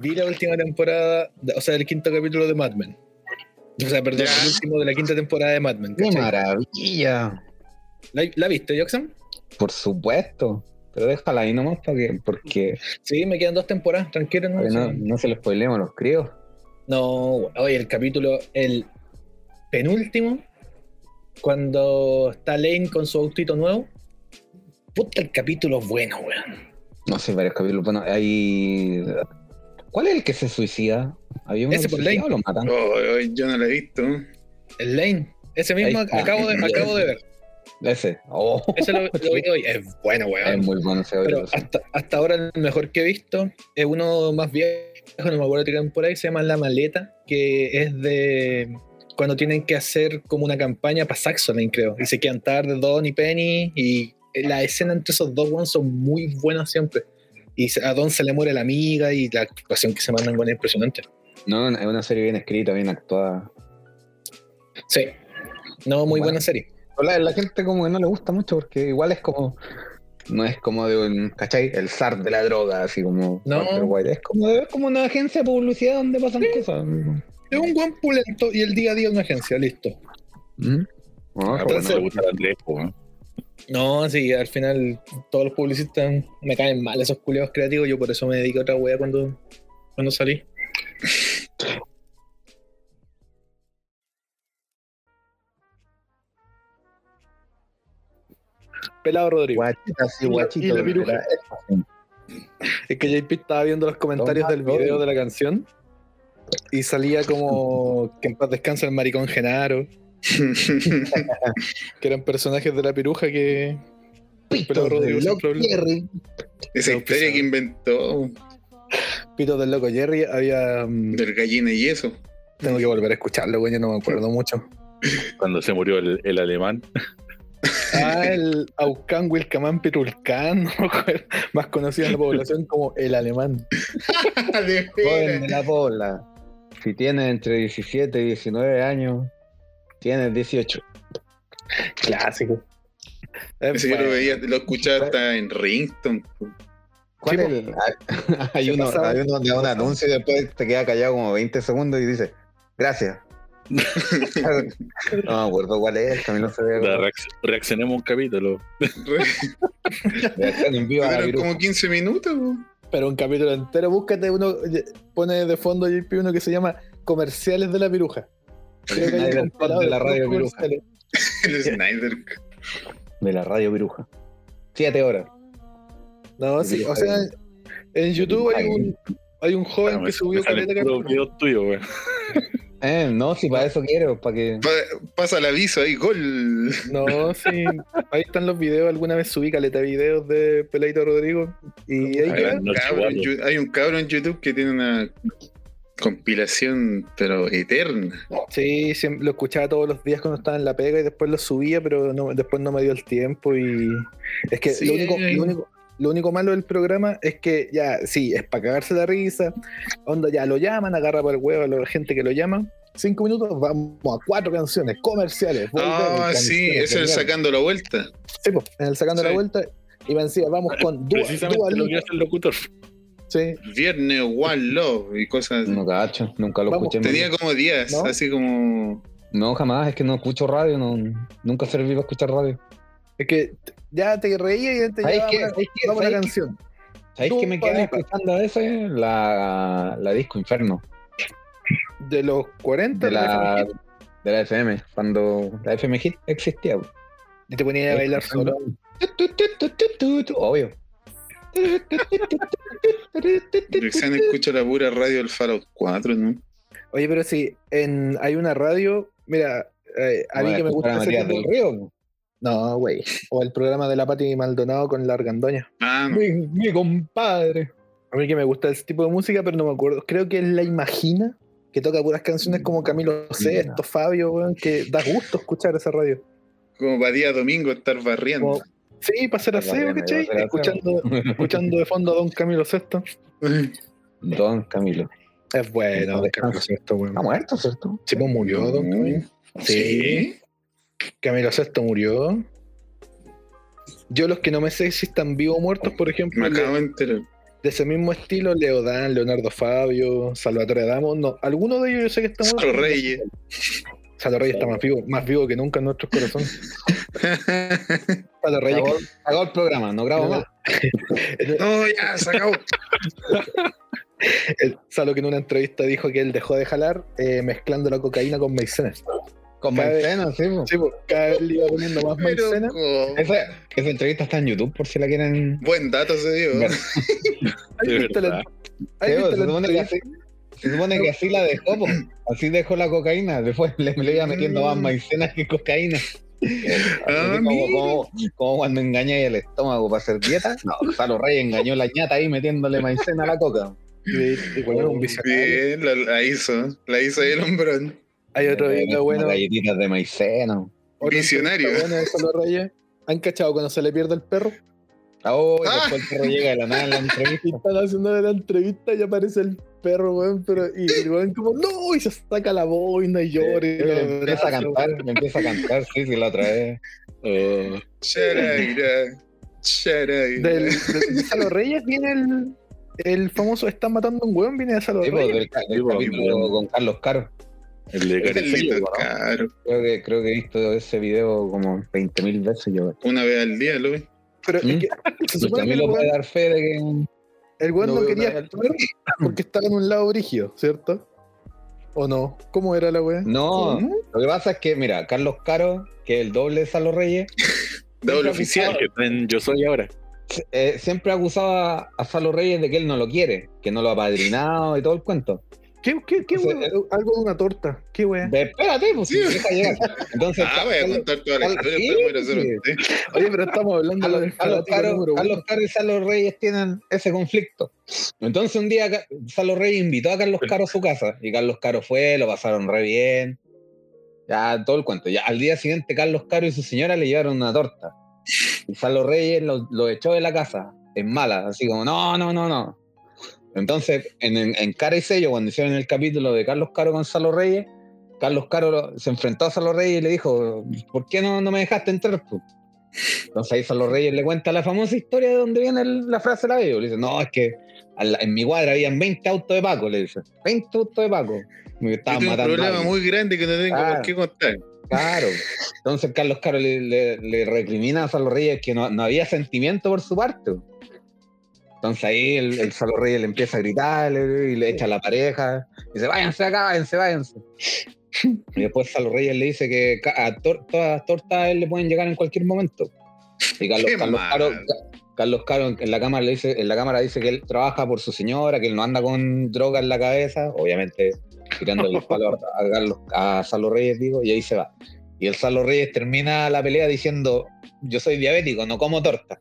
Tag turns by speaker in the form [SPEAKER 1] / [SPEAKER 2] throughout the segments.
[SPEAKER 1] Vi la última temporada, o sea, el quinto capítulo de Mad Men. O sea, perdón,
[SPEAKER 2] Ya.
[SPEAKER 1] el último de la quinta temporada de Mad Men.
[SPEAKER 3] ¡Qué
[SPEAKER 1] ¿cachai?
[SPEAKER 3] maravilla!
[SPEAKER 1] ¿La, la viste, Joxan?
[SPEAKER 3] Por supuesto. Pero déjala ahí nomás para que, porque
[SPEAKER 1] Sí, me quedan dos temporadas, tranquilo. No,
[SPEAKER 3] para que no,
[SPEAKER 1] Sí.
[SPEAKER 3] no se los spoilemos a los críos.
[SPEAKER 1] No, oye, el capítulo, el penúltimo, cuando está Lane con su autito nuevo. Puta, el capítulo es bueno, weón.
[SPEAKER 3] No sé, varios capítulos. Bueno, hay. ¿Cuál es el que se suicida? ¿Había uno
[SPEAKER 1] Ese
[SPEAKER 3] que se
[SPEAKER 1] por
[SPEAKER 3] suicida
[SPEAKER 1] ley.
[SPEAKER 3] o lo matan?
[SPEAKER 2] Oh, oh, yo no la he visto.
[SPEAKER 1] El Lane. Ese mismo
[SPEAKER 3] Ahí está.
[SPEAKER 1] acabo de, acabo de ver.
[SPEAKER 3] Ese. Oh,
[SPEAKER 1] Ese lo, lo vi hoy. Es bueno, weón.
[SPEAKER 3] es muy bueno ese
[SPEAKER 1] Pero
[SPEAKER 3] capítulo.
[SPEAKER 1] hasta, hasta ahora el mejor que he visto es uno más viejo, no me acuerdo qué temporada, y se llama La Maleta, que es de cuando tienen que hacer como una campaña para Saxoline, creo. Y se quedan tarde Don y Penny, y la escena entre esos dos ones son muy buenas siempre. Y se- a Don se le muere la amiga y la actuación que se mandan con es impresionante.
[SPEAKER 3] No, no, es una serie bien escrita, bien actuada.
[SPEAKER 1] Sí. No, muy
[SPEAKER 3] Bueno.
[SPEAKER 1] buena serie.
[SPEAKER 3] Pero La, la gente como que no le gusta mucho porque igual es como. No es como de un. ¿Cachai? El zar de la droga, así como.
[SPEAKER 1] No.
[SPEAKER 3] Walter White. Es como, de- es como una agencia de publicidad donde pasan cosas.
[SPEAKER 1] Es un buen pulento y el día a día es una agencia, listo.
[SPEAKER 3] ¿Mm? No, está
[SPEAKER 2] Ah, bueno,
[SPEAKER 3] bueno.
[SPEAKER 1] entonces-
[SPEAKER 2] le gusta la Andrés, po, weón.
[SPEAKER 1] No, sí, al final todos los publicistas me caen mal esos culeados creativos, yo por eso me dedico a otra wea cuando, cuando salí. Pelado Rodrigo.
[SPEAKER 3] Guachita, sí,
[SPEAKER 1] Y la-
[SPEAKER 3] guachito.
[SPEAKER 1] y la viruja.
[SPEAKER 3] ¿verdad?
[SPEAKER 1] Es que JP estaba viendo los comentarios del video de la canción y salía como que en paz descansa el maricón Genaro, que eran personajes de la piruja que... Pelado Rodrigo sin problema.
[SPEAKER 2] Esa
[SPEAKER 1] No,
[SPEAKER 2] historia
[SPEAKER 1] pues,
[SPEAKER 2] que inventó
[SPEAKER 1] Pitos del Loco Jerry había... mm,
[SPEAKER 2] del gallina y eso.
[SPEAKER 1] Tengo que volver a escucharlo, güey, yo no me acuerdo mucho.
[SPEAKER 4] Cuando se murió el, el alemán.
[SPEAKER 1] Ah, el Aucán Wilcamán Pitulcán, no me acuerdo, más conocido en la población como el alemán.
[SPEAKER 2] De
[SPEAKER 3] Joven
[SPEAKER 2] veras.
[SPEAKER 3] de la bola. Si tienes entre 17 y 19 años, tienes 18.
[SPEAKER 1] Clásico. Es
[SPEAKER 2] Ese yo lo
[SPEAKER 1] bueno.
[SPEAKER 2] veía, lo escuchaba hasta en Rington.
[SPEAKER 3] ¿Cuál
[SPEAKER 1] Sí,
[SPEAKER 3] es el- hay- Hay
[SPEAKER 1] Se
[SPEAKER 3] uno,
[SPEAKER 1] pasaba.
[SPEAKER 3] hay uno donde da un anuncio y después te queda callado como 20 segundos y dice, gracias. no me acuerdo cuál es, también lo se ve.
[SPEAKER 4] Da, reacc- reaccionemos a un capítulo.
[SPEAKER 3] Reacción en vivo a la
[SPEAKER 2] Fueron
[SPEAKER 3] viruja.
[SPEAKER 2] como 15 minutos. po.
[SPEAKER 1] Pero un capítulo entero, búscate uno, eh, pone de fondo JP uno que se llama Comerciales de la Piruja. Creo que hay
[SPEAKER 3] Nadie
[SPEAKER 1] un
[SPEAKER 3] del club
[SPEAKER 1] compilado
[SPEAKER 3] Ah, de la
[SPEAKER 1] puros
[SPEAKER 3] radio Piruja.
[SPEAKER 1] comerciales.
[SPEAKER 2] El Snyder.
[SPEAKER 3] De la radio viruja. Siete horas.
[SPEAKER 1] No, sí, o sea, en YouTube hay un, hay un
[SPEAKER 4] Ah,
[SPEAKER 1] joven que subió caleta de
[SPEAKER 4] Los videos tuyos, weón.
[SPEAKER 3] Eh, no, si para eso quiero, para que...
[SPEAKER 2] Pa- pasa el aviso ahí, gol.
[SPEAKER 1] No, sí. Ahí están los videos. Alguna vez subí caleta de videos de Peleito Rodrigo. Y ahí
[SPEAKER 4] Ah,
[SPEAKER 1] quedan.
[SPEAKER 4] no,
[SPEAKER 2] Cabro en
[SPEAKER 4] chihuahua.
[SPEAKER 2] Yu- hay un cabro en YouTube que tiene una compilación, pero eterna.
[SPEAKER 1] Sí, siempre, lo escuchaba todos los días cuando estaba en la pega y después lo subía, pero no, después no me dio el tiempo. Y es que
[SPEAKER 2] Sí.
[SPEAKER 1] lo, único, lo, único, lo único malo del programa es que ya, sí, es para cagarse la risa. Onda, ya lo llaman, agarra por el huevo a la gente que lo llama. Cinco minutos, vamos a cuatro canciones comerciales. volvemos,
[SPEAKER 2] Ah, sí,
[SPEAKER 1] canciones
[SPEAKER 2] eso es
[SPEAKER 1] geniales.
[SPEAKER 2] sacando la vuelta.
[SPEAKER 1] Sí, po, en el sacando la
[SPEAKER 2] Sí.
[SPEAKER 1] vuelta. Y van encima, vamos con Dua,
[SPEAKER 4] Precisamente
[SPEAKER 1] Dua
[SPEAKER 4] lo que
[SPEAKER 1] Lipa.
[SPEAKER 4] hace el locutor.
[SPEAKER 1] Sí,
[SPEAKER 2] Viernes One Love y cosas. así.
[SPEAKER 3] No cacho, nunca lo
[SPEAKER 1] Vamos,
[SPEAKER 3] escuché. en mi
[SPEAKER 2] Tenía como días,
[SPEAKER 1] ¿No?
[SPEAKER 2] así como.
[SPEAKER 3] No, jamás, es que no escucho radio, no, nunca serví para escuchar radio.
[SPEAKER 1] Es que ya te reía y ya te
[SPEAKER 3] ¿Sabéis
[SPEAKER 1] llevaba
[SPEAKER 3] qué?
[SPEAKER 1] una-
[SPEAKER 3] ¿Sabéis qué?
[SPEAKER 1] llevaba una
[SPEAKER 3] ¿Sabéis qué?
[SPEAKER 1] canción.
[SPEAKER 3] ¿Sabéis que me
[SPEAKER 1] Dua
[SPEAKER 3] quedé
[SPEAKER 1] Lipa.
[SPEAKER 3] escuchando a veces? La, la disco Inferno,
[SPEAKER 1] De los 40
[SPEAKER 3] de la, de la FM, cuando la FM Hit existía. güey.
[SPEAKER 1] Y te ponía a bailar solo.
[SPEAKER 3] Tu, tu, tu, tu, tu, tu, Obvio.
[SPEAKER 2] Luciano escucha la pura radio del Faro 4, ¿no?
[SPEAKER 1] Oye, pero sí, en, hay una radio. Mira, eh, a mí
[SPEAKER 3] Bueno,
[SPEAKER 1] que me
[SPEAKER 3] escuchar a
[SPEAKER 1] gusta ese
[SPEAKER 3] María
[SPEAKER 1] tipo-
[SPEAKER 3] del Río. güey.
[SPEAKER 1] No, güey. O el programa de la Pati Maldonado con la Argandoña.
[SPEAKER 2] Ah, no.
[SPEAKER 3] Mi, mi compadre.
[SPEAKER 1] A mí que me gusta ese tipo de música, pero no me acuerdo. Creo que es La Imagina, que toca puras canciones como Camilo Sesto, Fabio, weón, que da gusto escuchar esa radio.
[SPEAKER 2] Como para día domingo estar barriendo.
[SPEAKER 1] Como- sí, para hacer aseo,
[SPEAKER 3] Barriendo,
[SPEAKER 1] ¿cachai?
[SPEAKER 3] para hacer aseo.
[SPEAKER 1] Escuchando, escuchando de fondo a Don Camilo Sesto.
[SPEAKER 3] Don Camilo.
[SPEAKER 1] Es bueno, Don Camilo Sesto, weón.
[SPEAKER 3] Está muerto, ¿cierto?
[SPEAKER 1] Sí, pues murió Don Camilo.
[SPEAKER 2] Sí.
[SPEAKER 1] Camilo VI murió. Yo los que no me sé si están vivos o muertos, por ejemplo,
[SPEAKER 2] Me
[SPEAKER 1] el,
[SPEAKER 2] acabo de enterar.
[SPEAKER 1] De ese mismo estilo, Leodán, Leonardo Fabio, Salvatore Adamo, no, alguno de ellos yo sé que está
[SPEAKER 2] Salo Reyes.
[SPEAKER 1] Salo Reyes está más vivo, más vivo que nunca en nuestros corazones. Salo Reyes,
[SPEAKER 3] Acabó, acabó el programa, no grabo más.
[SPEAKER 2] no, ya, se acabó.
[SPEAKER 1] el- Salo que en una entrevista dijo que él dejó de jalar eh, mezclando la cocaína con maicena.
[SPEAKER 3] Con
[SPEAKER 1] Cada vez-
[SPEAKER 3] Maicena, sí, po.
[SPEAKER 1] Sí, pues, cada vez le iba poniendo más
[SPEAKER 2] Pero,
[SPEAKER 1] maicena.
[SPEAKER 2] oh,
[SPEAKER 3] Esa, esa entrevista está en YouTube, por si la quieren.
[SPEAKER 2] buen dato se dio.
[SPEAKER 3] ver.
[SPEAKER 1] ¿Has
[SPEAKER 4] de
[SPEAKER 1] visto la-
[SPEAKER 4] verdad.
[SPEAKER 1] has
[SPEAKER 3] Sí, pues,
[SPEAKER 1] visto
[SPEAKER 3] po, se,
[SPEAKER 1] la
[SPEAKER 3] supone que
[SPEAKER 1] entrevista?
[SPEAKER 3] así, se supone que así la dejó, po. así dejó la cocaína. Después le, le iba metiendo
[SPEAKER 1] Mm.
[SPEAKER 3] más maicena que cocaína.
[SPEAKER 2] Ah,
[SPEAKER 3] Así como,
[SPEAKER 2] mira.
[SPEAKER 3] como, como cuando engañáis el estómago para hacer dieta. No, Salo Rey engañó la ñata ahí metiéndole maicena a la coca.
[SPEAKER 1] Sí, igual era un visionario.
[SPEAKER 2] Bien, la, la hizo. La hizo ahí el hombrón.
[SPEAKER 1] Hay otro
[SPEAKER 3] Eh,
[SPEAKER 1] video bueno.
[SPEAKER 3] Galletitas de maicena.
[SPEAKER 1] otro
[SPEAKER 2] Visionario.
[SPEAKER 1] video bueno de Salo Reyes. ¿Han cachado cuando se le pierde el perro?
[SPEAKER 3] Oh, y
[SPEAKER 2] Ah.
[SPEAKER 3] después el perro llega de la nada en la
[SPEAKER 1] Y
[SPEAKER 3] entrevista.
[SPEAKER 1] están haciendo la entrevista y aparece el perro, weón, pero y el weón como, no, y se saca la boina y llora. y
[SPEAKER 3] Le
[SPEAKER 1] lo
[SPEAKER 3] empieza a
[SPEAKER 1] abraza,
[SPEAKER 3] cantar, le empieza a cantar, sí, sí, la otra vez.
[SPEAKER 4] Oh,
[SPEAKER 2] Charaira.
[SPEAKER 1] weón.
[SPEAKER 2] Charaira.
[SPEAKER 1] Del, de, de Salo Reyes viene el, el famoso Están matando a un weón, viene de Salo
[SPEAKER 3] Sí, po,
[SPEAKER 1] Reyes.
[SPEAKER 3] del, ca- del
[SPEAKER 4] Sí,
[SPEAKER 2] pues,
[SPEAKER 4] po,
[SPEAKER 3] capítulo
[SPEAKER 4] bien.
[SPEAKER 3] con Carlos Caro.
[SPEAKER 4] el de
[SPEAKER 2] Qué
[SPEAKER 4] Cari
[SPEAKER 2] lindo,
[SPEAKER 4] Frío, ¿no?
[SPEAKER 2] caro.
[SPEAKER 3] Creo que, creo que he visto ese video como 20.000 veces yo.
[SPEAKER 2] Una vez al día, lo vi.
[SPEAKER 1] Pero es
[SPEAKER 3] ¿Mm?
[SPEAKER 1] que se
[SPEAKER 3] Y
[SPEAKER 1] supone que
[SPEAKER 3] también
[SPEAKER 1] el
[SPEAKER 3] lo puede
[SPEAKER 1] weón,
[SPEAKER 3] dar fe de que
[SPEAKER 1] el weón
[SPEAKER 2] No
[SPEAKER 1] no,
[SPEAKER 2] veo
[SPEAKER 1] quería
[SPEAKER 2] nada.
[SPEAKER 1] actuar porque estaba en un lado brígido, ¿cierto? ¿O no? ¿Cómo era la weá?
[SPEAKER 3] No, lo que pasa es que, mira, Carlos Caro, que es el doble de Salo Reyes,
[SPEAKER 2] Doble
[SPEAKER 3] Nunca
[SPEAKER 2] oficial.
[SPEAKER 4] El que está en Yo soy ahora.
[SPEAKER 3] eh, siempre acusaba a Salo Reyes de que él no lo quiere, que no lo ha padrinado y todo el cuento.
[SPEAKER 1] ¿Qué, qué, qué
[SPEAKER 3] Sí,
[SPEAKER 1] weá? Algo de una torta. ¿Qué weá?
[SPEAKER 3] Ve, espérate, pues,
[SPEAKER 2] Sí.
[SPEAKER 3] si me deja llegar. Entonces,
[SPEAKER 2] Ah, voy a
[SPEAKER 3] Carlos-
[SPEAKER 2] contar toda la
[SPEAKER 3] Carlos-
[SPEAKER 2] historia,
[SPEAKER 3] sí,
[SPEAKER 2] pues, pero voy a hacer un té.
[SPEAKER 1] Oye, pero estamos hablando
[SPEAKER 3] Carlos,
[SPEAKER 1] del
[SPEAKER 3] Carlos
[SPEAKER 1] fanático
[SPEAKER 3] Caro,
[SPEAKER 1] número uno.
[SPEAKER 3] Carlos Caro y Salo Reyes tienen ese conflicto. Entonces un día Ca- Salo Reyes invitó a Carlos Caro a su casa y Carlos Caro fue, lo pasaron re bien. Ya todo el cuento. Ya, al día siguiente Carlos Caro y su señora le llevaron una torta. Y Salo Reyes lo, lo echó de la casa, en mala, así como, no, no, no, no. Entonces, en, en, en Cara y Sello, cuando hicieron el capítulo de Carlos Caro con Salo Reyes, Carlos Caro lo- se enfrentó a Salo Reyes y le dijo, ¿por qué no, no me dejaste entrar? po?" Entonces ahí Salo Reyes le cuenta la famosa historia de donde viene el- la frase de la Biblia. Le dice, no, es que a la- en mi cuadra habían 20 autos de Paco, le dice. 20 autos de Paco. Me
[SPEAKER 2] Yo
[SPEAKER 3] estaban
[SPEAKER 2] tengo un
[SPEAKER 3] matando. a
[SPEAKER 2] problema
[SPEAKER 3] alguien.
[SPEAKER 2] muy grande que no tengo
[SPEAKER 3] Ah.
[SPEAKER 2] por qué contar.
[SPEAKER 3] Claro. Entonces Carlos Caro le, le- le recrimina a Salo Reyes que no, no había sentimiento por su parte. Entonces ahí el, el Salo Reyes le empieza a gritar le- y le echa a la pareja. Y dice, váyanse acá, váyanse, váyanse. Y después Salo Reyes le dice que ca- a tor- todas las tortas a él le pueden llegar en cualquier momento. Y Carlos,
[SPEAKER 2] Qué
[SPEAKER 3] Carlos
[SPEAKER 2] mal.
[SPEAKER 3] Caro... Ca- Carlos Caro en la cámara le dice, en la cámara dice que él trabaja por su señora, que él no anda con droga en la cabeza, obviamente tirándole los palos a, a Carlos, a Salo Reyes, digo, y ahí se va. Y el Salo Reyes termina la pelea diciendo, yo soy diabético, no como torta.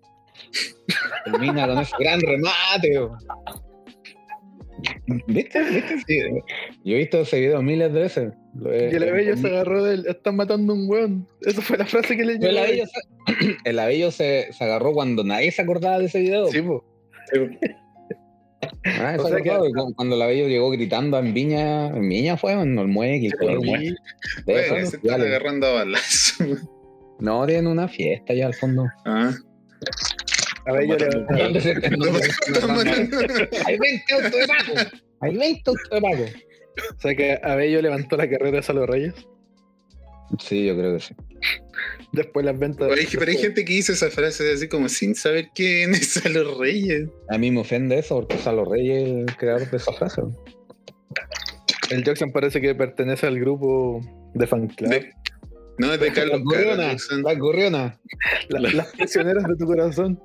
[SPEAKER 3] Termina con ese gran remate. bo. ¿Viste? ¿Viste? Sí. Yo he visto ese video miles de veces. Lo he-
[SPEAKER 1] Y el abello se agarró del. Están matando a un weón. Esa fue la frase que le
[SPEAKER 3] Yo el abello, se, el abello se, se agarró cuando nadie se acordaba de ese video.
[SPEAKER 1] Sí, po.
[SPEAKER 3] Ah,
[SPEAKER 1] O
[SPEAKER 3] eso
[SPEAKER 1] sea
[SPEAKER 3] es
[SPEAKER 1] que-
[SPEAKER 3] claro, cu- cuando la Bello llegó gritando en Viña, en Viña fue, en Olmuec, y fue en Olmuec. Debe ser
[SPEAKER 2] Bueno,
[SPEAKER 3] los
[SPEAKER 2] se están
[SPEAKER 3] filiales.
[SPEAKER 2] agarrando a balas.
[SPEAKER 3] No, tienen una fiesta ya al fondo.
[SPEAKER 2] Ah.
[SPEAKER 1] Abello le
[SPEAKER 4] matando
[SPEAKER 1] va-
[SPEAKER 3] ¿Dónde se- en dónde se-
[SPEAKER 2] Están matando.
[SPEAKER 3] Hay 20 autos de pago. Hay 20 autos de pago.
[SPEAKER 1] O sea que Abello levantó la carrera de Salo Reyes.
[SPEAKER 3] Sí, yo creo que sí.
[SPEAKER 1] Después las ventas.
[SPEAKER 2] Pero hay, pero hay gente que dice esa frase así como sin saber quién es a los reyes.
[SPEAKER 3] A mí me ofende eso porque Salo Reyes es el creador de esa frase.
[SPEAKER 1] El Jackson parece que pertenece al grupo de fan club.
[SPEAKER 2] De- no, es de Carlos
[SPEAKER 3] La
[SPEAKER 2] Caro.
[SPEAKER 3] gorriona,
[SPEAKER 2] Jackson.
[SPEAKER 3] la gorriona.
[SPEAKER 1] La- las prisioneras de tu corazón.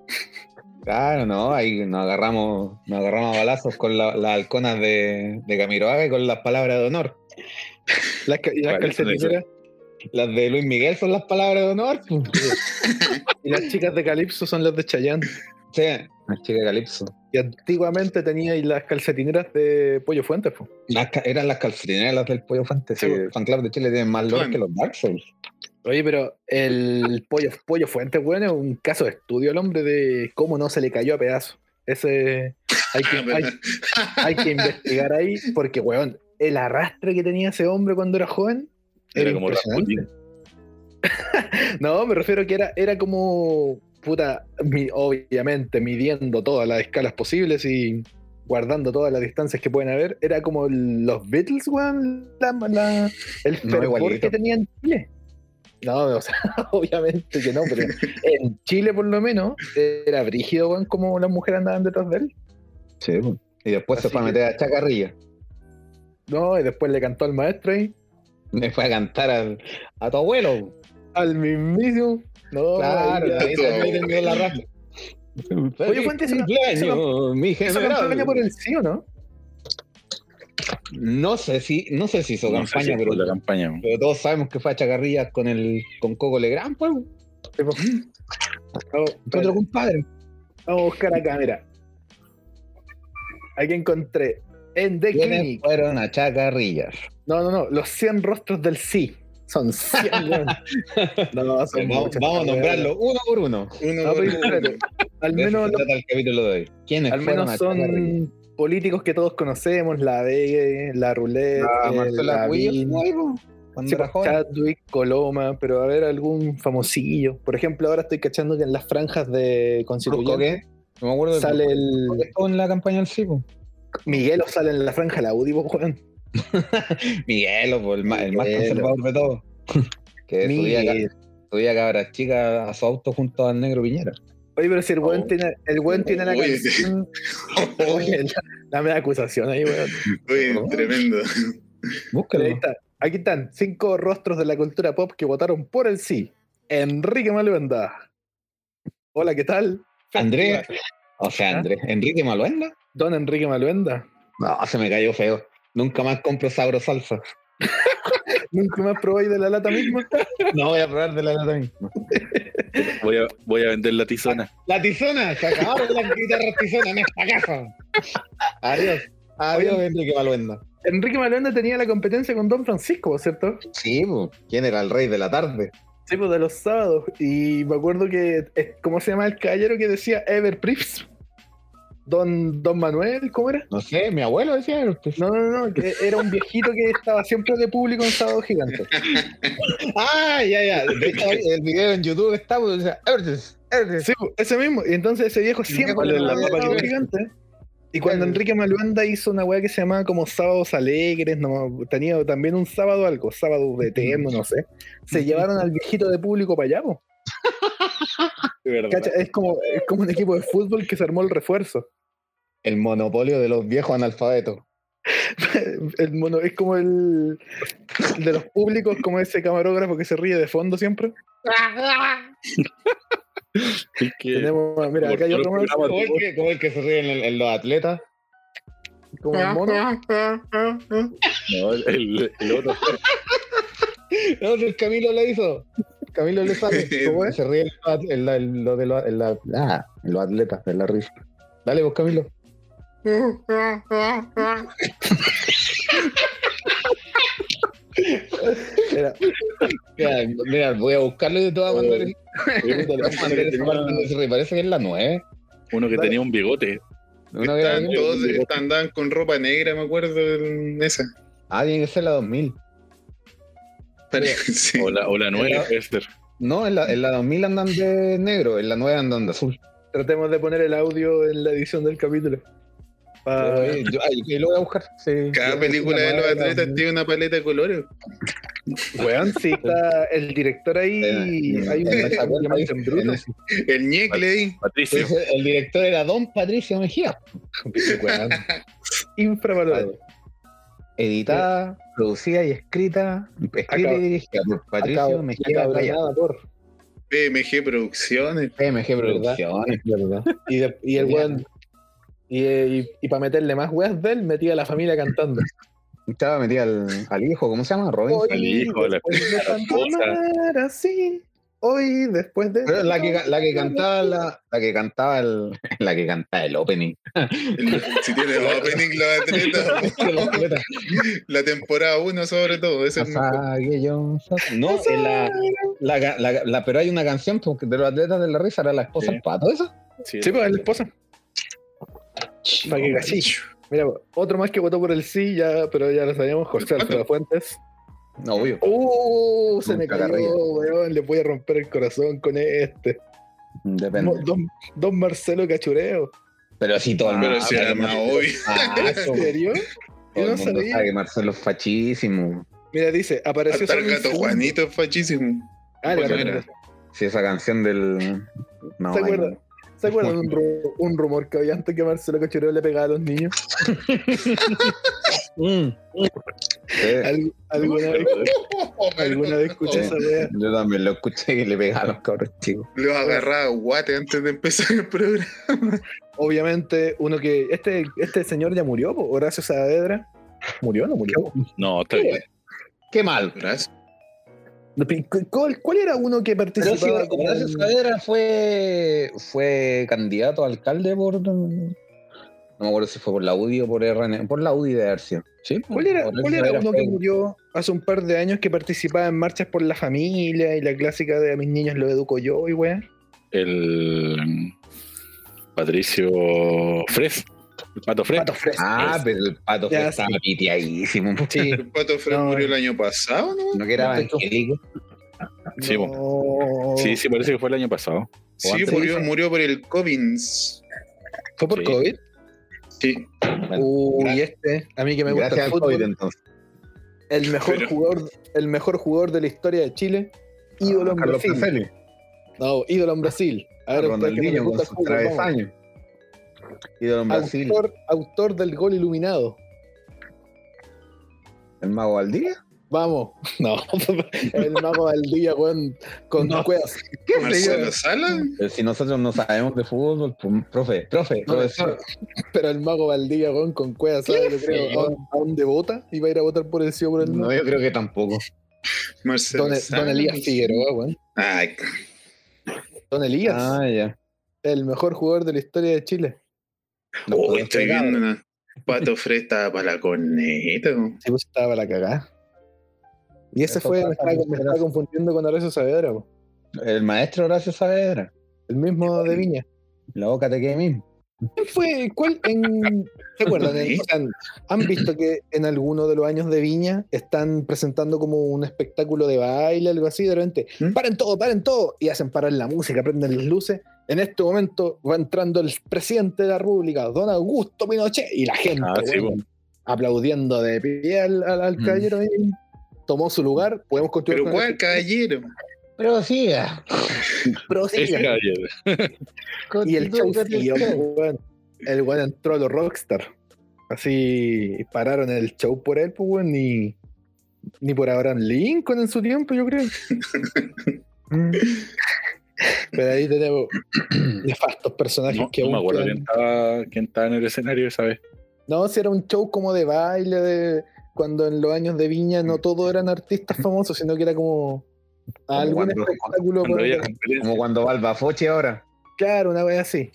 [SPEAKER 3] Claro, no, ahí nos agarramos, nos agarramos a balazos con la- las halconas de, de Camiroaga y con las palabras de honor.
[SPEAKER 1] Las, ca- y las
[SPEAKER 4] ¿Cuáles son
[SPEAKER 1] calcetineras.
[SPEAKER 3] Las de Luis Miguel son las palabras de honor. pues,
[SPEAKER 1] Y las chicas de Calypso son las de Chayanne.
[SPEAKER 3] Sí, la chica de Calipso.
[SPEAKER 1] Y antiguamente teníais las calcetineras de Pollo Fuentes, po.
[SPEAKER 3] Las ca- eran las calcetineras las del Pollo Fuentes.
[SPEAKER 1] Sí,
[SPEAKER 3] Sí, el fan club de Chile tiene más lore
[SPEAKER 2] Bueno.
[SPEAKER 3] que los Dark Souls.
[SPEAKER 1] Oye, pero el pollo, pollo Fuentes, weón, es un caso de estudio el hombre de cómo no se le cayó a pedazos. Ese hay
[SPEAKER 2] Ah,
[SPEAKER 1] que, hay, hay que investigar ahí, porque, weón, el arrastre que tenía ese hombre cuando era joven era,
[SPEAKER 4] Era como
[SPEAKER 1] impresionante. No, me refiero que era, era como puta, mi- obviamente midiendo todas las escalas posibles y guardando todas las distancias que pueden haber, era como el- los Beatles, weón, la- la- el
[SPEAKER 3] No,
[SPEAKER 1] fervor
[SPEAKER 3] igualito.
[SPEAKER 1] que tenía en Chile. No, o sea, obviamente que no, pero en Chile por lo menos era brígido, weón, como las mujeres andaban detrás de él.
[SPEAKER 3] Sí, po. y después se
[SPEAKER 1] Así
[SPEAKER 3] fue a
[SPEAKER 1] que-
[SPEAKER 3] meter a Chacarrilla.
[SPEAKER 1] No, y después le cantó al maestro ahí,
[SPEAKER 3] Me fue a cantar al- a tu abuelo. po.
[SPEAKER 1] al mismísimo. No,
[SPEAKER 3] Claro,
[SPEAKER 1] ahí-
[SPEAKER 3] ahí también tenía la raja.
[SPEAKER 1] Oye, Fuentes, eso no-
[SPEAKER 3] cumpleaños, mi
[SPEAKER 1] hizo
[SPEAKER 3] general.
[SPEAKER 1] campaña por el sí o no?
[SPEAKER 3] No sé si, no sé si hizo
[SPEAKER 4] No sé si
[SPEAKER 3] campaña,
[SPEAKER 4] fue
[SPEAKER 3] pero,
[SPEAKER 4] la campaña. weón.
[SPEAKER 3] pero todos sabemos que fue a Chacarrillas con el con Coco Legrand, pues.
[SPEAKER 1] Vamos,
[SPEAKER 3] Otro compadre.
[SPEAKER 1] vamos a buscar acá, mira. Aquí encontré. En The
[SPEAKER 3] ¿Quiénes
[SPEAKER 1] Clinic.
[SPEAKER 3] fueron a Chacarrillas?
[SPEAKER 1] No, no, no. Los 100 rostros del sí. Son 100, weón. No, son
[SPEAKER 3] Vamos,
[SPEAKER 1] muchas,
[SPEAKER 3] vamos a
[SPEAKER 1] weón.
[SPEAKER 3] nombrarlo uno por uno.
[SPEAKER 2] Uno,
[SPEAKER 1] No, pero
[SPEAKER 2] uno,
[SPEAKER 1] espérate. Al
[SPEAKER 3] De eso
[SPEAKER 1] menos,
[SPEAKER 3] se trata el capítulo de hoy. ¿Quiénes
[SPEAKER 1] al
[SPEAKER 3] fueron a
[SPEAKER 1] menos
[SPEAKER 3] Chacarrillas?
[SPEAKER 1] son políticos que todos conocemos. La Vegue, la Roulette,
[SPEAKER 3] Ah,
[SPEAKER 1] el
[SPEAKER 3] Marcela Cuello,
[SPEAKER 1] Lavín.
[SPEAKER 3] ¿no? Ahí, po, cuando
[SPEAKER 1] Sí,
[SPEAKER 3] era
[SPEAKER 1] pues,
[SPEAKER 3] joven.
[SPEAKER 1] Chadwick, Coloma, pero a ver algún famosillo. Por ejemplo, ahora estoy cachando que en las franjas de
[SPEAKER 3] Brusco,
[SPEAKER 1] Constituyente
[SPEAKER 3] ¿qué? No me acuerdo. de-
[SPEAKER 1] sale el.
[SPEAKER 3] Estuvo en la campaña del Cipo.
[SPEAKER 1] Miguel sale en la franja de la UDI, po, weón.
[SPEAKER 3] Miguelo, po, el, ma- el más
[SPEAKER 1] Miguelo.
[SPEAKER 3] conservador de todos. que subía, ca-
[SPEAKER 1] Miguel.
[SPEAKER 3] subía cabras chicas a su auto junto al negro Piñera.
[SPEAKER 1] Oye, pero si el weón
[SPEAKER 2] Oh.
[SPEAKER 1] tiene, el weón tiene la
[SPEAKER 2] Oye.
[SPEAKER 1] canción.
[SPEAKER 2] Oye,
[SPEAKER 1] Oye, la, la mera acusación ahí, weón.
[SPEAKER 2] tremendo.
[SPEAKER 3] Búsquelo.
[SPEAKER 1] Ahí está. Aquí están cinco rostros de la cultura pop que votaron por el sí. Enrique Maluenda. Hola, ¿qué tal?
[SPEAKER 3] Andrés. O sea,
[SPEAKER 1] ¿Ah?
[SPEAKER 3] Andrés. Enrique Maluenda.
[SPEAKER 1] Don Enrique Maluenda.
[SPEAKER 3] No, se me cayó feo. Nunca más compro sabro salsa.
[SPEAKER 1] Nunca más probáis de la lata misma.
[SPEAKER 3] No voy a probar de la lata misma.
[SPEAKER 4] Voy a, voy a vender la tizona.
[SPEAKER 3] La tizona, se acabaron las guitarras tizona en esta casa. Adiós. Adiós, Enrique Maluenda.
[SPEAKER 1] Enrique Maluenda tenía la competencia con Don Francisco, ¿cierto?
[SPEAKER 3] Sí, po. ¿quién era el rey de la tarde?
[SPEAKER 1] Sí, pues de los sábados. Y me acuerdo que, eh, ¿cómo se llama el caballero que decía Ever Prips? Don, Don Manuel, ¿cómo era?
[SPEAKER 3] No sé, mi abuelo decía. pues.
[SPEAKER 1] No, no, no, que era un viejito que estaba siempre de público en Sábado Gigante.
[SPEAKER 3] Ah, ya, ya. De hecho, el video en YouTube está, pues, o sea, Evertes, Evertes.
[SPEAKER 1] Sí, po, ese mismo. Y entonces ese viejo siempre
[SPEAKER 3] ¿Cuál es la
[SPEAKER 1] estaba en
[SPEAKER 3] papa
[SPEAKER 1] Sábado
[SPEAKER 3] que-
[SPEAKER 1] Gigante. Y cuando Enrique Maluanda hizo una weá que se llamaba como Sábados Alegres, no, tenía también un sábado algo, sábado de eterno, no sé. Se llevaron al viejito de público para allá, po. Cacha, Es como, es como un equipo de fútbol que se armó el refuerzo.
[SPEAKER 3] El monopolio de los viejos analfabetos.
[SPEAKER 1] El mono, es como el, el de los públicos, como ese camarógrafo que se ríe de fondo siempre.
[SPEAKER 4] Es que-
[SPEAKER 1] Tenemos, mira,
[SPEAKER 4] como
[SPEAKER 1] acá hay
[SPEAKER 4] todos
[SPEAKER 1] otro
[SPEAKER 4] los
[SPEAKER 1] más,
[SPEAKER 3] Como
[SPEAKER 4] programas
[SPEAKER 3] el que, como el que se ríen en, en los atletas.
[SPEAKER 1] como el mono.
[SPEAKER 4] no, el, el otro.
[SPEAKER 3] No, el Camilo lo hizo. Camilo le sabe.
[SPEAKER 1] ¿Cómo es?
[SPEAKER 3] Se ríe en los at- en la- en lo de los- en la- ah, en los atletas, de la risa. Dale vos, Camilo.
[SPEAKER 1] Mira,
[SPEAKER 3] Mira, mira, voy a buscarlo y te voy a mandar el-
[SPEAKER 1] Oh.
[SPEAKER 3] te voy a mandar
[SPEAKER 4] Uno que
[SPEAKER 3] esa parte
[SPEAKER 4] tenía-
[SPEAKER 3] donde se ríe. Parece que es la 9.
[SPEAKER 4] Uno que tenía un bigote.
[SPEAKER 3] Una
[SPEAKER 2] Estaban
[SPEAKER 3] gran-
[SPEAKER 2] todos andaban con ropa negra, me acuerdo, en esa.
[SPEAKER 3] Ah, tiene que ser la 2000.
[SPEAKER 2] Sí.
[SPEAKER 4] O la, o la nueva,
[SPEAKER 3] Era-
[SPEAKER 4] Esther.
[SPEAKER 3] No, en la, en la 2000 andan de negro, en la 9 andan de azul.
[SPEAKER 1] tratemos de poner el audio en la edición del capítulo. Pa-
[SPEAKER 3] Oye, yo, ay, yo lo voy a buscar. sí.
[SPEAKER 2] Cada película de los atletas tiene una paleta de colores.
[SPEAKER 1] Weón, sí, está el director ahí.
[SPEAKER 3] Eh,
[SPEAKER 1] hay un-
[SPEAKER 3] en esa
[SPEAKER 1] un
[SPEAKER 3] cuenta
[SPEAKER 1] diamante en bruto.
[SPEAKER 3] dice-
[SPEAKER 2] El ñecle ahí.
[SPEAKER 4] Patricio.
[SPEAKER 3] Entonces, el director era Don Patricio Mejía.
[SPEAKER 1] Infravalorado.
[SPEAKER 3] Editada, producida y escrita, escrita
[SPEAKER 1] Acaba-
[SPEAKER 3] y dirigida por Patricio
[SPEAKER 1] Acabo-
[SPEAKER 3] Mejía
[SPEAKER 1] acabo de
[SPEAKER 3] Raya.
[SPEAKER 1] nada, por.
[SPEAKER 2] PMG Producciones.
[SPEAKER 3] PMG
[SPEAKER 1] ¿Verdad?
[SPEAKER 3] Producciones.
[SPEAKER 1] Y, de- y el weón. Y, para meterle más weas de él, metía a la familia cantando.
[SPEAKER 3] Estaba metida al, al hijo, ¿cómo se llama? Robinson.
[SPEAKER 4] Al hijo, a la-
[SPEAKER 1] después de
[SPEAKER 4] a la
[SPEAKER 1] tanto
[SPEAKER 4] esposa.
[SPEAKER 1] amar así, hoy después de...
[SPEAKER 3] Pero la que, la que cantaba la, la que cantaba el la que cantaba el opening.
[SPEAKER 2] El- si tiene opening los atletas. La temporada 1 sobre todo. Ese es mejor.
[SPEAKER 3] No, en la, la, la, la- pero hay una canción pues, de los atletas de la risa, era la esposa
[SPEAKER 4] Sí.
[SPEAKER 3] del pato, ¿eso?
[SPEAKER 4] Sí,
[SPEAKER 1] Sí, pues, la esposa. Pa' que cachillo. Mira, otro más que votó por el sí, ya, pero ya lo sabíamos, José Alfredo Fuentes.
[SPEAKER 3] No, obvio.
[SPEAKER 1] ¡Uh! Se me
[SPEAKER 3] Nunca
[SPEAKER 1] cayó,
[SPEAKER 3] agarré.
[SPEAKER 1] weón. Le voy a romper el corazón con este.
[SPEAKER 3] Depende.
[SPEAKER 1] Mo- Don, don Marcelo Cachureo.
[SPEAKER 3] Ah, Pero sí, todo el mundo.
[SPEAKER 2] Pero se
[SPEAKER 3] sabe que
[SPEAKER 2] llama
[SPEAKER 3] Marcelo
[SPEAKER 2] hoy.
[SPEAKER 3] es facho,
[SPEAKER 1] ¿En serio?
[SPEAKER 3] Ah, Todo
[SPEAKER 1] Yo
[SPEAKER 3] el
[SPEAKER 1] no
[SPEAKER 3] mundo
[SPEAKER 1] sabía.
[SPEAKER 3] sabe que Marcelo es fachísimo.
[SPEAKER 1] Mira, dice, apareció
[SPEAKER 2] Hasta el
[SPEAKER 1] solo un
[SPEAKER 2] gato
[SPEAKER 1] segundo.
[SPEAKER 2] Juanito es fachísimo.
[SPEAKER 1] Ah, el gato
[SPEAKER 2] Bueno,
[SPEAKER 1] Juanito.
[SPEAKER 3] Si esa canción del. No,
[SPEAKER 1] ¿Se
[SPEAKER 3] ay,
[SPEAKER 1] acuerdan? ¿Se acuerdan un, ru- un rumor que había antes que Marcelo Cachureo le pegaba a los niños?
[SPEAKER 3] sí.
[SPEAKER 1] Al- ¿Alguna vez, alguna vez escuché esa wea?
[SPEAKER 3] Yo también lo escuché que le pegaba a los cabros chicos.
[SPEAKER 2] Los agarraba guate antes de empezar el programa.
[SPEAKER 1] Obviamente, uno que. Este, este señor ya murió, po, Horacio Saavedra. ¿Murió o no murió?
[SPEAKER 4] No, está bien.
[SPEAKER 3] Qué mal.
[SPEAKER 2] Gracias.
[SPEAKER 1] No, pi- cu- ¿Cuál, cuál era uno que
[SPEAKER 3] Pero si
[SPEAKER 1] participaba? como
[SPEAKER 3] Horacio
[SPEAKER 1] en-
[SPEAKER 3] Saavedra fue, fue candidato a alcalde por. No me acuerdo si fue por la UDI o por RN. Por la UDI de Arcio. ¿Sí?
[SPEAKER 1] ¿Cuál era,
[SPEAKER 3] Horacio
[SPEAKER 1] cuál era
[SPEAKER 3] Saavedra
[SPEAKER 1] uno
[SPEAKER 3] fue-
[SPEAKER 1] que murió hace un par de años que participaba en marchas por la familia y la clásica de a mis niños los educo yo y weá?
[SPEAKER 4] El. mm, Patricio Fres. Pato Fres.
[SPEAKER 1] Pato Fresco.
[SPEAKER 3] Ah, pero el pato
[SPEAKER 1] Ya,
[SPEAKER 3] Fred estaba piteadísimo.
[SPEAKER 1] Sí.
[SPEAKER 2] El pato Fred
[SPEAKER 1] No,
[SPEAKER 2] murió el año pasado, ¿no?
[SPEAKER 3] No que era
[SPEAKER 1] No, de hecho.
[SPEAKER 3] evangélico.
[SPEAKER 4] Sí, po.
[SPEAKER 1] No.
[SPEAKER 4] Sí, sí, parece que fue el año pasado.
[SPEAKER 2] Sí,
[SPEAKER 3] antes.
[SPEAKER 2] murió, murió por el Covins.
[SPEAKER 1] ¿Fue por
[SPEAKER 4] Sí.
[SPEAKER 1] COVID?
[SPEAKER 2] Sí.
[SPEAKER 3] Bueno,
[SPEAKER 1] Uy,
[SPEAKER 3] gra-
[SPEAKER 1] este, a mí que me gusta
[SPEAKER 3] Gracias
[SPEAKER 1] el
[SPEAKER 3] al
[SPEAKER 1] fútbol,
[SPEAKER 3] COVID entonces.
[SPEAKER 1] el mejor
[SPEAKER 2] Pero-
[SPEAKER 1] jugador, el mejor jugador de la historia de Chile, ídolo en
[SPEAKER 3] Ah, Carlos
[SPEAKER 1] Brasil.
[SPEAKER 3] Caselli,
[SPEAKER 1] No, ídolo en Brasil. A ver, ustedes que no les
[SPEAKER 3] Ronaldinho
[SPEAKER 1] gusta el
[SPEAKER 3] con sus
[SPEAKER 1] fútbol, vamos.
[SPEAKER 3] travesaños. Ídolo en Brasil.
[SPEAKER 1] Autor, autor del gol iluminado.
[SPEAKER 3] ¿El mago Valdivia?
[SPEAKER 1] Vamos. No, el mago del día, weón, con
[SPEAKER 3] No.
[SPEAKER 1] cuevas.
[SPEAKER 2] Marcelo Sala.
[SPEAKER 3] Pero si nosotros no sabemos de fútbol, pues, profe, profe,
[SPEAKER 1] No,
[SPEAKER 3] profesor.
[SPEAKER 1] Pero el mago Valdivia, weón, con cuevas, ¿sabes? Yo creo,
[SPEAKER 3] feo.
[SPEAKER 1] ¿a dónde- ¿a dónde vota? Iba a ir a votar por el sí o por el Pues no.
[SPEAKER 3] No, yo creo que tampoco.
[SPEAKER 2] Marcelo
[SPEAKER 1] Don,
[SPEAKER 2] Sala.
[SPEAKER 1] Don Elías Figueroa, weón.
[SPEAKER 2] Ay,
[SPEAKER 1] Don Elías,
[SPEAKER 3] Ah, ya.
[SPEAKER 1] el mejor jugador de la historia de Chile.
[SPEAKER 3] No
[SPEAKER 2] oh,
[SPEAKER 3] podía
[SPEAKER 2] estoy
[SPEAKER 3] ser nada.
[SPEAKER 2] viendo una. Pato Fred estaba para la corneta. ¿no?
[SPEAKER 1] Sí, pues estaba la cagada. Y ese
[SPEAKER 3] Eso
[SPEAKER 1] fue,
[SPEAKER 3] pasa,
[SPEAKER 1] me estaba, me estaba
[SPEAKER 3] gracias.
[SPEAKER 1] confundiendo con Horacio Saavedra, po.
[SPEAKER 3] El maestro Horacio Saavedra.
[SPEAKER 1] el mismo de Viña.
[SPEAKER 3] La boca te quedé mismo.
[SPEAKER 1] ¿Quién fue? ¿Cuál? En, ¿Se acuerdan? En- o sea, ¿Han visto que en alguno de los años de Viña están presentando como un espectáculo de baile, algo así? De repente,
[SPEAKER 2] ¿Mm?
[SPEAKER 1] paren todo, paren todo. Y hacen parar la música, prenden las luces. En este momento va entrando el presidente de la República, don Augusto Pinochet, y la gente
[SPEAKER 4] Ah, sí,
[SPEAKER 1] bueno, aplaudiendo de pie al, al- al
[SPEAKER 3] Mm.
[SPEAKER 1] caballero. ahí. Tomó su lugar, podemos construir.
[SPEAKER 2] Pero cuál caballero.
[SPEAKER 3] Pero siga.
[SPEAKER 4] Ese era ayer.
[SPEAKER 1] Y el show
[SPEAKER 3] Continúe,
[SPEAKER 1] siguió,
[SPEAKER 3] continúe.
[SPEAKER 1] po, weón. El weón entró a los rockstar. Así pararon el show por él, pues, weón, ni, ni por Abraham Lincoln en su tiempo, yo creo.
[SPEAKER 3] Mm.
[SPEAKER 1] Pero ahí tenemos nefastos personajes
[SPEAKER 4] No,
[SPEAKER 1] que
[SPEAKER 4] no me
[SPEAKER 1] aún
[SPEAKER 4] acuerdo
[SPEAKER 1] quedan-
[SPEAKER 4] quién estaba, quién estaba en el escenario esa vez.
[SPEAKER 1] No, si era un show como de baile, de cuando en los años de Viña
[SPEAKER 4] Mm.
[SPEAKER 1] no todos eran artistas famosos, sino que era como algún
[SPEAKER 3] cuando-
[SPEAKER 1] espectáculo.
[SPEAKER 4] Cuando
[SPEAKER 1] con-
[SPEAKER 4] había competencia.
[SPEAKER 3] Como cuando va al Bafoche ahora.
[SPEAKER 1] Claro, una vez así.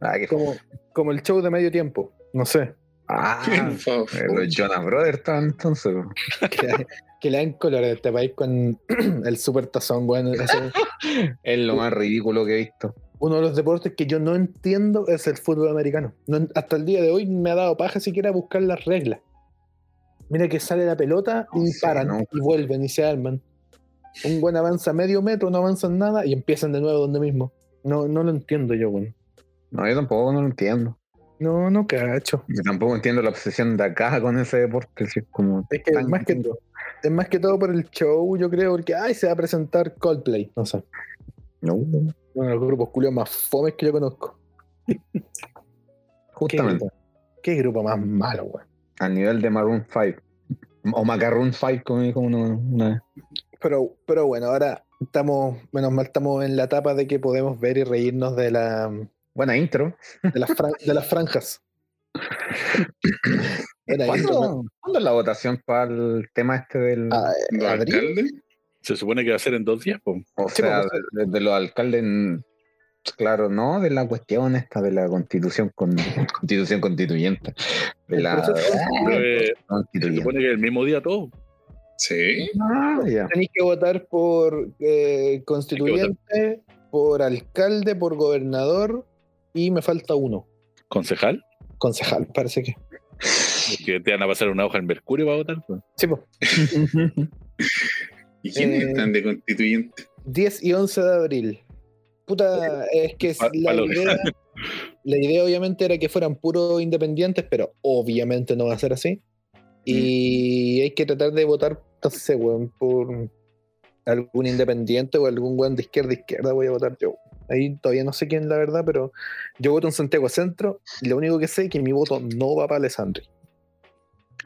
[SPEAKER 3] Ah, que
[SPEAKER 1] Como, como el show de medio tiempo. No sé.
[SPEAKER 3] Ah,
[SPEAKER 2] Por favor.
[SPEAKER 3] pero Jonas Brothers estaban entonces. po.
[SPEAKER 1] que, que le dan color a este país con el super tazón, weón. Ese-
[SPEAKER 3] Es lo más ridículo que he visto.
[SPEAKER 1] Uno de los deportes que yo no entiendo es el fútbol americano. No en- hasta el día de hoy me ha dado paja siquiera buscar las reglas. Mira que sale la pelota
[SPEAKER 3] No
[SPEAKER 1] y
[SPEAKER 3] sé,
[SPEAKER 1] paran
[SPEAKER 3] no.
[SPEAKER 1] y vuelven y se arman. Un buen avanza medio metro, no avanzan nada y empiezan de nuevo donde mismo. No, no lo entiendo yo, weón.
[SPEAKER 3] No, yo tampoco no lo entiendo.
[SPEAKER 1] No, no cacho.
[SPEAKER 3] Yo tampoco entiendo la obsesión de acá con ese deporte. si es como
[SPEAKER 1] Es que,
[SPEAKER 3] tan-
[SPEAKER 1] más que todo, es más que todo por el show, yo creo, porque ay, se va a presentar Coldplay. No sé.
[SPEAKER 3] No,
[SPEAKER 1] Uno de los grupos culios más fomes que yo conozco.
[SPEAKER 3] justamente.
[SPEAKER 1] ¿Qué grupo más malo, weón?
[SPEAKER 3] A nivel de Maroon 5. O Macaroon 5, como dijo uno una vez.
[SPEAKER 1] Pero, pero bueno, ahora estamos, menos mal, estamos en la etapa de que podemos ver y reírnos de, la, de,
[SPEAKER 3] Buena intro.
[SPEAKER 1] las fran- de las franjas. Buena intro,
[SPEAKER 3] ¿Cuándo, cuándo es la votación para el tema este del.
[SPEAKER 1] Ah,
[SPEAKER 2] ¿Don
[SPEAKER 1] ¿Abril?
[SPEAKER 2] alcalde?
[SPEAKER 4] Se supone que va a ser en dos días, po.
[SPEAKER 3] o
[SPEAKER 1] sí,
[SPEAKER 3] sea,
[SPEAKER 1] pues,
[SPEAKER 3] de, de los alcaldes. mm, Claro, no, de la cuestión esta de la constitución con constitución constituyente. De
[SPEAKER 1] eh, El
[SPEAKER 3] la
[SPEAKER 1] proceso
[SPEAKER 4] Pero, eh, se
[SPEAKER 3] constituyente.
[SPEAKER 4] supone que el mismo día todo.
[SPEAKER 2] Sí.
[SPEAKER 3] Ah, ya.
[SPEAKER 1] Tenéis que votar por eh, constituyente, por alcalde, por gobernador y me falta uno,
[SPEAKER 4] ¿Concejal?
[SPEAKER 1] concejal, parece que.
[SPEAKER 4] Que te van a pasar una hoja en Mercurio para votar. po.
[SPEAKER 1] Sí, po.
[SPEAKER 2] ¿Y quiénes
[SPEAKER 1] Eh,
[SPEAKER 2] Eh, están de constituyente?
[SPEAKER 1] 10 y 11 de abril. Puta, es que
[SPEAKER 4] Pa-
[SPEAKER 1] la,
[SPEAKER 4] palo.
[SPEAKER 1] idea, la idea obviamente era que fueran puros independientes, pero obviamente no va a ser así. Y hay que tratar de votar, no sé, weón, por algún independiente o algún weón de izquierda izquierda voy a votar yo. Ahí todavía no sé quién, la verdad, pero yo voto en Santiago Centro y lo único que sé es que mi voto no va para Alessandri.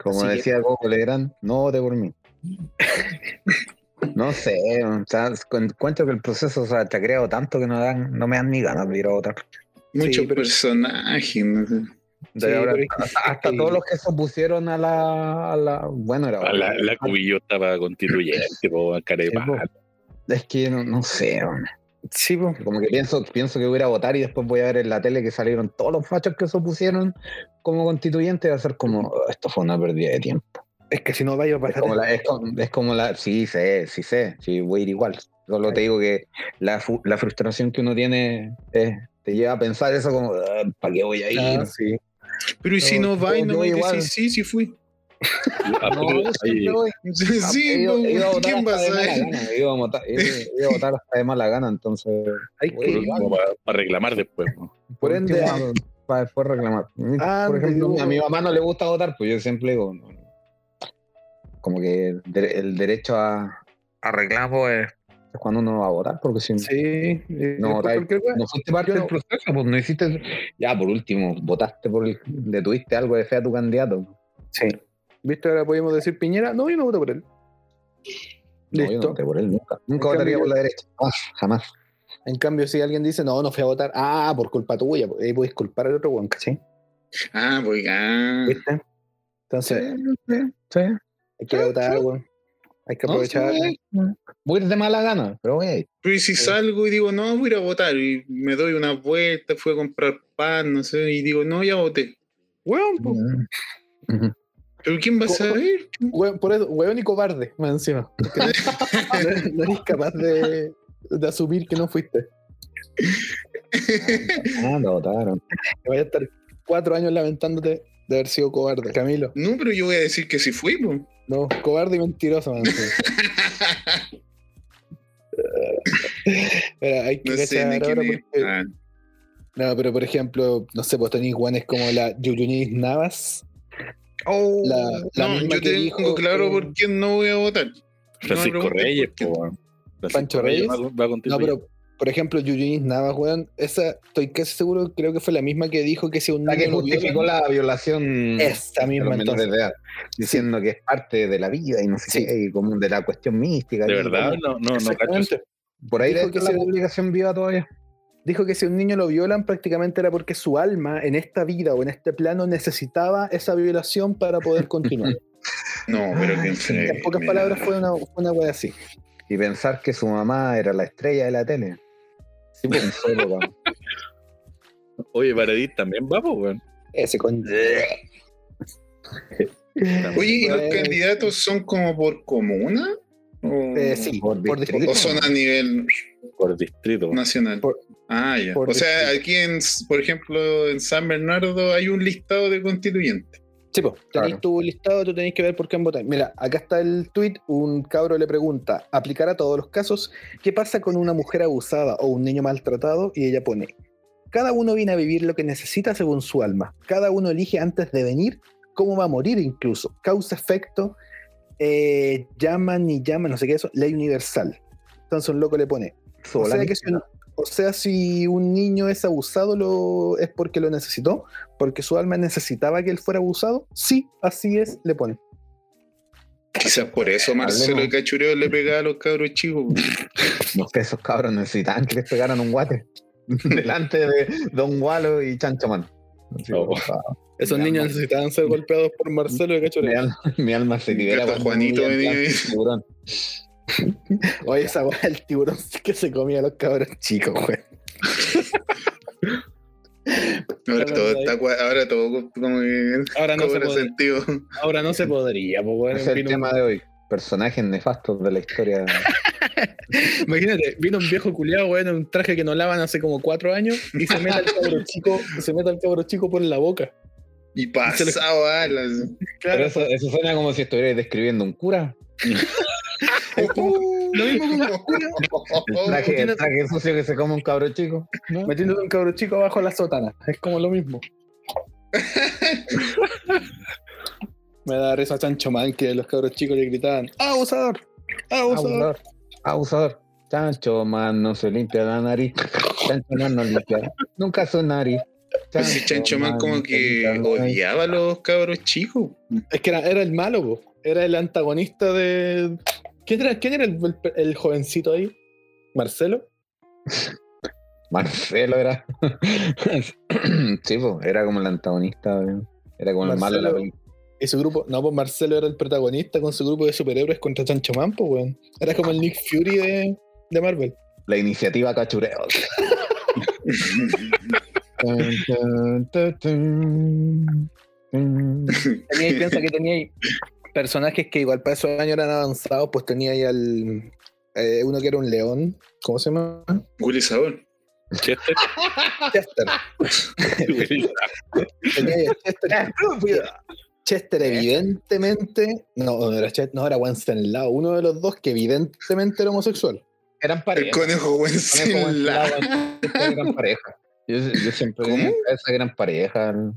[SPEAKER 3] Como
[SPEAKER 1] Así que-
[SPEAKER 3] decía Coco Legrand, no vote por mí. No sé, o sea, encuentro que el proceso se ha chacreado tanto que no, dan, no me dan ni ganas de ir a votar.
[SPEAKER 2] Muchos
[SPEAKER 1] pero-
[SPEAKER 2] personajes. no sé.
[SPEAKER 3] De
[SPEAKER 1] Sí,
[SPEAKER 3] ahora,
[SPEAKER 1] pero es que-
[SPEAKER 3] hasta, hasta todos los que se opusieron a la, a la- bueno, era
[SPEAKER 4] A La, la cubillota para constituyente, po,
[SPEAKER 3] Ah, Sí, po.
[SPEAKER 4] carepa.
[SPEAKER 3] es que no, no sé, hombre.
[SPEAKER 1] Sí, po.
[SPEAKER 3] como que pienso, pienso que voy a ir a votar y después voy a ver en la tele que salieron todos los fachos que se opusieron como constituyentes, va a ser como, "Oh, esto fue una pérdida de tiempo.
[SPEAKER 1] es que si no vaya para
[SPEAKER 3] Es como la, es como, es como la, sí sé, sí sé, sí voy a ir igual. Solo te digo que la, fu- la frustración que uno tiene eh, te lleva a pensar eso como, ¿para qué voy a ir?
[SPEAKER 1] Ah, sí.
[SPEAKER 2] Pero y si
[SPEAKER 3] No,
[SPEAKER 2] no va y
[SPEAKER 3] yo-
[SPEAKER 2] no
[SPEAKER 3] yo
[SPEAKER 2] me
[SPEAKER 3] igual.
[SPEAKER 2] decís, sí, sí fui.
[SPEAKER 4] ¿A poco
[SPEAKER 3] No, yo
[SPEAKER 4] hay-
[SPEAKER 3] siempre voy.
[SPEAKER 2] Sí,
[SPEAKER 3] Iba-
[SPEAKER 2] no,
[SPEAKER 3] iba a votar
[SPEAKER 2] ¿quién va a
[SPEAKER 3] hasta de mala
[SPEAKER 2] saber?
[SPEAKER 3] gana, Iba a votar- iba- iba a votar hasta de mala gana, entonces.
[SPEAKER 1] Hay
[SPEAKER 3] voy
[SPEAKER 1] que-
[SPEAKER 3] igual.
[SPEAKER 4] como para, para reclamar después. po.
[SPEAKER 1] por ende,
[SPEAKER 3] para después reclamar.
[SPEAKER 1] Ah,
[SPEAKER 3] por ejemplo,
[SPEAKER 1] digo-
[SPEAKER 3] a mi mamá no le gusta votar, pues yo siempre digo, no, no. como que el, de- el derecho a, a reclamo es cuando uno va a votar, porque si
[SPEAKER 1] sí. eh,
[SPEAKER 3] No,
[SPEAKER 1] por
[SPEAKER 3] tal-
[SPEAKER 1] cualquier weá.
[SPEAKER 3] no fuiste parte
[SPEAKER 1] Yo
[SPEAKER 3] del
[SPEAKER 1] no-
[SPEAKER 3] proceso, pues no hiciste, ya por último, votaste por el, le tuviste algo de fe a tu candidato.
[SPEAKER 1] Sí. ¿Viste? Ahora podemos decir Piñera. No, yo no voto por él.
[SPEAKER 3] No, yo no
[SPEAKER 1] Listo.
[SPEAKER 3] voté por él nunca.
[SPEAKER 1] En
[SPEAKER 3] Nunca
[SPEAKER 1] cambio,
[SPEAKER 3] votaría
[SPEAKER 1] yo-
[SPEAKER 3] por la derecha. Jamás, jamás.
[SPEAKER 1] En cambio, si alguien dice, no, no fui a votar. Ah, por culpa tuya. Ahí puedes culpar al otro weón, ¿cachai?
[SPEAKER 2] Ah, pues, ah.
[SPEAKER 1] ¿Viste? Entonces,
[SPEAKER 3] sí, sí.
[SPEAKER 1] hay que votar, weón. Hay que
[SPEAKER 3] No,
[SPEAKER 1] aprovechar.
[SPEAKER 3] sí, voy a ir. voy a ir de mala gana, pero voy a ir.
[SPEAKER 2] Pero y si salgo y digo, no, voy a ir a votar, y me doy una vuelta, fui a comprar pan, no sé, y digo, no, ya voté.
[SPEAKER 1] Weón, po-
[SPEAKER 3] Ujú.
[SPEAKER 2] ¿Pero quién va a
[SPEAKER 1] Co-
[SPEAKER 2] saber?
[SPEAKER 1] weón, por eso, weón y cobarde, más encima. Porque no, no eres capaz de, de asumir que no fuiste.
[SPEAKER 3] Ah, lo votaron.
[SPEAKER 1] Que vayas a estar cuatro años lamentándote de haber sido cobarde. Camilo,
[SPEAKER 2] No, pero yo voy a decir que sí fui, po.
[SPEAKER 1] no, cobarde y mentiroso, man. Mira, hay que
[SPEAKER 2] No sé
[SPEAKER 1] cachar
[SPEAKER 2] ni
[SPEAKER 1] ahora
[SPEAKER 2] quién es.
[SPEAKER 1] porque-
[SPEAKER 2] Ah,
[SPEAKER 1] No, pero por ejemplo, no sé, pues tenéis guanes como la Yuyunis Navas. la, la
[SPEAKER 2] Oh, no,
[SPEAKER 1] misma
[SPEAKER 2] yo
[SPEAKER 1] que
[SPEAKER 2] tengo
[SPEAKER 1] dijo
[SPEAKER 2] claro
[SPEAKER 1] que-
[SPEAKER 2] por quién no voy a votar.
[SPEAKER 4] Francisco
[SPEAKER 2] preguntes
[SPEAKER 4] Reyes,
[SPEAKER 2] por qué.
[SPEAKER 4] po, weón. Francisco
[SPEAKER 1] Pancho Reyes.
[SPEAKER 4] Va, a- va a
[SPEAKER 1] No,
[SPEAKER 4] constituir.
[SPEAKER 1] pero por ejemplo, Yuyunis Navas, weón, esa estoy casi seguro, creo que fue la misma que dijo que si un
[SPEAKER 3] La que
[SPEAKER 1] niño lo violan-
[SPEAKER 3] justificó la violación
[SPEAKER 1] Esa
[SPEAKER 3] de los
[SPEAKER 1] misma
[SPEAKER 3] menores
[SPEAKER 1] entonces.
[SPEAKER 3] de edad, diciendo que es parte de la vida y no sé
[SPEAKER 1] Sí.
[SPEAKER 3] qué, y como de la cuestión mística.
[SPEAKER 4] de
[SPEAKER 3] y-
[SPEAKER 4] verdad, no, no, no, cacho.
[SPEAKER 1] Exactamente.
[SPEAKER 3] Por ahí
[SPEAKER 1] Dijo
[SPEAKER 3] de
[SPEAKER 1] que
[SPEAKER 3] que la
[SPEAKER 1] se-
[SPEAKER 3] publicación viva todavía.
[SPEAKER 1] Dijo que si un niño lo violan prácticamente era porque su alma en esta vida o en este plano necesitaba esa violación para poder continuar.
[SPEAKER 3] Eh,
[SPEAKER 2] No, pero que
[SPEAKER 1] Ah, en pocas palabras fue una, fue una wea así.
[SPEAKER 3] Y pensar que su mamá era la estrella de la tele. Sí, pues, en su época.
[SPEAKER 4] Oye, Baradit también va, po, weón.
[SPEAKER 1] Ese con...
[SPEAKER 3] Eh,
[SPEAKER 2] Oye, ¿y los
[SPEAKER 1] Pues-
[SPEAKER 2] candidatos son como por comuna? ¿O,
[SPEAKER 1] Eh, sí,
[SPEAKER 3] Por
[SPEAKER 1] por,
[SPEAKER 3] distrito.
[SPEAKER 1] distrito.
[SPEAKER 2] o son a nivel
[SPEAKER 4] Por distrito.
[SPEAKER 2] nacional?
[SPEAKER 1] Por-
[SPEAKER 2] ah, ya.
[SPEAKER 1] por
[SPEAKER 2] O sea,
[SPEAKER 1] distrito.
[SPEAKER 2] aquí, en, por ejemplo, en San Bernardo hay un listado de constituyentes.
[SPEAKER 1] Sí, po, tenéis
[SPEAKER 3] Claro.
[SPEAKER 1] tu listado, tú tenéis que ver por qué han votado. Mira, acá está el tweet, un cabro le pregunta, ¿aplicar a todos los casos? ¿Qué pasa con una mujer abusada o un niño maltratado? Y ella pone, cada uno viene a vivir lo que necesita según su alma, cada uno elige antes de venir cómo va a morir incluso, causa-efecto, eh, llaman y llaman, no sé qué eso, ley universal. Entonces un loco le pone,
[SPEAKER 3] Su
[SPEAKER 1] o sea,
[SPEAKER 3] volante.
[SPEAKER 1] que si un, o sea, si un niño es abusado, lo, es porque lo necesitó, porque su alma necesitaba que él fuera abusado. Sí, así es, le pone.
[SPEAKER 2] Quizás por eso Marcelo
[SPEAKER 3] Hablemos.
[SPEAKER 2] Cachureo le pegaba a los cabros chicos.
[SPEAKER 3] No sé, esos cabros necesitaban que les pegaran un guate delante de Don Gualo y Chancho Man. Así,
[SPEAKER 4] Oh.
[SPEAKER 3] por favor.
[SPEAKER 1] Esos
[SPEAKER 3] Mi
[SPEAKER 1] niños
[SPEAKER 3] alma-
[SPEAKER 1] necesitaban ser golpeados por Marcelo de
[SPEAKER 3] mi,
[SPEAKER 1] Cachoreo.
[SPEAKER 3] alma, mi alma se libera.
[SPEAKER 2] Gato
[SPEAKER 3] cuando
[SPEAKER 2] Juanito
[SPEAKER 3] humillan
[SPEAKER 2] venía
[SPEAKER 3] tanto
[SPEAKER 2] y-
[SPEAKER 3] tiburón.
[SPEAKER 1] Oye, esa weá el tiburón que se comía a los cabros chicos, güey. Claro,
[SPEAKER 2] Ahora todo
[SPEAKER 1] ahí.
[SPEAKER 2] está cua- ahora todo como que
[SPEAKER 1] Ahora
[SPEAKER 2] cobra sentido.
[SPEAKER 1] ahora no se podría,
[SPEAKER 3] Ese es el tema de hoy. Personajes nefastos de la historia.
[SPEAKER 1] Imagínate, vino un viejo culiado, güey, en un traje que no lavan hace como cuatro años y se mete al cabro chico, se mete al cabro chico por la boca.
[SPEAKER 2] Y pasaba alas.
[SPEAKER 3] Pero eso, eso suena como si estuvierais describiendo un cura.
[SPEAKER 1] Es como-
[SPEAKER 5] Lo mismo con Mercurio,
[SPEAKER 3] Traje, traje sucio que se come un cabro chico. ¿no?
[SPEAKER 1] metiéndose un cabro chico abajo de la sotana. Es como lo mismo. Me da risa a Chancho Man que los cabros chicos le gritaban ¡Abusador! ¡Abusador!
[SPEAKER 3] Abusador. Abusador. Chancho man no se limpia la nariz. Chancho man no limpia. Nunca su nariz.
[SPEAKER 2] Ese Chancho Man como
[SPEAKER 3] no se
[SPEAKER 2] que
[SPEAKER 3] limpia la nariz.
[SPEAKER 2] odiaba a los cabros chicos.
[SPEAKER 1] Es que era, era el malo, po. era el antagonista de... ¿Quién era, quién era el, el- el jovencito ahí? ¿Marcelo?
[SPEAKER 3] Marcelo era. sí, po, era como el antagonista. weón. Era como el malo de la
[SPEAKER 1] Marcelo.
[SPEAKER 3] película.
[SPEAKER 1] Y su grupo... No, pues Marcelo era el protagonista con su grupo de superhéroes contra Chancho Man, pues, weón. Era como el Nick Fury de, de Marvel.
[SPEAKER 3] La iniciativa cachureo.
[SPEAKER 1] Tenía ahí, piensa que tenía ahí personajes que igual para esos años eran avanzados, pues tenía ahí al... eh, uno que era un león, ¿cómo se llama?
[SPEAKER 2] Willy Sabor.
[SPEAKER 4] Chester.
[SPEAKER 1] Chester. Tenía ahí a Chester. Chester evidentemente, no, no era Chester, no era Winston Lao, uno de los dos que evidentemente era homosexual.
[SPEAKER 3] Eran
[SPEAKER 2] El
[SPEAKER 3] pareja.
[SPEAKER 2] conejo buen
[SPEAKER 3] Eran como
[SPEAKER 2] sin la-
[SPEAKER 3] el- eran pareja. Yo, yo siempre
[SPEAKER 2] ¿Cómo?
[SPEAKER 3] tenía en cabeza que eran pareja. El,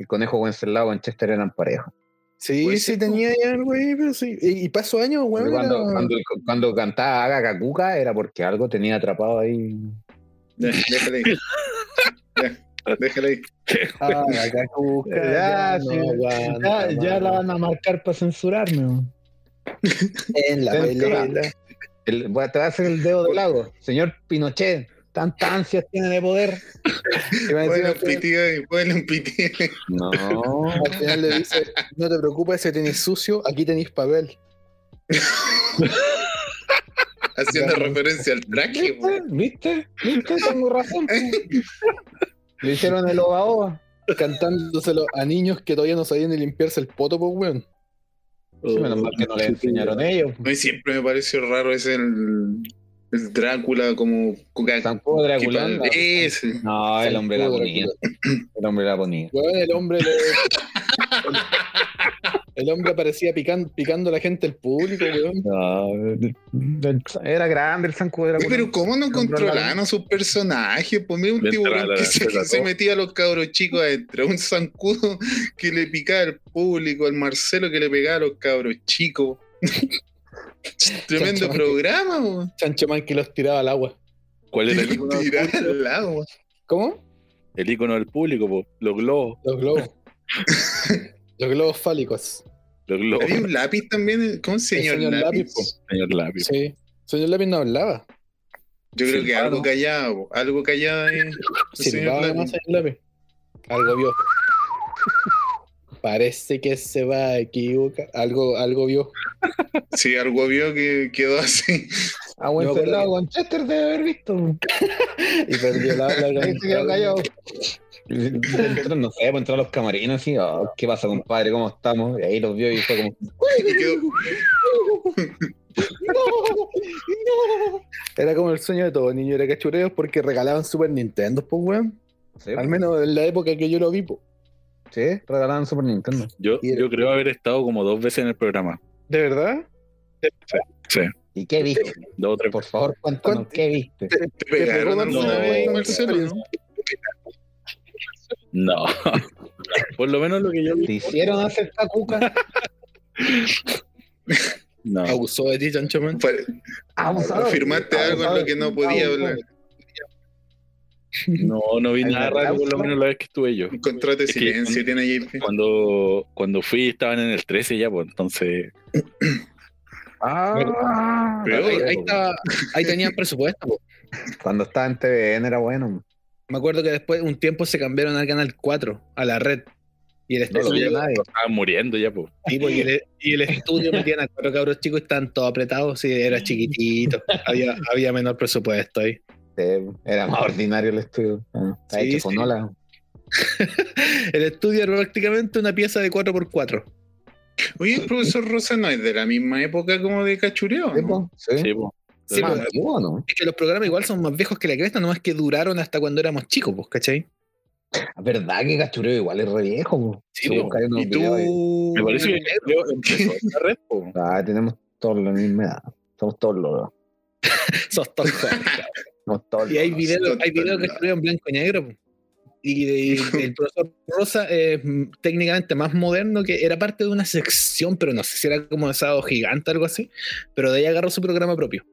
[SPEAKER 3] el conejo Wenceslao y Chester eran pareja.
[SPEAKER 1] Sí,
[SPEAKER 2] Pues
[SPEAKER 1] sí,
[SPEAKER 2] sí,
[SPEAKER 1] tenía ya algo ahí, pero sí. Y, y pasó años, weón.
[SPEAKER 3] Porque cuando,
[SPEAKER 1] era-
[SPEAKER 3] cuando, cuando cantaba Aga Kakuka era porque algo tenía atrapado ahí.
[SPEAKER 2] Ya, Déjale ahí. Ya, Déjale ahí.
[SPEAKER 1] Ah, la cacuca, ya,
[SPEAKER 3] Ya,
[SPEAKER 1] no
[SPEAKER 3] sí.
[SPEAKER 1] aguanta, mano.
[SPEAKER 3] a marcar para censurarme.
[SPEAKER 1] En la
[SPEAKER 3] Ten-
[SPEAKER 1] pelea.
[SPEAKER 3] pues, El, voy a- te voy a hacer el dedo del lago. Señor Pinochet, tanta ansias tiene de poder.
[SPEAKER 1] Iba a decir,
[SPEAKER 2] Ponle
[SPEAKER 1] al
[SPEAKER 2] un
[SPEAKER 1] final-
[SPEAKER 2] pitido ahí, ponle un pitido.
[SPEAKER 3] No.
[SPEAKER 1] al final le dice, no te preocupes, si tenés sucio, aquí tenés papel.
[SPEAKER 2] Haciendo referencia al traje,
[SPEAKER 3] ¿Viste?
[SPEAKER 2] güey.
[SPEAKER 3] ¿Viste? ¿Viste? Tengo razón. Le hicieron el oba oba.
[SPEAKER 1] Cantándoselo a niños que todavía no sabían ni limpiarse el poto, pues, weón.
[SPEAKER 3] Sí, menos mal que no le enseñaron ellos.
[SPEAKER 2] A mí siempre me pareció raro ese el, el Drácula como coca-
[SPEAKER 3] Tampoco
[SPEAKER 2] que
[SPEAKER 3] Draculán.
[SPEAKER 2] pa- ese.
[SPEAKER 3] No, Ah, el hombre la
[SPEAKER 1] Santo
[SPEAKER 3] ponía. El hombre la ponía.
[SPEAKER 1] Weón, el hombre le- El hombre aparecía pican- picando a la gente, el público, weón.
[SPEAKER 3] No, era grande el Sanco de
[SPEAKER 2] Oye,
[SPEAKER 3] Draculán.
[SPEAKER 2] Pero cómo no controlaban a sus personajes, pues mira un
[SPEAKER 4] Le
[SPEAKER 2] tiburón
[SPEAKER 4] entraba
[SPEAKER 2] que
[SPEAKER 4] la-
[SPEAKER 2] se,
[SPEAKER 4] se la
[SPEAKER 2] que se
[SPEAKER 4] to-
[SPEAKER 2] metía a los cabros chicos adentro, un zancudo que le picaba al público, al Marcelo que le pegaba a los cabros chicos. Tremendo
[SPEAKER 1] Chancho,
[SPEAKER 2] programa, güey.
[SPEAKER 1] Chancho Man que los tiraba al agua.
[SPEAKER 4] ¿Cuál era el icono? del
[SPEAKER 2] Tirar
[SPEAKER 4] público?
[SPEAKER 2] al agua.
[SPEAKER 1] ¿Cómo?
[SPEAKER 4] El icono del público, po. los globos.
[SPEAKER 1] Los globos. los globos fálicos.
[SPEAKER 4] Los globos.
[SPEAKER 2] Había un lápiz también, ¿cómo se
[SPEAKER 1] El
[SPEAKER 2] señor,
[SPEAKER 1] señor
[SPEAKER 2] lápiz?
[SPEAKER 1] lápiz, po.
[SPEAKER 4] Señor Labio.
[SPEAKER 1] Sí. Señor Lápiz no hablaba.
[SPEAKER 2] Yo creo que
[SPEAKER 4] Silbaba,
[SPEAKER 2] algo
[SPEAKER 4] ¿no?
[SPEAKER 2] callado, po. algo callado ahí. El señor
[SPEAKER 1] Silbaba nomás
[SPEAKER 2] lápiz.
[SPEAKER 1] señor Lápiz. Algo vio. Parece que se va a equivocar. Algo, algo vio.
[SPEAKER 2] Sí, algo vio que quedó así.
[SPEAKER 3] A
[SPEAKER 1] me acuerdo
[SPEAKER 3] Wenceslao con Chester debe haber visto.
[SPEAKER 1] Y perdió la, la
[SPEAKER 3] Ahí se quedó
[SPEAKER 1] gran-
[SPEAKER 3] callado. Entró, no sé, pues entró a los camarines así. "Oh, ¿Qué pasa, compadre? ¿Cómo estamos? Y ahí los vio y fue como.
[SPEAKER 2] Y quedó-
[SPEAKER 1] Era como el sueño de todo niño, era cachureos porque regalaban Super Nintendo, pues weón.
[SPEAKER 3] Sí,
[SPEAKER 1] Al menos en la época que yo lo vi, po.
[SPEAKER 3] sí, regalaban Super Nintendo.
[SPEAKER 4] Yo, yo creo haber estado como dos veces en el programa.
[SPEAKER 1] ¿De verdad?
[SPEAKER 3] ¿Y qué viste?
[SPEAKER 4] Dos o tres
[SPEAKER 3] Por favor, cuéntanos,
[SPEAKER 1] ¿Cuánto?
[SPEAKER 3] ¿qué viste?
[SPEAKER 2] ¿Te pegaron
[SPEAKER 1] pegó
[SPEAKER 2] alguna
[SPEAKER 4] Marcelo?
[SPEAKER 2] vez, Marcelo? ¿no?
[SPEAKER 4] No. No. Por lo menos lo que yo
[SPEAKER 3] ¿Te
[SPEAKER 4] vi.
[SPEAKER 3] hicieron hacer cacuca?
[SPEAKER 4] No.
[SPEAKER 1] Abusó de ti, Chancho Man.
[SPEAKER 2] Fue-
[SPEAKER 3] Abusador.
[SPEAKER 2] Firmaste algo en lo que no podía hablar.
[SPEAKER 4] No, no vi
[SPEAKER 3] Hay
[SPEAKER 4] nada
[SPEAKER 3] una
[SPEAKER 4] raro, por lo
[SPEAKER 3] cláusula.
[SPEAKER 4] menos la vez que estuve yo.
[SPEAKER 2] Contrato de
[SPEAKER 4] Es que-
[SPEAKER 2] silencio, tiene JP.
[SPEAKER 4] Cuando, cuando fui estaban en el 13 ya, pues entonces.
[SPEAKER 3] Ah,
[SPEAKER 2] Peor.
[SPEAKER 1] Ahí, ahí estaba- ahí tenían presupuesto, po.
[SPEAKER 3] cuando estaba en TVN era bueno.
[SPEAKER 1] Me acuerdo que después un tiempo se cambiaron al canal 4, a la red. Y el
[SPEAKER 3] No lo vio
[SPEAKER 1] estudio,
[SPEAKER 3] nadie.
[SPEAKER 4] Estaban muriendo ya, pues.
[SPEAKER 1] sí, po, y el, y el estudio metían a cuatro cabros chicos y estaban todos apretados, sí, era chiquitito. Había, había menor presupuesto ahí.
[SPEAKER 3] Sí, Era más ordinario el estudio. Ah, Está
[SPEAKER 1] Sí,
[SPEAKER 3] hecho
[SPEAKER 1] sí.
[SPEAKER 3] con olas.
[SPEAKER 1] El estudio era prácticamente una pieza de 4x4.
[SPEAKER 2] Oye, el profesor Rosa no es de la misma época como de cachureo.
[SPEAKER 3] Sí,
[SPEAKER 2] ¿no?
[SPEAKER 3] po, ¿Eh? sí.
[SPEAKER 4] Sí, pues.
[SPEAKER 1] Sí,
[SPEAKER 3] Más
[SPEAKER 1] po.
[SPEAKER 3] antiguo, ¿no?
[SPEAKER 1] Es que los programas igual son más viejos que la cresta, nomás que duraron hasta cuando éramos chicos, pues, ¿cachai?
[SPEAKER 3] ¿Verdad que Cachureo igual es re viejo? po?
[SPEAKER 1] Sí,
[SPEAKER 3] Estoy
[SPEAKER 4] po.
[SPEAKER 3] buscando unos
[SPEAKER 2] Y
[SPEAKER 3] videos ahí.
[SPEAKER 2] tú.
[SPEAKER 4] Me parece que yo empezó en la red, po.
[SPEAKER 3] Ah, tenemos todos la misma edad. Somos todos locos.
[SPEAKER 1] Sos tonto.
[SPEAKER 3] Somos todos
[SPEAKER 1] Y hay
[SPEAKER 3] locos.
[SPEAKER 1] videos,
[SPEAKER 2] tonto,
[SPEAKER 1] hay videos que
[SPEAKER 2] no.
[SPEAKER 1] estuvieron en blanco y negro. po. Y de- el profesor Rosa es mm, técnicamente más moderno que era parte de una sección, pero no sé si era como de sábado gigante o algo así. Pero de ahí agarró su programa propio.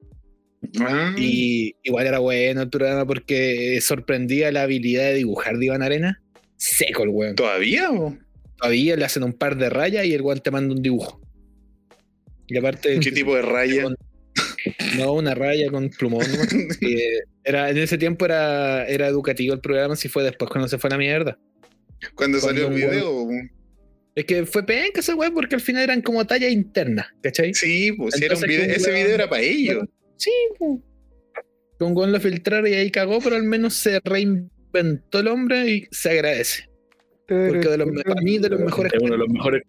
[SPEAKER 2] Ah,
[SPEAKER 1] Y igual era bueno el programa porque sorprendía la habilidad de dibujar de Iván Arena. Seco el weón.
[SPEAKER 2] ¿Todavía? po?
[SPEAKER 1] Todavía le hacen un par de rayas y el weón te manda un dibujo. Y aparte,
[SPEAKER 2] ¿Qué tipo de raya?
[SPEAKER 1] no, una raya con plumón. ¿no? Y, eh, era, en ese tiempo era, era educativo el programa, si fue después cuando se fue a la mierda.
[SPEAKER 2] Cuando salió el
[SPEAKER 1] Cuando un
[SPEAKER 2] video. po.
[SPEAKER 1] Es que fue penca ese weón porque al final eran como talla interna, ¿cachai?
[SPEAKER 2] Sí, pues si era un
[SPEAKER 1] Entonces,
[SPEAKER 2] video-
[SPEAKER 1] que un
[SPEAKER 2] ese
[SPEAKER 1] weón-
[SPEAKER 2] video era para ellos.
[SPEAKER 1] Con weón lo filtraron y ahí cagó, pero al menos se reinventó el hombre y se agradece. Porque de los, me- a mí de los mejores,
[SPEAKER 4] Es uno de los mejores.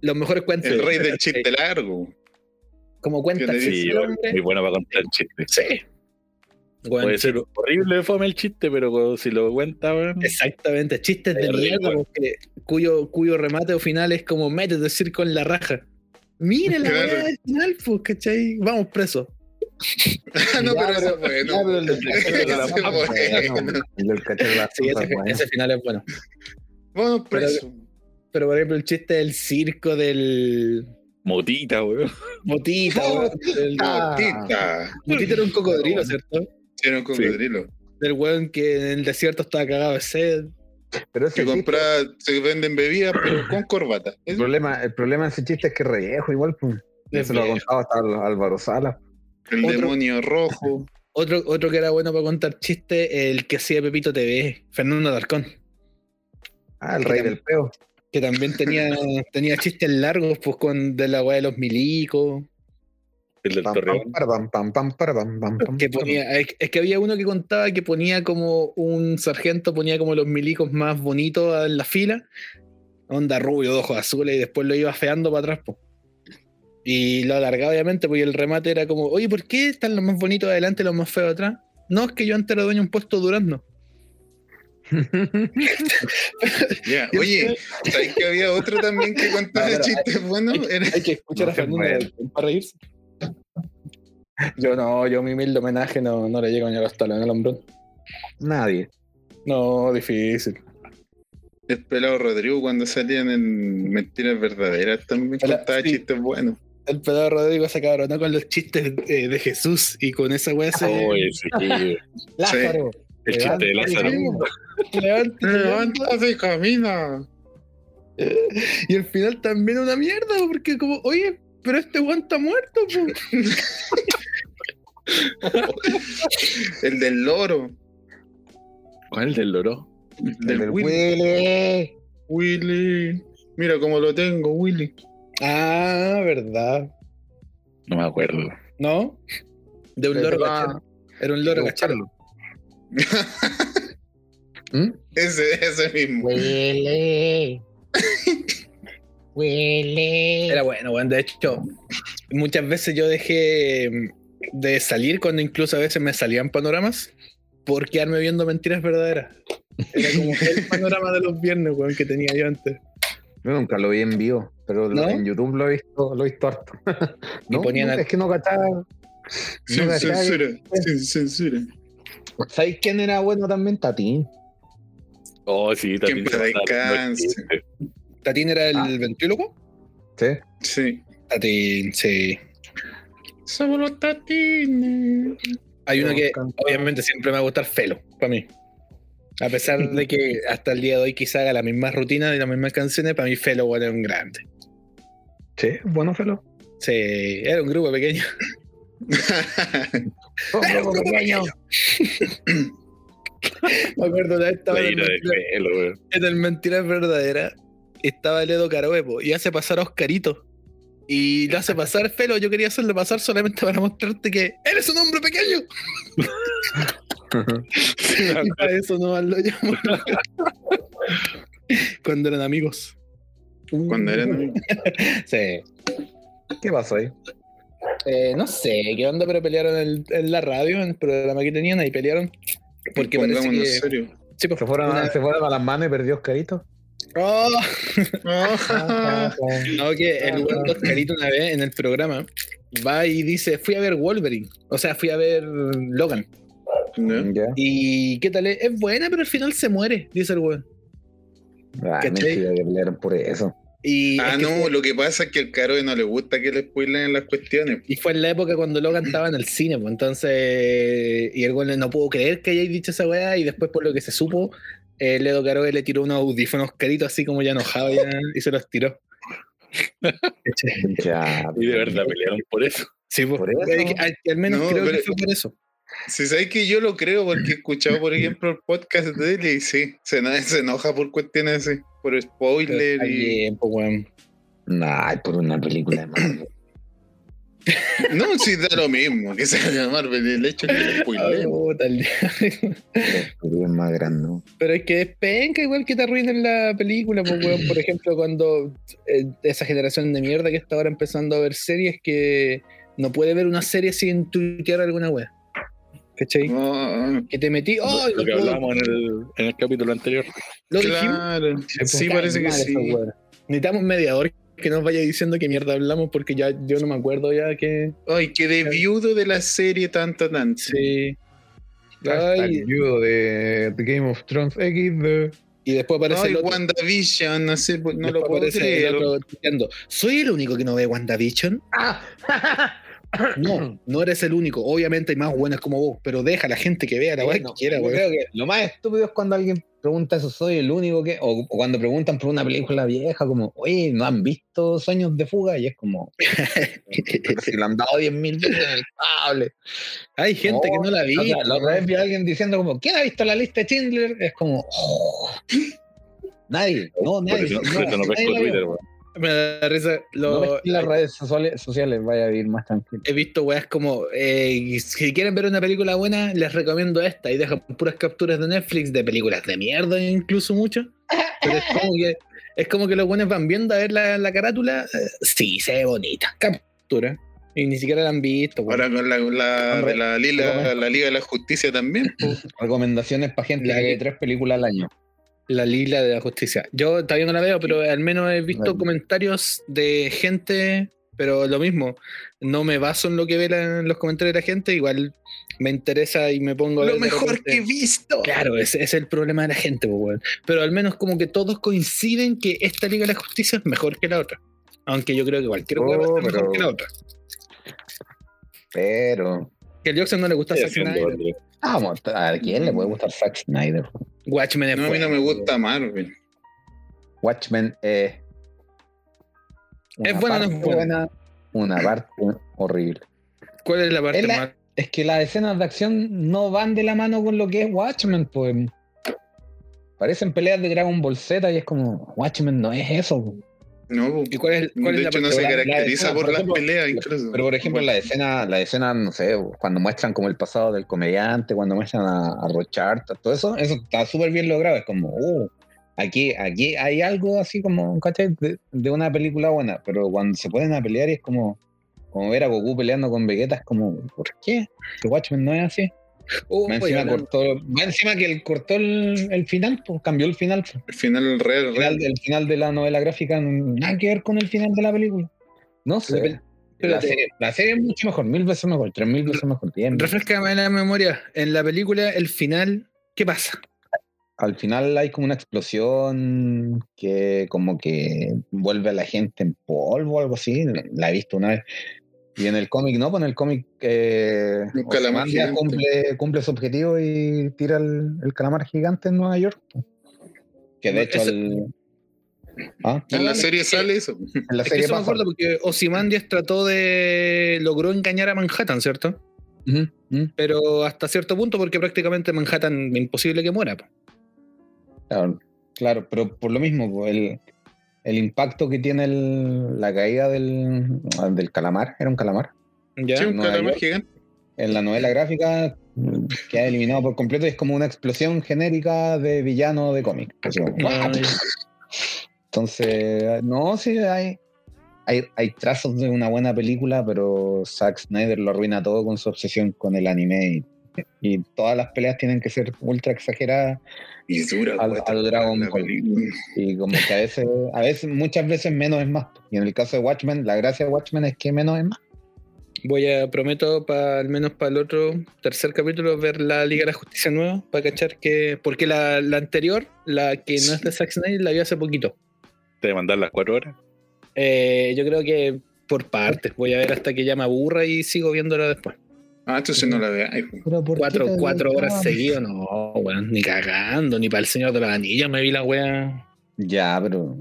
[SPEAKER 1] los mejores cuentos.
[SPEAKER 2] El rey del chiste largo.
[SPEAKER 1] Como cuenta
[SPEAKER 2] Que te
[SPEAKER 4] Sí,
[SPEAKER 1] el
[SPEAKER 4] bueno,
[SPEAKER 1] hombre.
[SPEAKER 4] muy bueno para contar chistes.
[SPEAKER 1] Sí. Weón,
[SPEAKER 4] Puede ser horrible de fome el chiste, pero cuando- si lo cuenta, weón.
[SPEAKER 1] Exactamente, chistes de
[SPEAKER 4] Mm. Terrible,
[SPEAKER 1] mierda
[SPEAKER 4] weón.
[SPEAKER 1] porque- cuyo, cuyo remate o final es como métete decir con la raja. Mira la
[SPEAKER 2] Claro.
[SPEAKER 1] weá del final, pues, ¿cachai? Vamos preso.
[SPEAKER 2] Ah, no,
[SPEAKER 3] Ya,
[SPEAKER 2] pero eso es
[SPEAKER 3] Ya, pero el
[SPEAKER 2] bueno.
[SPEAKER 3] del cachorro de la
[SPEAKER 2] Ese
[SPEAKER 3] papa,
[SPEAKER 2] es
[SPEAKER 3] bueno. El del cachorro de la
[SPEAKER 1] Sí,
[SPEAKER 3] papa,
[SPEAKER 1] ese,
[SPEAKER 3] bueno.
[SPEAKER 1] ese final es bueno.
[SPEAKER 2] Vamos preso.
[SPEAKER 1] Pero por ejemplo, el chiste del circo del
[SPEAKER 4] Motita, weón.
[SPEAKER 1] motita,
[SPEAKER 3] Oh,
[SPEAKER 1] weón, del-
[SPEAKER 3] ah.
[SPEAKER 2] Motita.
[SPEAKER 1] motita era un cocodrilo, ¿cierto?
[SPEAKER 2] Era un cocodrilo.
[SPEAKER 1] Del weón que en el desierto estaba cagado de sed.
[SPEAKER 3] Pero ese
[SPEAKER 2] Que
[SPEAKER 3] chiste-
[SPEAKER 2] compraba, se venden bebidas, pero con corbata.
[SPEAKER 3] el,
[SPEAKER 2] Es-
[SPEAKER 3] problema, el problema de ese chiste es que es re viejo igual. pues.
[SPEAKER 1] Es
[SPEAKER 3] Eso lo ha
[SPEAKER 1] viejo.
[SPEAKER 3] contado hasta Al- Álvaro Sala.
[SPEAKER 2] El
[SPEAKER 1] Otro-
[SPEAKER 2] demonio rojo.
[SPEAKER 1] Otro, otro que era bueno para contar chistes, el que hacía Pepito TV, Fernando Alarcón.
[SPEAKER 3] Ah, el rey del peo.
[SPEAKER 1] que también tenía, tenía chistes largos, pues con de la weá de los milicos.
[SPEAKER 4] El del
[SPEAKER 3] Pam,
[SPEAKER 4] Torreón.
[SPEAKER 3] pam, para, pam, pam, pam, para, pam, pam, pam,
[SPEAKER 1] Que
[SPEAKER 3] para.
[SPEAKER 1] ponía, es, es que había uno que contaba que ponía como un sargento, ponía como los milicos más bonitos en la fila, onda rubio, de ojos azules, y después lo iba feando para atrás, pues. Y lo alargaba, obviamente, porque el remate era como, oye, ¿por qué están los más bonitos adelante y los más feos atrás? No, es que yo antes era dueño de un puesto durando.
[SPEAKER 2] Ya, Oye, ¿sabes que había otro también que contaba
[SPEAKER 1] No, pero-
[SPEAKER 2] chistes buenos? Era-
[SPEAKER 1] Hay que escuchar
[SPEAKER 3] No,
[SPEAKER 1] a
[SPEAKER 3] qué
[SPEAKER 1] Fernando
[SPEAKER 3] bueno.
[SPEAKER 1] Alarcón para reírse. Yo no, yo mi humilde homenaje no, no le llego ni a los talones al hombrón.
[SPEAKER 3] Nadie.
[SPEAKER 1] No, difícil.
[SPEAKER 2] El pelado Rodrigo cuando salían en Mentiras Verdaderas también
[SPEAKER 1] Hola,
[SPEAKER 2] contaba
[SPEAKER 1] sí.
[SPEAKER 2] chistes buenos.
[SPEAKER 1] El pedo Rodrigo se cabronó con los chistes eh, de Jesús y con esa weá se.
[SPEAKER 4] Oh, ese, sí.
[SPEAKER 2] Lázaro,
[SPEAKER 4] El chiste de Lázaro.
[SPEAKER 1] Levanta, levanta.
[SPEAKER 2] y camina.
[SPEAKER 1] Y al final también una mierda, porque como, oye, pero este weón está muerto, po".
[SPEAKER 2] El del loro.
[SPEAKER 4] ¿Cuál el del loro?
[SPEAKER 2] El
[SPEAKER 3] El
[SPEAKER 2] del,
[SPEAKER 3] del
[SPEAKER 2] Willy.
[SPEAKER 3] Willy.
[SPEAKER 2] Willy. Mira cómo lo tengo, Willy.
[SPEAKER 1] Ah, verdad.
[SPEAKER 4] No me acuerdo.
[SPEAKER 1] ¿No? De un loro
[SPEAKER 3] Verdad.
[SPEAKER 1] cachero. Era un loro cachero.
[SPEAKER 3] ¿Mm?
[SPEAKER 2] Ese, ese mismo.
[SPEAKER 3] Willy. Willy.
[SPEAKER 1] Era bueno, weón. De hecho, muchas veces yo dejé mm, de salir cuando incluso a veces me salían panoramas por quedarme viendo mentiras verdaderas. Era como el panorama de los viernes, weón, que tenía yo antes.
[SPEAKER 3] Yo nunca lo vi en vivo, pero lo-
[SPEAKER 1] ¿No?
[SPEAKER 3] en YouTube lo he visto, lo he visto harto. no,
[SPEAKER 1] ponían
[SPEAKER 3] no,
[SPEAKER 1] al-
[SPEAKER 3] es que no cachaba.
[SPEAKER 2] Sin
[SPEAKER 3] No,
[SPEAKER 2] censura.
[SPEAKER 1] pues.
[SPEAKER 2] Sin censura.
[SPEAKER 3] ¿Sabéis quién era bueno también? Tatín.
[SPEAKER 4] Oh, sí,
[SPEAKER 2] Que en
[SPEAKER 4] también. se
[SPEAKER 2] paz
[SPEAKER 4] mataron los
[SPEAKER 2] descanse.
[SPEAKER 4] chistes.
[SPEAKER 1] ¿Tatín era el
[SPEAKER 3] Ah.
[SPEAKER 1] ventríloco?
[SPEAKER 3] Sí.
[SPEAKER 2] Sí.
[SPEAKER 1] Tatín, sí.
[SPEAKER 2] Somos los tatines.
[SPEAKER 1] Hay uno
[SPEAKER 3] Pero
[SPEAKER 1] que
[SPEAKER 3] canta-
[SPEAKER 1] obviamente siempre me va a gustar Felo, para mí. A pesar de que hasta el día de hoy quizá haga las mismas rutinas y las mismas canciones, para mí Felo weón, era un grande.
[SPEAKER 3] Sí, bueno, Felo.
[SPEAKER 1] Sí, era un grupo pequeño.
[SPEAKER 3] Oh,
[SPEAKER 1] Me acuerdo la vez estaba
[SPEAKER 4] La
[SPEAKER 1] en el
[SPEAKER 4] ira de
[SPEAKER 1] Mentiras-
[SPEAKER 4] pelo, weón.
[SPEAKER 1] en el Mentiras Verdaderas estaba el Edo Caroepo y hace pasar a Oscarito. Y lo hace pasar Felo. Yo quería hacerle pasar solamente para mostrarte que eres un hombre pequeño. y para eso no lo llamo. Cuando eran amigos.
[SPEAKER 2] Cuando eran.
[SPEAKER 1] Sí.
[SPEAKER 3] ¿Qué pasó ahí?
[SPEAKER 1] Eh, no sé qué onda, pero pelearon en, en la radio, en el programa que tenían, ahí pelearon. Porque parece
[SPEAKER 2] Pongámonos
[SPEAKER 1] que.
[SPEAKER 2] serio.
[SPEAKER 1] Sí, pues,
[SPEAKER 3] ¿Se fueron, a,
[SPEAKER 1] una-
[SPEAKER 3] se fueron a las manos y perdió Oscarito?
[SPEAKER 1] ¡Oh!
[SPEAKER 2] Ah,
[SPEAKER 1] No, que el weón de Oscarito una vez en el programa va y dice, fui a ver Wolverine, o sea, fui a ver Logan.
[SPEAKER 2] ¿No?
[SPEAKER 3] Ya.
[SPEAKER 1] ¿Y qué tal? Es, Es buena, pero al final se muere, dice el weón.
[SPEAKER 3] Ah,
[SPEAKER 1] ¿Cachai?
[SPEAKER 3] mentira, que pelearon por eso.
[SPEAKER 1] Y,
[SPEAKER 2] Ah,
[SPEAKER 1] es que
[SPEAKER 2] no,
[SPEAKER 1] fue-
[SPEAKER 2] lo que pasa es que al Caro no le gusta que le spoilen las cuestiones.
[SPEAKER 1] y fue en la época cuando Logan estaba en el cine, pues, entonces, y el weón no pudo creer que hayáis dicho esa weá, y después por lo que se supo, eh, Ledo Caro le tiró unos audífonos caritos así como ya enojado ya, y se los tiró.
[SPEAKER 3] Ya,
[SPEAKER 4] Y de verdad pelearon por eso.
[SPEAKER 1] Sí, pues,
[SPEAKER 3] Por eso.
[SPEAKER 1] eh, al, al menos
[SPEAKER 2] No,
[SPEAKER 1] creo
[SPEAKER 2] pero-
[SPEAKER 1] que fue por eso.
[SPEAKER 2] Si sabéis que yo lo creo porque he escuchado, por ejemplo, el podcast de él y sí, se, eno- se enoja por cuestiones así, por spoiler
[SPEAKER 1] Está
[SPEAKER 2] y...
[SPEAKER 1] bien, pues, weón.
[SPEAKER 3] Nah, es por una película de Marvel.
[SPEAKER 2] No, sí, da lo mismo que sea de Marvel, el hecho que le spoileen.
[SPEAKER 1] Oh, tal-
[SPEAKER 3] Es más grande. ¿no?
[SPEAKER 1] Pero es que es penca igual que te arruinen la película, pues, weón. Por ejemplo, cuando eh, esa generación de mierda que está ahora empezando a ver series que no puede ver una serie sin tuitear alguna wea.
[SPEAKER 2] Mm.
[SPEAKER 1] ¿Cachai?
[SPEAKER 2] No,
[SPEAKER 1] Que te metí. ¡Oh!
[SPEAKER 4] lo que hablábamos en el, en el capítulo anterior.
[SPEAKER 1] ¿Lo dijimos?
[SPEAKER 2] claro, sí,
[SPEAKER 1] Puta
[SPEAKER 2] parece que
[SPEAKER 1] madre,
[SPEAKER 2] sí.
[SPEAKER 1] esa wea. Necesitamos un mediador que nos vaya diciendo qué mierda hablamos porque ya yo no me acuerdo ya que.
[SPEAKER 2] Ay, quedé viudo de la serie tanto, tanto.
[SPEAKER 1] Sí.
[SPEAKER 6] Hashtag
[SPEAKER 1] Ay,
[SPEAKER 6] viudo de The Game of Thrones XD.
[SPEAKER 1] y después aparece
[SPEAKER 2] Ay,
[SPEAKER 1] el otro.
[SPEAKER 2] WandaVision, no sé, pues, no
[SPEAKER 1] después
[SPEAKER 2] lo puedo
[SPEAKER 1] aparece
[SPEAKER 2] creer.
[SPEAKER 1] el otro tuiteando, ¿Soy el único que no ve WandaVision? No, no eres el único. Obviamente hay más buenas como vos, pero deja a la gente que vea la weá
[SPEAKER 3] Eh, No,
[SPEAKER 1] que quiera,
[SPEAKER 3] yo
[SPEAKER 1] weón.
[SPEAKER 3] creo que lo más estúpido es cuando alguien pregunta eso, soy el único que, o, o cuando preguntan por una película vieja, como, oye, ¿no han visto Sueños de Fuga? Y es como, si lo han dado 10.000 veces en el cable.
[SPEAKER 1] Hay gente que no la vi.
[SPEAKER 3] O sea, la otra vez vi a alguien diciendo como, ¿quién ha visto la lista de Schindler? Es como, "Oh". nadie, no,
[SPEAKER 4] Por
[SPEAKER 3] nadie.
[SPEAKER 4] eso,
[SPEAKER 3] no,
[SPEAKER 4] por eso no
[SPEAKER 3] nadie
[SPEAKER 4] pesco
[SPEAKER 3] la vio.
[SPEAKER 4] Twitter, weón.
[SPEAKER 1] Me da risa.
[SPEAKER 3] No
[SPEAKER 1] Lo,
[SPEAKER 3] pesquen las redes sociales, sociales, vaya a vivir más tranquilo.
[SPEAKER 1] he visto weas como, eh, si quieren ver una película buena, les recomiendo esta. Y dejan puras capturas de Netflix, de películas de mierda incluso mucho. Pero es como que, es como que los buenos van viendo a ver la, la carátula. eh, sí, se ve bonita. Captura. Y ni siquiera la han visto. weón.
[SPEAKER 2] Ahora con la, la-
[SPEAKER 3] Hombre,
[SPEAKER 2] de la, Lila- la Liga de la Justicia también. po.
[SPEAKER 3] Recomendaciones para gente que ve tres películas al año.
[SPEAKER 1] La Lila de la Justicia. Yo todavía no la veo, pero al menos he visto
[SPEAKER 3] Vale.
[SPEAKER 1] comentarios de gente, pero lo mismo, no me baso en lo que ve la- en los comentarios de la gente, igual me interesa y me pongo... a
[SPEAKER 2] Lo
[SPEAKER 1] ver de
[SPEAKER 2] mejor
[SPEAKER 1] repente.
[SPEAKER 2] que he visto.
[SPEAKER 1] Claro, ese ese es el problema de la gente, po, weón. pero al menos como que todos coinciden que esta Liga de la Justicia es mejor que la otra. Aunque yo creo que cualquier
[SPEAKER 3] Oh,
[SPEAKER 1] hueá va a ser
[SPEAKER 3] pero-
[SPEAKER 1] mejor que la otra.
[SPEAKER 3] Pero, ah,
[SPEAKER 1] Que el Jackson no le gusta
[SPEAKER 4] Sí,
[SPEAKER 1] Zack
[SPEAKER 4] haciendo
[SPEAKER 1] Snyder.
[SPEAKER 4] el-
[SPEAKER 3] vamos, ¿a quién le puede gustar Zack Snyder?
[SPEAKER 1] Watchmen es
[SPEAKER 2] No, a mí
[SPEAKER 1] buena,
[SPEAKER 2] no me
[SPEAKER 1] po,
[SPEAKER 2] gusta Marvel.
[SPEAKER 3] Watchmen es.
[SPEAKER 1] ¿Es buena o no es
[SPEAKER 3] parte
[SPEAKER 1] buena?
[SPEAKER 3] Una parte horrible.
[SPEAKER 1] weón. ¿Cuál es la parte
[SPEAKER 3] Es la-
[SPEAKER 1] más?
[SPEAKER 3] Es que las escenas de acción no van de la mano con lo que es Watchmen, pues. Parecen peleas de Dragon Ball Z y es como, Watchmen no es eso. po.
[SPEAKER 2] No, po.
[SPEAKER 1] ¿Y cuál es, cuál es
[SPEAKER 2] de
[SPEAKER 1] la
[SPEAKER 2] hecho no
[SPEAKER 1] parte
[SPEAKER 2] se
[SPEAKER 1] más-
[SPEAKER 2] caracteriza
[SPEAKER 3] escena,
[SPEAKER 2] por,
[SPEAKER 3] por
[SPEAKER 2] las
[SPEAKER 3] ejemplo-
[SPEAKER 2] peleas incluso.
[SPEAKER 3] Pero por ejemplo, la escena, la escena, no sé, cuando muestran como el pasado del comediante, cuando muestran a, a Rochard, todo eso, eso está súper bien logrado. Es como, uh, aquí, aquí hay algo así como, ¿cachai? De, de una película buena, pero cuando se ponen a pelear y es como, como ver a Goku peleando con Vegeta, es como, ¿por qué? Que Watchmen no es así.
[SPEAKER 1] Oh,
[SPEAKER 3] Más
[SPEAKER 1] oye,
[SPEAKER 3] encima,
[SPEAKER 1] hablando-
[SPEAKER 3] cortó, más encima que él cortó el, el final, pues, cambió el final. pues.
[SPEAKER 2] Al final el re,
[SPEAKER 3] El
[SPEAKER 2] el re-
[SPEAKER 3] final, el final de la novela gráfica, nada que ver con el final de la película. No sé. La
[SPEAKER 1] Espérate.
[SPEAKER 3] serie, la serie es mucho mejor, mil veces mejor, tres mil veces mejor. bien.
[SPEAKER 1] Refrescame la memoria. En la película, el final, ¿qué pasa?
[SPEAKER 3] Al final hay como una explosión que como que vuelve a la gente en polvo o algo así. La he visto una vez. Y en el cómic, no, pues en el cómic eh,
[SPEAKER 2] Un calamar
[SPEAKER 3] Ozymandias
[SPEAKER 2] gigante.
[SPEAKER 3] cumple, cumple su objetivo y tira el, el calamar gigante en Nueva York. pues. Que de hecho
[SPEAKER 1] Eso-
[SPEAKER 3] el- ¿Ah?
[SPEAKER 2] En la serie sale eso.
[SPEAKER 3] en la
[SPEAKER 1] Es que
[SPEAKER 3] serie
[SPEAKER 1] eso me
[SPEAKER 3] pasa.
[SPEAKER 1] acuerdo porque Ozymandias trató de. logró engañar a Manhattan, ¿cierto?
[SPEAKER 3] Ujú, ujú.
[SPEAKER 1] Pero hasta cierto punto, porque prácticamente Manhattan imposible que muera. po.
[SPEAKER 3] Claro, claro, pero por lo mismo, po, el, el impacto que tiene el- la caída del, del calamar, era un calamar,
[SPEAKER 1] ¿Ya?
[SPEAKER 2] Sí, un
[SPEAKER 3] Nueva
[SPEAKER 2] calamar
[SPEAKER 3] York.
[SPEAKER 2] gigante.
[SPEAKER 3] en la novela gráfica mm, queda eliminado por completo y es como una explosión genérica de villano de cómic. Así como, ¡guau!
[SPEAKER 1] Ay,
[SPEAKER 3] Entonces, no, sí, hay, hay, hay trazos de una buena película, pero Zack Snyder lo arruina todo con su obsesión con el anime y, y todas las peleas tienen que ser ultra exageradas
[SPEAKER 2] Y dura.
[SPEAKER 3] al-
[SPEAKER 2] cuatro
[SPEAKER 3] al
[SPEAKER 2] horas
[SPEAKER 3] Dragon
[SPEAKER 2] la
[SPEAKER 3] Ball.
[SPEAKER 2] película.
[SPEAKER 3] Y como que a veces, a veces, muchas veces menos es más. Y en el caso de Watchmen, la gracia de Watchmen es que menos es más.
[SPEAKER 1] Voy a, prometo, para al menos para el otro tercer capítulo, ver la Liga de la Justicia nueva, para cachar que. Porque la, la anterior, la que no es de Zack Snyder, la vi hace poquito.
[SPEAKER 4] Te demandan las cuatro horas.
[SPEAKER 1] Eh, yo creo que por partes. Voy a ver hasta que ya me aburra y sigo viéndola después.
[SPEAKER 2] Ah, entonces no la veáis. po.
[SPEAKER 7] Pero ¿por qué
[SPEAKER 1] Cuatro,
[SPEAKER 7] te
[SPEAKER 1] cuatro
[SPEAKER 7] adelantaba?
[SPEAKER 1] horas seguidas, no, weón. Ni cagando, ni para el Señor de los Anillos me vi la wea.
[SPEAKER 3] Ya, pero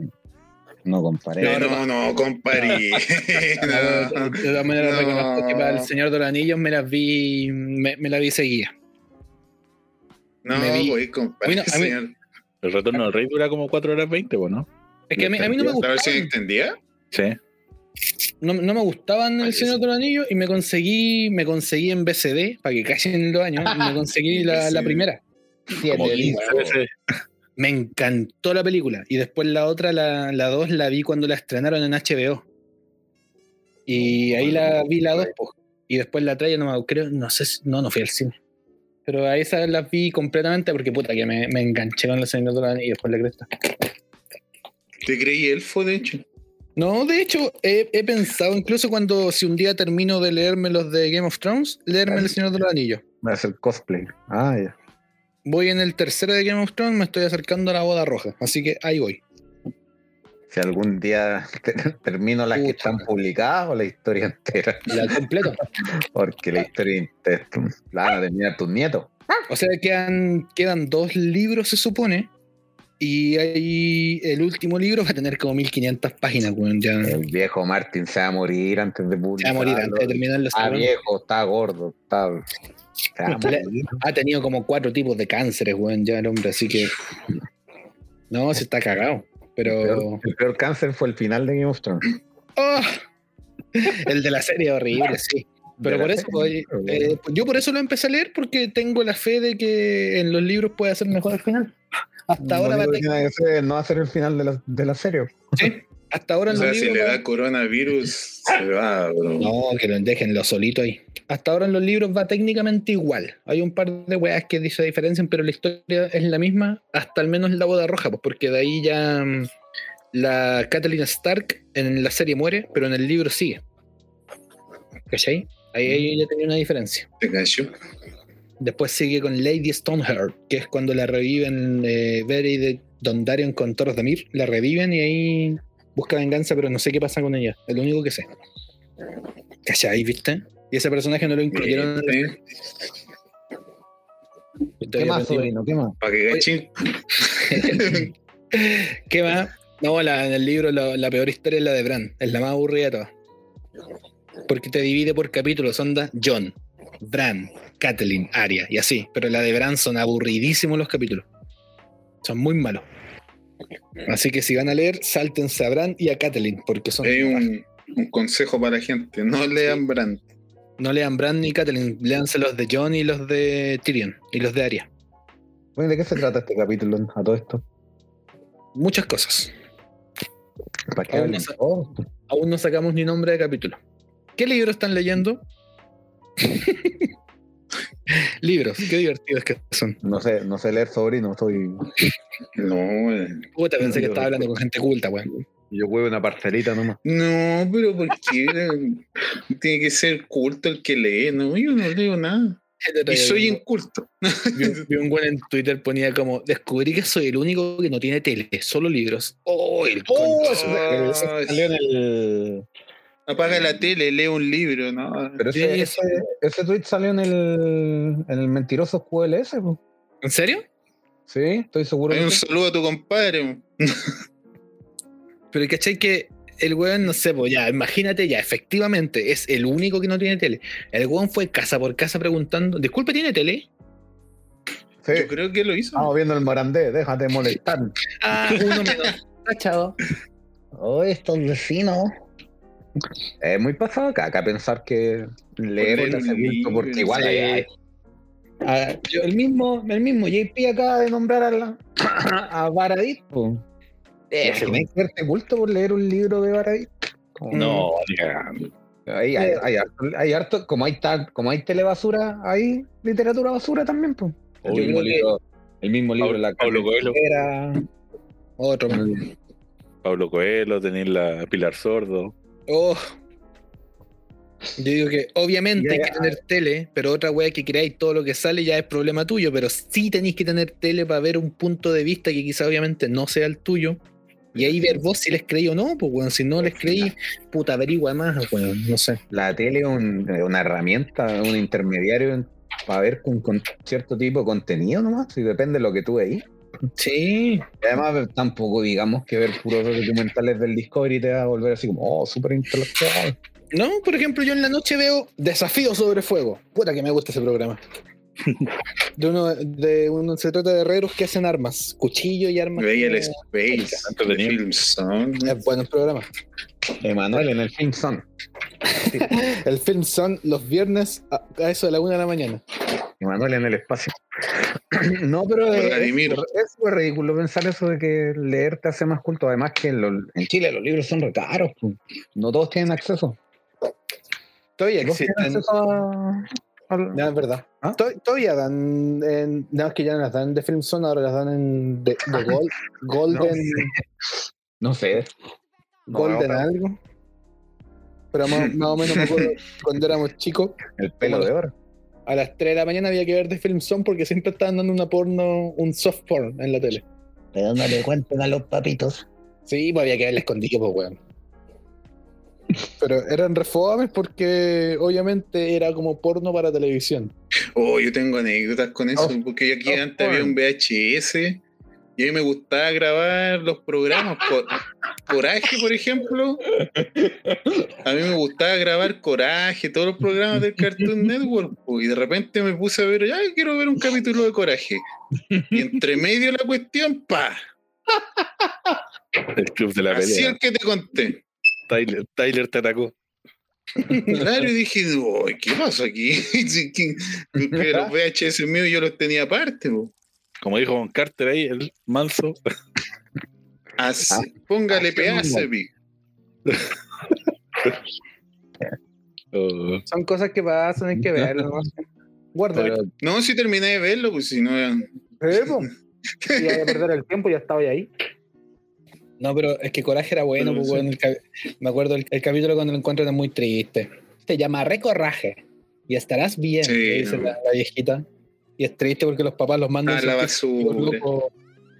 [SPEAKER 3] no comparé.
[SPEAKER 2] Eh, No, no, compadre.
[SPEAKER 1] No,
[SPEAKER 2] No.
[SPEAKER 1] de todas maneras
[SPEAKER 2] Ah, No.
[SPEAKER 1] reconozco que para el Señor de los Anillos me las vi, me, me la vi seguida. Me
[SPEAKER 2] No,
[SPEAKER 1] vi.
[SPEAKER 2] voy, compadre.
[SPEAKER 1] Bueno, a mí-
[SPEAKER 2] señor.
[SPEAKER 4] El retorno del rey dura como cuatro horas 20, pues, ¿no?
[SPEAKER 1] Es que a mí, a mí no me
[SPEAKER 2] ¿La
[SPEAKER 1] gustaban,
[SPEAKER 2] versión extendida?
[SPEAKER 4] Sí.
[SPEAKER 1] no, no me gustaban
[SPEAKER 2] Ay,
[SPEAKER 1] el Señor de los Anillos y me conseguí, me conseguí en BCD, para que callen los años, me conseguí la, la
[SPEAKER 2] Sí.
[SPEAKER 1] primera.
[SPEAKER 4] Como
[SPEAKER 1] Siete,
[SPEAKER 4] 15
[SPEAKER 1] weón.
[SPEAKER 4] veces.
[SPEAKER 1] Me encantó la película. Y después la otra, la, la 2, la vi cuando la estrenaron en HBO. Y ahí la vi la 2, y después la traía, no me creo, no sé, si- no, no fui al cine. Pero a esa la vi completamente porque puta que me, me enganché con la señora Dolan y después la cresta.
[SPEAKER 2] Te creí elfo, de hecho.
[SPEAKER 1] No, de hecho, he, he pensado, incluso cuando si un día termino de leerme los de Game of Thrones, leerme el Señor de los Anillos.
[SPEAKER 3] Voy a hacer cosplay. Ah, ya.
[SPEAKER 1] Voy en el tercero de Game of Thrones, me estoy acercando a la boda roja, así que ahí voy.
[SPEAKER 3] Si algún día te- termino las que
[SPEAKER 1] Puta.
[SPEAKER 3] están publicadas o la historia entera.
[SPEAKER 1] La completo.
[SPEAKER 3] Porque la historia entera la van a terminar tus nietos.
[SPEAKER 1] O sea, quedan, quedan dos libros, se supone. Y ahí el último libro va a tener como 1500 páginas, weón. Ya
[SPEAKER 3] El viejo Martin se va a morir antes de
[SPEAKER 1] se va a
[SPEAKER 3] publicar.
[SPEAKER 1] morir antes de terminarlo.
[SPEAKER 3] Está
[SPEAKER 1] seguro.
[SPEAKER 3] viejo, está gordo, está. se va a
[SPEAKER 1] Le-
[SPEAKER 3] morir.
[SPEAKER 1] Ha tenido como cuatro tipos de cánceres, weón, ya el hombre, así que. No, se está cagado.
[SPEAKER 3] El
[SPEAKER 1] Pero.
[SPEAKER 3] peor- el peor cáncer fue el final de Game of Thrones.
[SPEAKER 1] ¡Oh! El de la serie horrible, sí. Pero
[SPEAKER 3] Ah. De
[SPEAKER 1] por
[SPEAKER 3] la
[SPEAKER 1] eso,
[SPEAKER 3] serie,
[SPEAKER 1] oye,
[SPEAKER 3] pero bueno.
[SPEAKER 1] eh, yo por eso lo empecé a leer, porque tengo la fe de que en los libros puede ser mejor al final. Hasta
[SPEAKER 3] Lo
[SPEAKER 1] ahora va a
[SPEAKER 3] único que
[SPEAKER 1] tener-
[SPEAKER 3] tiene que hacer es no hacer el final de la, de la serie.
[SPEAKER 1] Hasta ahora
[SPEAKER 2] O
[SPEAKER 1] en
[SPEAKER 2] sea,
[SPEAKER 1] los
[SPEAKER 2] si
[SPEAKER 1] libros.
[SPEAKER 2] le
[SPEAKER 1] va-
[SPEAKER 2] da coronavirus, se va, bro.
[SPEAKER 1] No, que lo dejenlo solito ahí. Hasta ahora en los libros va técnicamente igual. Hay un par de weas que se diferencian, pero la historia es la misma, hasta al menos la boda roja, pues porque de ahí ya mm, la Catelyn Stark en la serie muere, pero en el libro sigue. ¿Cachai? Ahí,
[SPEAKER 3] Mm.
[SPEAKER 1] ahí ya tenía una diferencia.
[SPEAKER 2] Te cayó.
[SPEAKER 1] Después sigue con Lady Stoneheart, que es cuando la reviven eh, Beri de Dondarrion con Toros de Mir. La reviven y ahí busca venganza, pero no sé qué pasa con ella. Es lo único que sé. ¿Cachai, viste? Y ese personaje no lo
[SPEAKER 2] Eh,
[SPEAKER 1] incluyeron.
[SPEAKER 3] Eh,
[SPEAKER 1] en la-
[SPEAKER 3] ¿Qué más,
[SPEAKER 1] ¿Qué
[SPEAKER 3] sobrino? ¿Qué más?
[SPEAKER 2] Para que cachín.
[SPEAKER 1] más? No, la- en el libro la, la peor historia es la de Bran. Es la más aburrida de todas. Porque te divide por capítulos. Onda John, Bran, Catelyn, Arya y así. Pero la de Bran son aburridísimos los capítulos. Son muy malos. Así que si van a leer, sáltense a Bran y a Catelyn. Porque son.
[SPEAKER 2] Hay un, un consejo para la gente. No lean Brand.
[SPEAKER 1] No lean Bran ni Catelyn. Leanse los de John y los de Tyrion. Y los de Arya.
[SPEAKER 3] Bueno, ¿De qué se trata este capítulo a todo esto?
[SPEAKER 1] Muchas cosas.
[SPEAKER 3] ¿Para qué
[SPEAKER 1] Ah,
[SPEAKER 3] hablan?
[SPEAKER 1] esa-
[SPEAKER 3] Oh,
[SPEAKER 1] Aún no sacamos ni nombre de capítulo. ¿Qué libro están leyendo? Libros, qué divertidos que son.
[SPEAKER 3] no sé, no sé leer sobrino, soy.
[SPEAKER 2] No, eh.
[SPEAKER 1] Puta, pensé que estaba hablando con gente culta, weón.
[SPEAKER 3] Yo huevo una parcelita nomás.
[SPEAKER 2] no, pero ¿por qué? Eh, Tiene que ser culto el que lee. No, yo no leo nada. Y soy inculto.
[SPEAKER 1] Vi un- vi un güey en Twitter ponía como, descubrí que soy el único que no tiene tele, solo libros. ¡Oh, el concha su-
[SPEAKER 2] Ay, Apaga la tele, lee un libro, ¿no?
[SPEAKER 3] Pero ese,
[SPEAKER 1] Sí,
[SPEAKER 3] ese, ese tweet salió en el, en el mentiroso QLS, po.
[SPEAKER 1] ¿En serio?
[SPEAKER 3] Sí, estoy seguro.
[SPEAKER 2] Hay
[SPEAKER 3] que
[SPEAKER 2] un
[SPEAKER 3] sí.
[SPEAKER 2] saludo a tu compadre. mo.
[SPEAKER 1] Pero ¿cachai que el weón, no sé, pues ya, imagínate ya, efectivamente, es el único que no tiene tele. El weón fue casa por casa preguntando, disculpe, ¿tiene tele? Eh.
[SPEAKER 3] Sí,
[SPEAKER 2] Yo creo que lo hizo.
[SPEAKER 3] Estamos viendo el morandé, déjate molestar.
[SPEAKER 1] Ah, uno menos. Cachado.
[SPEAKER 3] Oh, estos vecinos. Es muy pasado acá, acá pensar que leer
[SPEAKER 2] Poner
[SPEAKER 3] el
[SPEAKER 2] un
[SPEAKER 3] acercamiento, porque
[SPEAKER 2] libro,
[SPEAKER 3] igual
[SPEAKER 2] sí.
[SPEAKER 3] hay, hay- Ah, yo- el mismo, el mismo JP acaba de nombrar a, la, a Baradit. po. Imagináis verte culto por leer un libro de Baradit. Eh, Como-
[SPEAKER 4] No, ni cagando.
[SPEAKER 3] Ahí hay, hay, harto, hay harto- como hay tan- como hay telebasura, hay literatura basura también, pues. El
[SPEAKER 1] Yo
[SPEAKER 3] mismo
[SPEAKER 1] creo que-
[SPEAKER 3] libro, el mismo libro,
[SPEAKER 4] Pablo-
[SPEAKER 3] la
[SPEAKER 4] Pablo Coelho.
[SPEAKER 3] carretera.
[SPEAKER 1] Otro menos.
[SPEAKER 4] Pablo Coelho, tenéis la Pilar Sordo.
[SPEAKER 1] Oh, Yo digo que obviamente
[SPEAKER 3] Ya,
[SPEAKER 1] hay que tener tele, pero otra wea que creáis todo lo que sale ya es problema tuyo, pero sí tenéis que tener tele para ver un punto de vista que quizá obviamente no sea el tuyo. Y ahí ver vos si les creí o no, pues weón, si no les creí, puta averigua más, weón, no sé.
[SPEAKER 3] La tele es un- una herramienta, un intermediario para ver con, con cierto tipo de contenido nomás, si depende de lo que tú veis.
[SPEAKER 1] Sí,
[SPEAKER 3] Y además, tampoco digamos que ver puros documentales del Discovery te va a volver así como, oh, súper intelectual.
[SPEAKER 1] No, por ejemplo, yo en la noche veo Desafío sobre Fuego. Puta que me gusta ese programa. De uno, de uno se trata de herreros que hacen armas, cuchillo y armas.
[SPEAKER 2] Veía el
[SPEAKER 1] como-
[SPEAKER 2] Space, el
[SPEAKER 4] entretenido.
[SPEAKER 2] Film Sound.
[SPEAKER 1] Es bueno el programa.
[SPEAKER 3] Emanuel en el Film Son.
[SPEAKER 1] El film son los viernes a, a eso de la una de la mañana.
[SPEAKER 3] Emanuel en el espacio. no, pero es,
[SPEAKER 2] Vladimir.
[SPEAKER 3] es súper ridículo pensar eso de que leer te hace más culto. Además que en, los- en Chile los libros son re caros. pues. No todos tienen acceso.
[SPEAKER 1] Todavía
[SPEAKER 3] Todos tienen
[SPEAKER 1] existen.
[SPEAKER 3] acceso a- al-
[SPEAKER 1] No, es verdad.
[SPEAKER 3] ¿Ah?
[SPEAKER 1] To- Todavía dan. En, no, es que ya no las dan de film son, ahora las dan en de, de Gold- Golden,
[SPEAKER 3] No sé. No,
[SPEAKER 1] Golden
[SPEAKER 3] pero
[SPEAKER 1] algo. Pero más, más o menos me acuerdo cuando éramos chicos.
[SPEAKER 3] el pelo de oro.
[SPEAKER 1] a las 3 de la mañana había que ver de Film Zone porque siempre estaban dando una porno, un soft porn en la tele.
[SPEAKER 7] Pero no le cuenten a los papitos.
[SPEAKER 1] Sí, pues había que verla escondido, pues weón. Pero eran refogables porque obviamente era como porno para televisión.
[SPEAKER 2] Oh, yo tengo anécdotas con eso,
[SPEAKER 3] Of-
[SPEAKER 2] porque yo aquí
[SPEAKER 3] of
[SPEAKER 2] antes había un VHS y a mí me gustaba grabar los programas. Cor- Coraje, por ejemplo. A mí me gustaba grabar Coraje, todos los programas del Cartoon Network. po, y de repente me puse a ver, ya quiero ver un capítulo de Coraje. Y entre medio de la cuestión, pa,
[SPEAKER 4] El club de la
[SPEAKER 2] así
[SPEAKER 4] pelea.
[SPEAKER 2] el que te conté.
[SPEAKER 4] Tyler, Tyler te atacó.
[SPEAKER 2] Claro, y dije, "Uy, ¿qué pasó aquí? Sí, que- Porque los VHS míos yo los tenía aparte. po.
[SPEAKER 4] Como dijo Von Carter ahí, el manso.
[SPEAKER 2] Así,
[SPEAKER 3] Ah, así
[SPEAKER 2] póngale
[SPEAKER 3] es
[SPEAKER 2] pedazo,
[SPEAKER 3] normal.
[SPEAKER 2] pi.
[SPEAKER 4] Oh,
[SPEAKER 6] Son cosas que pasan, hay que verlo. ¿no?
[SPEAKER 1] Guarda,
[SPEAKER 3] Pero
[SPEAKER 2] No, si terminé de verlo, pues si no.
[SPEAKER 6] Eh, po. Si vaya a perder el tiempo, ya estaba ahí.
[SPEAKER 1] No, pero es que Coraje era bueno,
[SPEAKER 2] Pero
[SPEAKER 1] pues,
[SPEAKER 2] sí.
[SPEAKER 1] weón, el cap- me acuerdo el, el capítulo cuando lo encuentran es muy triste. Se llama Recoraje y estarás bien,
[SPEAKER 2] Sí,
[SPEAKER 1] le dice
[SPEAKER 2] no.
[SPEAKER 1] la, la viejita. Y es triste porque los papás los mandan a
[SPEAKER 2] Ah,
[SPEAKER 1] un
[SPEAKER 2] la
[SPEAKER 1] científico
[SPEAKER 2] basura.
[SPEAKER 1] loco-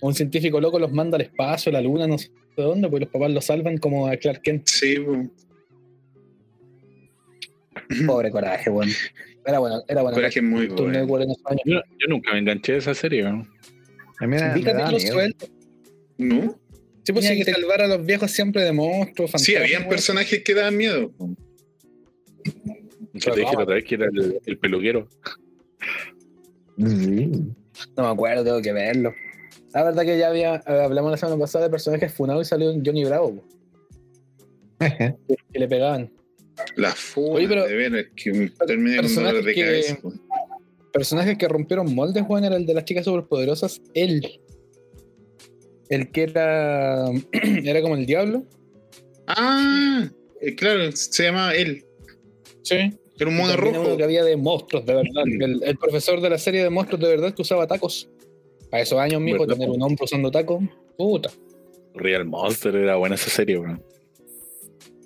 [SPEAKER 1] un científico loco los manda al espacio, a la luna, no sé de dónde, pues los papás los salvan como a Clark Kent.
[SPEAKER 2] Sí, po.
[SPEAKER 1] Pobre Coraje, weón. Era bueno, era bueno.
[SPEAKER 2] Coraje es muy
[SPEAKER 1] Cartoon
[SPEAKER 2] bueno.
[SPEAKER 1] Network en esos años.
[SPEAKER 4] yo, yo nunca me enganché de esa serie. ¿no?
[SPEAKER 3] a mí me-
[SPEAKER 1] Vi
[SPEAKER 3] Ah, me da
[SPEAKER 1] capítulos
[SPEAKER 3] miedo.
[SPEAKER 1] sueltos.
[SPEAKER 2] ¿No?
[SPEAKER 1] Sí, pues
[SPEAKER 6] Tenía
[SPEAKER 1] hay que
[SPEAKER 6] que
[SPEAKER 1] salvar a los viejos siempre de monstruos,
[SPEAKER 2] Sí,
[SPEAKER 1] fantasmas.
[SPEAKER 2] habían personajes que daban miedo. po.
[SPEAKER 4] Que te dije la otra vez que era el, el peluquero.
[SPEAKER 1] No me acuerdo, tengo que verlo. La verdad que ya había, eh, hablamos la semana pasada de personajes funados y salió un Johnny Bravo, po, que le pegaban.
[SPEAKER 2] La fuma,
[SPEAKER 1] Oye, pero-
[SPEAKER 2] de veras, que terminé con
[SPEAKER 1] personajes
[SPEAKER 2] dolor de
[SPEAKER 1] que-
[SPEAKER 2] cabeza. po.
[SPEAKER 1] Personajes que rompieron moldes, Juan, era el de las chicas superpoderosas, él. El que era, era como el diablo.
[SPEAKER 2] Ah, eh, claro, se llamaba él.
[SPEAKER 1] Sí.
[SPEAKER 2] Era un mono rojo.
[SPEAKER 1] que había de monstruos, de verdad. El, el profesor de la serie de monstruos, de verdad, que usaba tacos. A esos años, mijo,
[SPEAKER 4] ¿Verdad,
[SPEAKER 1] tener
[SPEAKER 4] po?
[SPEAKER 1] un hombre usando tacos. Puta.
[SPEAKER 4] Real Monster era buena esa serie, weón.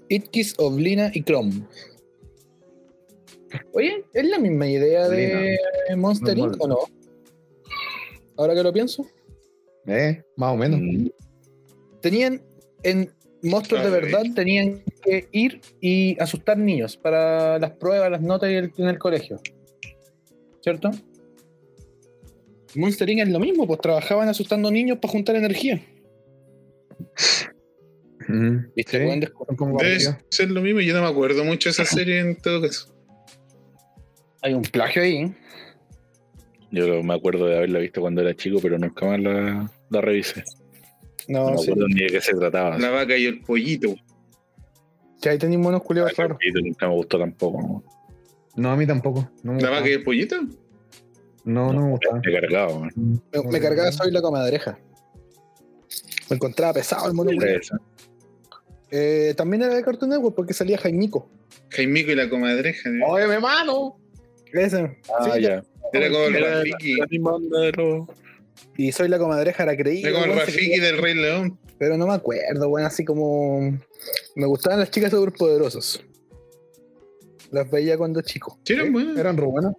[SPEAKER 1] Itkis, Oblina y Chrome. Oye, ¿es la misma idea de Monster Inc. o no? Ahora que lo pienso.
[SPEAKER 3] Eh, Más o menos.
[SPEAKER 4] Mm.
[SPEAKER 1] Tenían en Monstruos de
[SPEAKER 2] Ah,
[SPEAKER 1] Verdad, tenían que ir y asustar niños para las pruebas, las notas y el- en el colegio. ¿Cierto? Monster Inc. es lo mismo, pues trabajaban asustando niños para juntar energía.
[SPEAKER 3] Mm,
[SPEAKER 1] ¿Viste?
[SPEAKER 3] sí,
[SPEAKER 1] Pueden descubrir-
[SPEAKER 3] son como
[SPEAKER 2] Debe
[SPEAKER 3] parecidos.
[SPEAKER 2] ser lo mismo. Yo no me acuerdo mucho de esa serie en todo caso.
[SPEAKER 1] Hay un plagio ahí. ¿eh?
[SPEAKER 4] Yo lo- me acuerdo de haberla visto cuando era chico, pero nunca más la, la revisé.
[SPEAKER 1] No,
[SPEAKER 4] No, me
[SPEAKER 1] Ah, sí.
[SPEAKER 4] acuerdo ni de qué se trataba.
[SPEAKER 2] La vaca y el pollito.
[SPEAKER 1] Sí, ahí tenían monos
[SPEAKER 4] El
[SPEAKER 1] culiados raros.
[SPEAKER 4] capítulo nunca me gustó tampoco. ¿no?
[SPEAKER 3] No, a mí tampoco. No, me
[SPEAKER 2] La
[SPEAKER 3] gustaba.
[SPEAKER 2] vaca y el pollito.
[SPEAKER 3] no, no me gustaba.
[SPEAKER 4] Me cargaba, weón.
[SPEAKER 1] Me, me cargaba soy la comadreja. Me encontraba pesado el mono.
[SPEAKER 4] Era
[SPEAKER 1] güey.
[SPEAKER 4] esa.
[SPEAKER 1] Eh, también era de Cartoon Network porque salía Jaimico.
[SPEAKER 2] Jaimico y la comadreja. ¿no?
[SPEAKER 3] ¡Oye, mi hermano!
[SPEAKER 1] Ese.
[SPEAKER 4] Ah,
[SPEAKER 1] Sí,
[SPEAKER 4] ya.
[SPEAKER 2] Era como el
[SPEAKER 4] Era
[SPEAKER 2] Rafiki.
[SPEAKER 4] la misma onda de los-
[SPEAKER 1] Y soy la comadreja, era creíble.
[SPEAKER 2] Era como el
[SPEAKER 1] güey, se
[SPEAKER 2] Rafiki
[SPEAKER 1] creía-
[SPEAKER 2] del Rey León.
[SPEAKER 1] Pero no me acuerdo, bueno, así como. Me gustaban las chicas superpoderosas. Las veía cuando chico.
[SPEAKER 2] Sí, eran buenas.
[SPEAKER 1] Eran re buenas.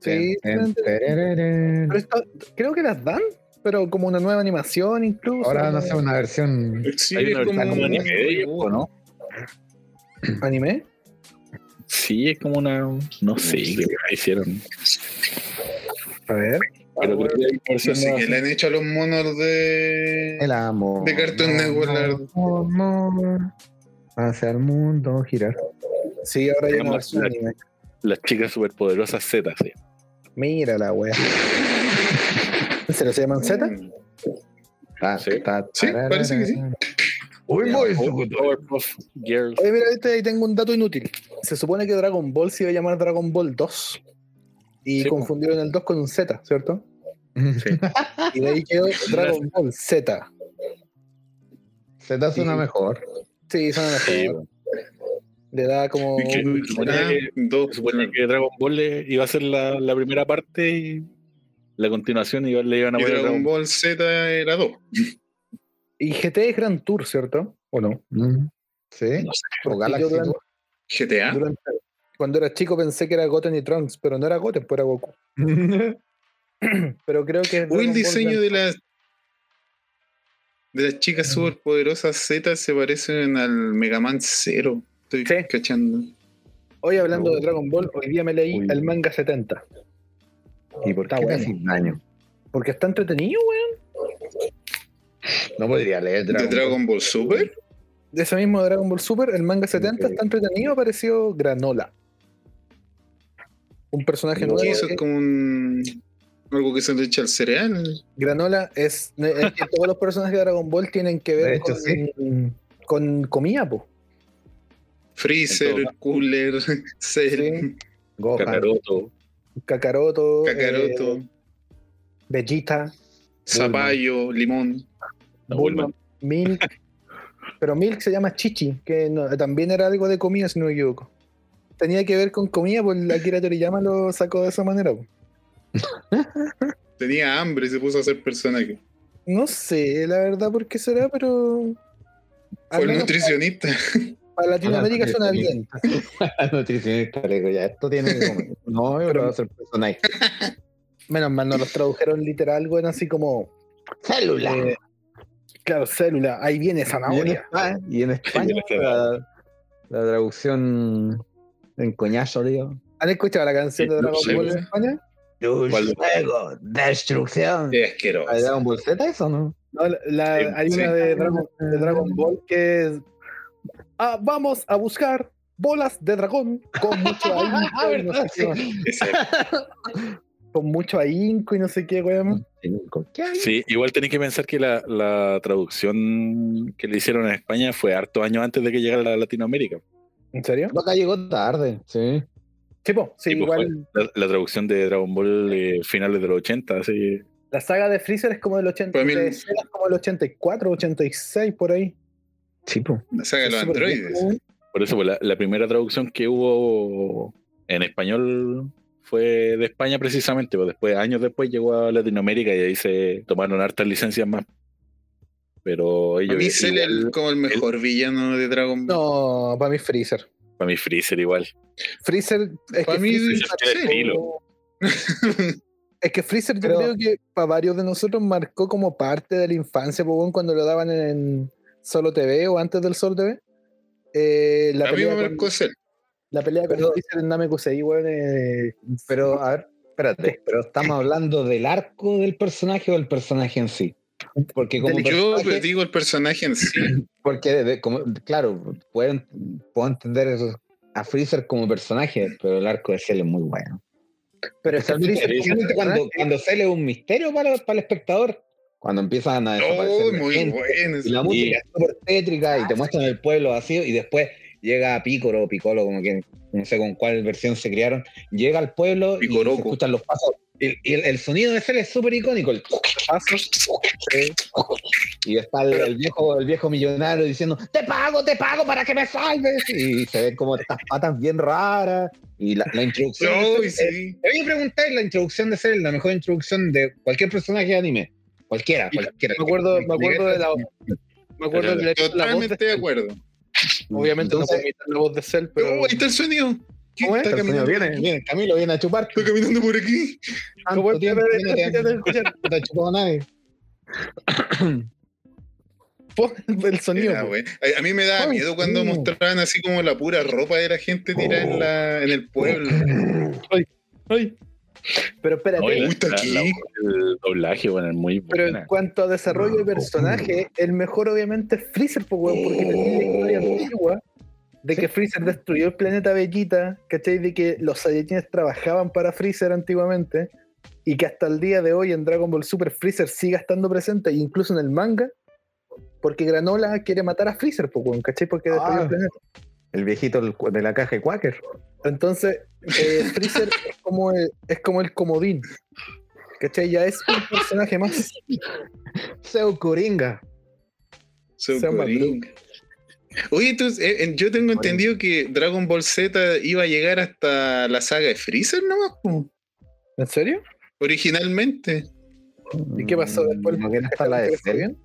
[SPEAKER 1] Sí, eran-
[SPEAKER 3] Tererere.
[SPEAKER 1] pero esta- creo que las dan, pero como una nueva animación incluso.
[SPEAKER 3] Ahora no sé, una versión.
[SPEAKER 2] Sí,
[SPEAKER 4] Hay una
[SPEAKER 2] es como
[SPEAKER 4] versión
[SPEAKER 2] un
[SPEAKER 4] como
[SPEAKER 2] anime de ellos,
[SPEAKER 4] ¿O no?
[SPEAKER 1] ¿Anime?
[SPEAKER 4] Sí, es como una. No sé qué la hicieron.
[SPEAKER 2] Ah,
[SPEAKER 1] A ver.
[SPEAKER 4] Pero creo que hay una
[SPEAKER 2] No
[SPEAKER 4] versión
[SPEAKER 2] sé
[SPEAKER 4] nueva.
[SPEAKER 2] qué le han hecho a los monos de.
[SPEAKER 3] El amor.
[SPEAKER 2] De Cartoon Network, la verdad.
[SPEAKER 3] Amor. Hacia el mundo girar.
[SPEAKER 1] Sí, ahora ya no
[SPEAKER 4] Vamos
[SPEAKER 1] es
[SPEAKER 4] a ver.
[SPEAKER 1] anime.
[SPEAKER 4] Las chicas superpoderosas Z, sí.
[SPEAKER 1] Mira la wea. ¿En serio se llaman
[SPEAKER 2] Mm.
[SPEAKER 1] Z?
[SPEAKER 3] Ta,
[SPEAKER 4] Sí.
[SPEAKER 3] ta,
[SPEAKER 2] Sí, parece que sí.
[SPEAKER 3] Uy, muy
[SPEAKER 4] Powerpuff Girls.
[SPEAKER 1] Oye, mira, este, ahí tengo un dato inútil. Se supone que Dragon Ball se iba a llamar Dragon Ball 2. Y
[SPEAKER 4] Sí, po.
[SPEAKER 1] confundieron el 2 con un Z, ¿cierto?
[SPEAKER 4] Sí.
[SPEAKER 1] Y de ahí quedó Dragon Ball Z.
[SPEAKER 3] Se te hace una mejor.
[SPEAKER 1] Sí, suena mejor.
[SPEAKER 4] Sí, bueno.
[SPEAKER 1] Le da como.
[SPEAKER 2] Y que-
[SPEAKER 4] Uy,
[SPEAKER 2] ah,
[SPEAKER 4] que-
[SPEAKER 2] dos,
[SPEAKER 4] Se supone que Dragon Ball eh, iba a ser la, la primera parte y la continuación iba- le iban a
[SPEAKER 2] y
[SPEAKER 4] poner
[SPEAKER 2] Dragon Ball Z era dos.
[SPEAKER 1] Y GT es Grand Tour, ¿cierto? ¿O no?
[SPEAKER 3] Mm. Sí.
[SPEAKER 4] No
[SPEAKER 3] O
[SPEAKER 1] Porque
[SPEAKER 3] Galaxy
[SPEAKER 1] yo durante-
[SPEAKER 3] Tour.
[SPEAKER 2] GTA.
[SPEAKER 1] durante- cuando era chico pensé que era Goten y Trunks, pero no era Goten, pues era Goku. Pero creo que. es
[SPEAKER 2] O
[SPEAKER 1] Dragon
[SPEAKER 2] el
[SPEAKER 1] Ball
[SPEAKER 2] diseño
[SPEAKER 1] Grand-
[SPEAKER 2] de las de las
[SPEAKER 1] Mm.
[SPEAKER 2] chicas superpoderosas Z se parecen al Mega Man Zero. Estoy
[SPEAKER 1] Sí.
[SPEAKER 2] cachando.
[SPEAKER 1] Hoy hablando de Dragon Ball, hoy día me leí
[SPEAKER 3] Uy.
[SPEAKER 1] el manga 70.
[SPEAKER 3] ¿Y por qué
[SPEAKER 1] Está
[SPEAKER 3] me
[SPEAKER 1] bueno.
[SPEAKER 3] haces daño?
[SPEAKER 1] Porque está entretenido, weón.
[SPEAKER 3] No podría leer
[SPEAKER 2] ¿De
[SPEAKER 3] Dragon
[SPEAKER 2] Dragon Ball Super?
[SPEAKER 1] De ese mismo Dragon Ball Super, el manga 70 está entretenido, apareció Granola. Un personaje nuevo.
[SPEAKER 2] Sí, eso
[SPEAKER 1] que-
[SPEAKER 2] es como un- algo que se le echa al cereal.
[SPEAKER 1] Granola es, es que todos los personajes de Dragon Ball tienen que ver
[SPEAKER 3] De hecho,
[SPEAKER 1] con, con comida, po.
[SPEAKER 2] Freezer,
[SPEAKER 4] En todo
[SPEAKER 2] Cooler, Cell,
[SPEAKER 1] Sí.
[SPEAKER 3] Ball. Gohan.
[SPEAKER 4] Kakaroto.
[SPEAKER 1] Kakaroto,
[SPEAKER 2] Kakaroto,
[SPEAKER 1] eh, Vegeta,
[SPEAKER 2] Zapallo, Limón.
[SPEAKER 4] No,
[SPEAKER 1] Bulma,
[SPEAKER 4] Bulma.
[SPEAKER 1] Milk. Pero Milk se llama Chichi, que no- también era algo de comida, si no me equivoco. Tenía que ver con comida, pues la Akira Toriyama lo sacó de esa manera. po.
[SPEAKER 2] Tenía hambre y se puso a hacer personaje.
[SPEAKER 1] No sé, la verdad, por qué será, pero.
[SPEAKER 2] Fue
[SPEAKER 1] al
[SPEAKER 2] el
[SPEAKER 1] menos
[SPEAKER 2] nutricionista.
[SPEAKER 1] Para Latinoamérica
[SPEAKER 3] Ah,
[SPEAKER 1] suena
[SPEAKER 3] sí.
[SPEAKER 1] bien.
[SPEAKER 3] La nutricionista le digo, ya, esto tiene que comer. No, yo lo voy a hacer personaje.
[SPEAKER 1] Menos mal, no los tradujeron literal, güey, así como.
[SPEAKER 3] Célula.
[SPEAKER 1] eh, claro, célula, ahí viene
[SPEAKER 3] Y en,
[SPEAKER 1] zanahoria.
[SPEAKER 3] España, y en España, la, la traducción en coñazo, digo.
[SPEAKER 1] ¿Han escuchado la canción de
[SPEAKER 4] Sí,
[SPEAKER 1] Dragon
[SPEAKER 4] sí,
[SPEAKER 1] Ball
[SPEAKER 2] sí.
[SPEAKER 1] en España?
[SPEAKER 8] Luz,
[SPEAKER 4] ¿Cuál?
[SPEAKER 8] fuego, destrucción.
[SPEAKER 2] Es asqueroso.
[SPEAKER 3] ¿La de Dragon Ball Z eso, no?
[SPEAKER 1] No, la- la-
[SPEAKER 2] Sí,
[SPEAKER 1] hay
[SPEAKER 2] sí.
[SPEAKER 1] una de Dragon, de Dragon Ball que es. "Ah, vamos a buscar bolas de dragón con mucho ahínco, y no sé qué más.
[SPEAKER 2] Ese-
[SPEAKER 1] con mucho ahínco y no sé qué, güey.
[SPEAKER 3] Mm.
[SPEAKER 4] Sí, igual tenéis que pensar que la, la traducción que le hicieron en España fue harto años antes de que llegara a Latinoamérica.
[SPEAKER 1] ¿En serio?
[SPEAKER 3] Acá llegó tarde, sí.
[SPEAKER 1] Sí, po, sí,
[SPEAKER 4] Sí, pues,
[SPEAKER 1] igual.
[SPEAKER 4] La, la traducción de Dragon Ball eh, finales de los 80, así.
[SPEAKER 1] La saga de Freezer es como del 80,
[SPEAKER 2] Pues mira-
[SPEAKER 1] de Cell es como el 84, 86, por ahí.
[SPEAKER 3] Sí, po.
[SPEAKER 2] La saga de los
[SPEAKER 1] Es súper viejo, ¿eh?
[SPEAKER 2] androides.
[SPEAKER 1] güey.
[SPEAKER 4] Por eso, pues, la, la primera traducción que hubo en español fue de España precisamente, pues después, años después llegó a Latinoamérica y ahí se tomaron hartas licencias más. Pero
[SPEAKER 2] A
[SPEAKER 4] ellos.
[SPEAKER 2] mí Cell es
[SPEAKER 4] igual-
[SPEAKER 2] como el mejor villano de Dragon Ball.
[SPEAKER 1] No, para mí Freezer.
[SPEAKER 4] Para mí, Freezer igual.
[SPEAKER 1] Freezer es
[SPEAKER 2] Para
[SPEAKER 1] que
[SPEAKER 2] mí
[SPEAKER 1] Freezer
[SPEAKER 4] Freezer tiene
[SPEAKER 1] marcó-
[SPEAKER 4] estilo.
[SPEAKER 1] Es que Freezer yo
[SPEAKER 3] Pero-
[SPEAKER 1] creo que para varios de nosotros marcó como parte de la infancia, po, weón, cuando lo daban en Solo TV o antes del Solo TV. Eh, la,
[SPEAKER 2] a mí
[SPEAKER 1] pelea
[SPEAKER 2] me
[SPEAKER 1] con,
[SPEAKER 2] marcó Cell.
[SPEAKER 1] la pelea con
[SPEAKER 3] Pero-
[SPEAKER 1] Freezer en Namekusei, weón. eh,
[SPEAKER 3] Pero, a ver, espérate, pero estamos hablando del arco del personaje o el personaje en sí. Porque como
[SPEAKER 2] Yo
[SPEAKER 3] personaje-
[SPEAKER 2] pues, digo el personaje en sí.
[SPEAKER 3] Porque, de- de- como, claro, pueden, puedo entender eso- a Freezer como personaje, pero el arco de Cell es muy bueno.
[SPEAKER 1] pero es que Freezer como
[SPEAKER 3] Especialmente cuando,
[SPEAKER 1] personaje-
[SPEAKER 3] cuando Cell es un misterio para, para el espectador, cuando empiezan a
[SPEAKER 2] Oh,
[SPEAKER 3] desaparecer la
[SPEAKER 2] muy
[SPEAKER 3] gente,
[SPEAKER 2] bueno.
[SPEAKER 3] y la música es súper tétrica y te muestran el pueblo vacío y después llega Pícoro o Picolo, como que no sé con cuál versión se criaron, llega al pueblo y
[SPEAKER 2] Picoroco.
[SPEAKER 3] se escuchan los pasos. El, el, el sonido de Cell es súper icónico, el
[SPEAKER 1] pasos,
[SPEAKER 3] Y está el, el viejo, el viejo millonario diciendo, te pago, te pago para que me salves. Y se ven como estas patas bien raras. Y la, la introducción... de
[SPEAKER 2] Oh,
[SPEAKER 3] Cell- eh,
[SPEAKER 2] sí.
[SPEAKER 3] Te voy a preguntar la introducción de ser la mejor introducción de cualquier personaje de anime. Cualquiera, cualquiera.
[SPEAKER 1] me acuerdo, me acuerdo de la me acuerdo de la, la voz de-
[SPEAKER 2] Totalmente de acuerdo.
[SPEAKER 1] obviamente no puedo imitar la voz de Cell, pero
[SPEAKER 2] Oh, ahí está el sonido. ¿Quién está
[SPEAKER 3] El señor
[SPEAKER 2] caminando?
[SPEAKER 3] viene, viene, Camilo viene a chupar.
[SPEAKER 2] Está caminando por aquí.
[SPEAKER 3] Tanto
[SPEAKER 1] es?
[SPEAKER 3] tiempo que no te han-
[SPEAKER 1] escuchar?
[SPEAKER 3] no te ha chupado nadie.
[SPEAKER 1] Pon el sonido.
[SPEAKER 2] Era,
[SPEAKER 1] po.
[SPEAKER 2] güey. a, a mí me daba
[SPEAKER 3] Ay,
[SPEAKER 2] miedo cuando
[SPEAKER 3] sí.
[SPEAKER 2] mostraban así como la pura ropa de la gente tirada en, la, en el pueblo.
[SPEAKER 1] Ay. Pero espérate,
[SPEAKER 4] Oye,
[SPEAKER 2] gusta
[SPEAKER 4] la-
[SPEAKER 2] aquí.
[SPEAKER 4] la- el doblaje, bueno, es muy
[SPEAKER 1] pero en
[SPEAKER 4] buena.
[SPEAKER 1] cuanto a desarrollo de personaje, el mejor obviamente es Freezer, po, weón, porque tenía la historia
[SPEAKER 3] Oh.
[SPEAKER 1] antigua de que Freezer destruyó el planeta Bellita, ¿cachai? De que los Saiyajines trabajaban para Freezer antiguamente y que hasta el día de hoy en Dragon Ball Super Freezer siga estando presente, incluso en el manga, porque Granola quiere matar a Freezer, po, weón, ¿cachai? Porque destruyó
[SPEAKER 3] Ah.
[SPEAKER 1] el planeta.
[SPEAKER 3] El viejito del- de la caja de Quaker.
[SPEAKER 1] Entonces, eh, Freezer es como, el, es como el comodín. ¿Cachai? Ya es un personaje más.
[SPEAKER 3] Seu Coringa.
[SPEAKER 2] So
[SPEAKER 1] Selma
[SPEAKER 2] cool. Oye, tú, eh, eh, yo tengo entendido que Dragon Ball Z iba a llegar hasta la saga de Freezer nomás, po,
[SPEAKER 1] ¿En serio?
[SPEAKER 2] originalmente.
[SPEAKER 1] ¿Y qué pasó después?
[SPEAKER 3] No, que no está la de
[SPEAKER 1] ¿Está bien?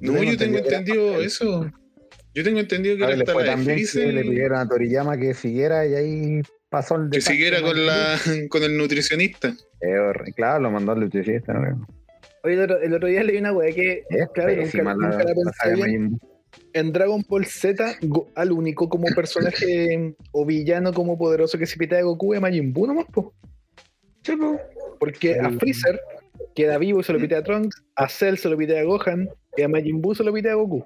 [SPEAKER 2] No, yo tengo entendido eso. Yo tengo entendido que
[SPEAKER 3] A ver, Ah,
[SPEAKER 2] era
[SPEAKER 3] le
[SPEAKER 2] hasta
[SPEAKER 3] fue
[SPEAKER 2] la
[SPEAKER 3] tan
[SPEAKER 2] de
[SPEAKER 3] bien que le
[SPEAKER 2] Freezer.
[SPEAKER 3] pidieron a Toriyama que siguiera y ahí pasó el
[SPEAKER 2] Que
[SPEAKER 3] desastre.
[SPEAKER 2] siguiera con, la, con el nutricionista.
[SPEAKER 3] Eh, horri- claro, lo mandó al nutricionista. ¿no?
[SPEAKER 1] Oye, el otro, el otro día leí una weá que
[SPEAKER 3] Es
[SPEAKER 1] Claro,
[SPEAKER 3] pésima
[SPEAKER 1] nunca-
[SPEAKER 3] la,
[SPEAKER 1] nunca la
[SPEAKER 3] la saga
[SPEAKER 1] pensé
[SPEAKER 3] Majin Buu.
[SPEAKER 1] en Dragon Ball Z, Go- al único como personaje o villano como poderoso que se pita de Goku es Majin Buu nomás, po. Porque a Freezer queda vivo y se lo pita a Trunks, a Cell se lo pita a Gohan, y a Majin Buu se lo pita a Goku.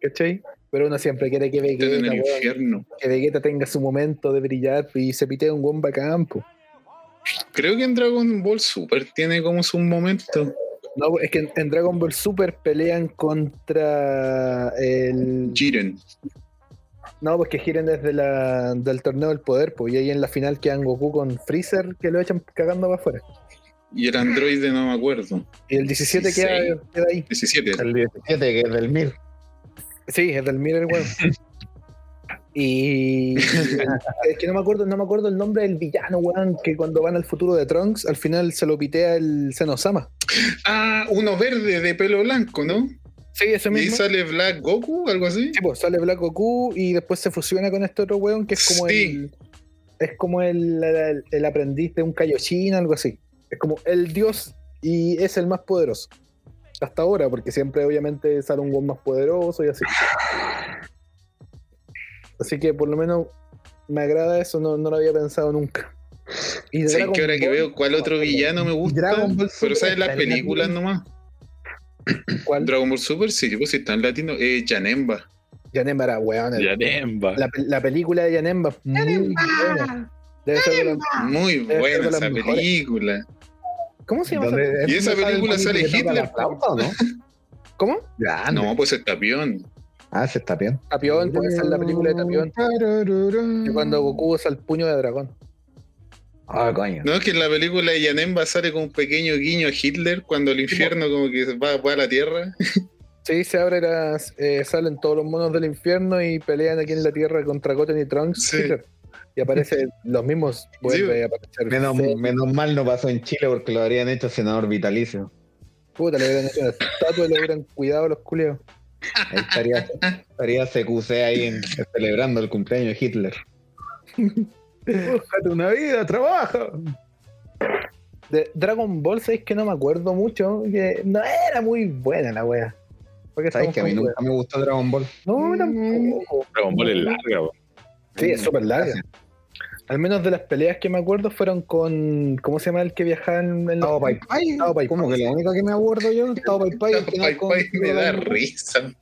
[SPEAKER 1] ¿Cachai? Pero uno siempre quiere que
[SPEAKER 2] Está
[SPEAKER 1] Vegeta,
[SPEAKER 2] en el
[SPEAKER 1] weón,
[SPEAKER 2] infierno.
[SPEAKER 1] que Vegeta tenga su momento de brillar y se pitea un bomba campo.
[SPEAKER 2] Creo que en Dragon Ball Super tiene como su momento.
[SPEAKER 1] No, es que en, en Dragon Ball Super pelean contra el.
[SPEAKER 2] Jiren.
[SPEAKER 1] No, pues que giren desde la, del torneo del poder, pues. Y ahí en la final quedan Goku con Freezer que lo echan cagando para afuera.
[SPEAKER 2] Y el androide no me acuerdo.
[SPEAKER 1] Y el 17
[SPEAKER 2] Sí,
[SPEAKER 1] queda,
[SPEAKER 2] sí.
[SPEAKER 1] queda ahí.
[SPEAKER 2] 17.
[SPEAKER 3] El 17, que es del Mir.
[SPEAKER 1] Sí, es del Miller, weón. Y es que no me acuerdo, no me acuerdo el nombre del villano, weón, que cuando van al futuro de Trunks, al final se lo pitea el Senosama.
[SPEAKER 2] Ah, uno verde de pelo blanco, ¿no?
[SPEAKER 1] Sí, ese
[SPEAKER 2] Y ahí
[SPEAKER 1] mismo.
[SPEAKER 2] sale Black Goku, algo así.
[SPEAKER 1] Sí, pues, sale Black Goku y después se fusiona con este otro weón que es como
[SPEAKER 2] Sí.
[SPEAKER 1] el. Es como el, el- el aprendiz de un Kaioshin, algo así. Es como el dios y es el más poderoso. Hasta ahora, porque siempre obviamente sale un weón más poderoso y así. Así que por lo menos me agrada eso, no, no lo había pensado nunca. Y
[SPEAKER 2] Sí,
[SPEAKER 1] Dragon
[SPEAKER 2] que ahora que
[SPEAKER 1] Ball,
[SPEAKER 2] veo cuál otro villano me gusta,
[SPEAKER 1] Dragon Ball
[SPEAKER 2] pero
[SPEAKER 1] Super
[SPEAKER 2] sabes las
[SPEAKER 1] está en
[SPEAKER 2] películas
[SPEAKER 1] latino.
[SPEAKER 2] nomás.
[SPEAKER 1] ¿Cuál?
[SPEAKER 2] Dragon Ball Super, sí, pues sí, está en latino. Eh, Janemba.
[SPEAKER 1] Yanemba, weón. el-
[SPEAKER 4] Yanemba.
[SPEAKER 1] La, pe- la película de Yanemba. es muy buena. Debe ser de la-
[SPEAKER 2] Muy
[SPEAKER 1] ser
[SPEAKER 2] buena
[SPEAKER 1] de las
[SPEAKER 2] esa
[SPEAKER 1] mejores.
[SPEAKER 2] película.
[SPEAKER 1] ¿Cómo se llama? esa
[SPEAKER 3] Donde-
[SPEAKER 2] Y
[SPEAKER 3] es
[SPEAKER 2] esa
[SPEAKER 3] donde
[SPEAKER 2] película
[SPEAKER 3] el
[SPEAKER 2] sale
[SPEAKER 3] tipo que toca
[SPEAKER 2] Hitler.
[SPEAKER 3] la flauta, ¿o no?
[SPEAKER 1] película? ¿Cómo?
[SPEAKER 3] Grande.
[SPEAKER 2] No, pues está peón.
[SPEAKER 3] Ah, se está bien.
[SPEAKER 1] Tapión, puede ser la película de Tapión. que Cuando
[SPEAKER 3] Mm.
[SPEAKER 1] Goku usa el puño de dragón.
[SPEAKER 3] Ah, coño.
[SPEAKER 2] No, es que en la película de Janemba sale con un pequeño guiño a Hitler cuando el
[SPEAKER 1] pues.
[SPEAKER 2] infierno como que va, va a la tierra.
[SPEAKER 1] Sí, se abre las. eh, salen todos los monos del infierno y pelean aquí en la tierra contra Goten y Trunks.
[SPEAKER 2] Sí.
[SPEAKER 1] Hitler. Y aparecen los mismos. Vuelve a aparecer.
[SPEAKER 3] Menos,
[SPEAKER 1] Sí,
[SPEAKER 3] menos mal no pasó en Chile porque lo habrían hecho senador vitalicio.
[SPEAKER 1] puta, le hubieran hecho una estatua y le hubieran cuidado a los culeos.
[SPEAKER 3] Ahí estaría, estaría CQC ahí en- celebrando el cumpleaños de Hitler. Búscate una vida, trabaja.
[SPEAKER 1] De Dragon Ball 6 que no me acuerdo mucho. Que no era muy buena la wea. Porque
[SPEAKER 3] Sabes
[SPEAKER 1] estamos
[SPEAKER 3] que a mí
[SPEAKER 1] con
[SPEAKER 3] nunca me gustó Dragon Ball.
[SPEAKER 1] wea. No, tampoco.
[SPEAKER 4] Dragon Ball es larga, po.
[SPEAKER 1] Sí,
[SPEAKER 3] Mm,
[SPEAKER 1] es súper larga. Al menos de las peleas que me acuerdo fueron con. ¿Cómo se llama el que viajaba en, en los-
[SPEAKER 3] Tao Pai Pai.
[SPEAKER 1] Tao Pai
[SPEAKER 3] Como que la única que me abordo yo, Tao Pai Pai. al final
[SPEAKER 2] Pai
[SPEAKER 3] con-
[SPEAKER 2] Pai me da risa.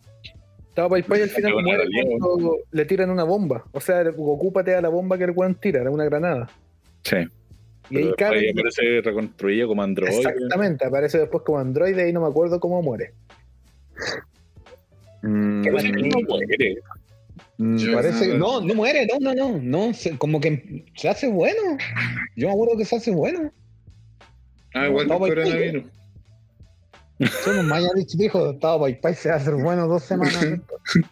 [SPEAKER 1] Estaba Pai Pai al final
[SPEAKER 4] Pero
[SPEAKER 1] muere
[SPEAKER 4] nadie,
[SPEAKER 1] cuando le tiran una bomba. O sea, Goku patea la bomba que el weón tira, era una granada.
[SPEAKER 4] Sí.
[SPEAKER 1] Y ahí
[SPEAKER 4] Pero después
[SPEAKER 1] cabe.
[SPEAKER 4] ahí aparece reconstruido como androide.
[SPEAKER 1] Exactamente, aparece después como androide y no me acuerdo cómo muere.
[SPEAKER 3] Mm,
[SPEAKER 1] Que
[SPEAKER 4] Pues sí,
[SPEAKER 1] la-
[SPEAKER 4] no muere.
[SPEAKER 3] mm,
[SPEAKER 2] Yo
[SPEAKER 3] parece
[SPEAKER 2] nada.
[SPEAKER 3] no, no muere, no, no, no, no, se- como que se hace bueno. Yo me acuerdo que se hace bueno.
[SPEAKER 2] Ah, igual
[SPEAKER 3] No,
[SPEAKER 2] del
[SPEAKER 3] Pai Pai.
[SPEAKER 2] coronavirus.
[SPEAKER 3] Somos Mañalich dijo, Tao Pai Pai se va a hacer bueno dos semanas.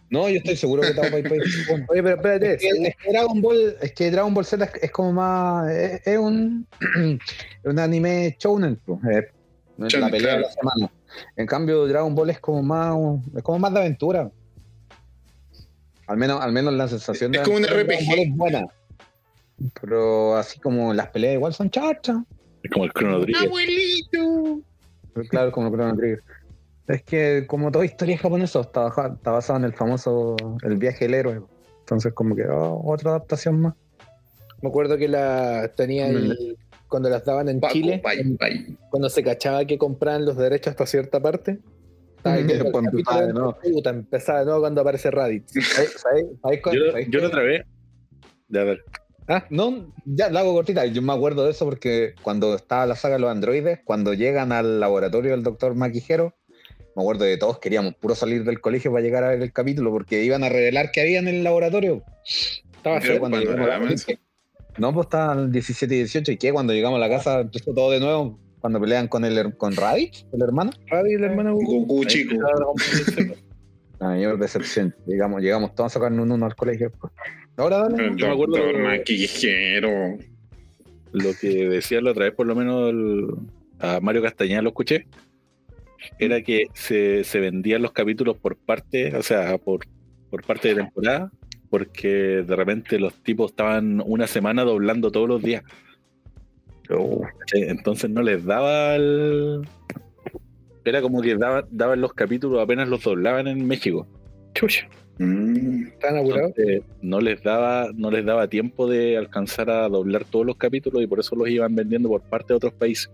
[SPEAKER 3] No, yo estoy seguro que Tao Pai Pai se hace bueno.
[SPEAKER 1] Oye, pero espérate,
[SPEAKER 3] Es que, es que Dragon Ball, es que Dragon Ball Z es, es como más, es, es un, un anime shounen, pues, eh, la
[SPEAKER 2] Shonen,
[SPEAKER 3] pelea de la semana. En cambio, Dragon Ball es como más, es como más de aventura. Al menos, al menos la sensación
[SPEAKER 2] Es como un
[SPEAKER 3] Dragon
[SPEAKER 2] RPG.
[SPEAKER 3] Ball Es buena. Pero así como las peleas igual son chachas.
[SPEAKER 4] Es como el
[SPEAKER 2] Ah,
[SPEAKER 4] Chrono Trigger.
[SPEAKER 2] ¡Abuelito!
[SPEAKER 3] Claro, como Chrono Trigger. Es que como toda historia japonesa está, baja- está basada en el famoso El viaje del héroe. Entonces como que oh, otra adaptación más.
[SPEAKER 1] Me acuerdo que la tenía ahí, cuando las daban en
[SPEAKER 2] Paco,
[SPEAKER 1] Chile,
[SPEAKER 2] bye,
[SPEAKER 1] en-
[SPEAKER 2] bye.
[SPEAKER 1] cuando se cachaba que compraban los derechos hasta cierta parte. estaba ahí
[SPEAKER 3] Y
[SPEAKER 1] todo el
[SPEAKER 3] después
[SPEAKER 1] capítulo
[SPEAKER 3] empezaba de
[SPEAKER 1] dentro,
[SPEAKER 3] nuevo.
[SPEAKER 1] puta, empezaba de nuevo cuando aparece Raditz.
[SPEAKER 3] ¿Sabes- sabes- sabes cu-
[SPEAKER 4] Yo,
[SPEAKER 3] sabes
[SPEAKER 4] yo
[SPEAKER 3] qué?
[SPEAKER 4] la otra vez. Ya, dale.
[SPEAKER 3] Ah, No, ya la hago cortita. Yo me acuerdo de eso porque cuando estaba la saga de los androides, cuando llegan al laboratorio del doctor Maquijero, me acuerdo de todos queríamos puro salir del colegio para llegar a ver el capítulo porque iban a revelar que había en el laboratorio.
[SPEAKER 1] Estaba
[SPEAKER 2] Pero
[SPEAKER 1] feo.
[SPEAKER 3] cuando
[SPEAKER 2] cuando
[SPEAKER 3] llegamos a la
[SPEAKER 2] grabamos,
[SPEAKER 3] casa- No, pues estaban 17 y 18 y que cuando llegamos a la casa empezó todo de nuevo. Cuando pelean con el her- con Raditz, el hermano.
[SPEAKER 1] Raditz, el hermano Goku.
[SPEAKER 2] Goku, chico.
[SPEAKER 3] A mí me decepción. Llegamos, llegamos todos a sacarnos un uno al colegio. pues. Ahora dale.
[SPEAKER 2] El
[SPEAKER 4] Yo me acuerdo-
[SPEAKER 2] doctor maquillero.
[SPEAKER 4] Lo que decía la otra vez, por lo menos el- a Mario Castañeda lo escuché, era que se, se vendían los capítulos por parte, o sea, por, por parte de temporada, porque de repente los tipos estaban una semana doblando todos los días. ¿Cachai? Entonces no les daba el... Era como que daba- daban los capítulos apenas los doblaban en México.
[SPEAKER 1] Chucha,
[SPEAKER 2] Mm.
[SPEAKER 1] estaban apurados.
[SPEAKER 4] Entonces, no les daba no les daba tiempo de alcanzar a doblar todos los capítulos y por eso los iban vendiendo por parte de otros países.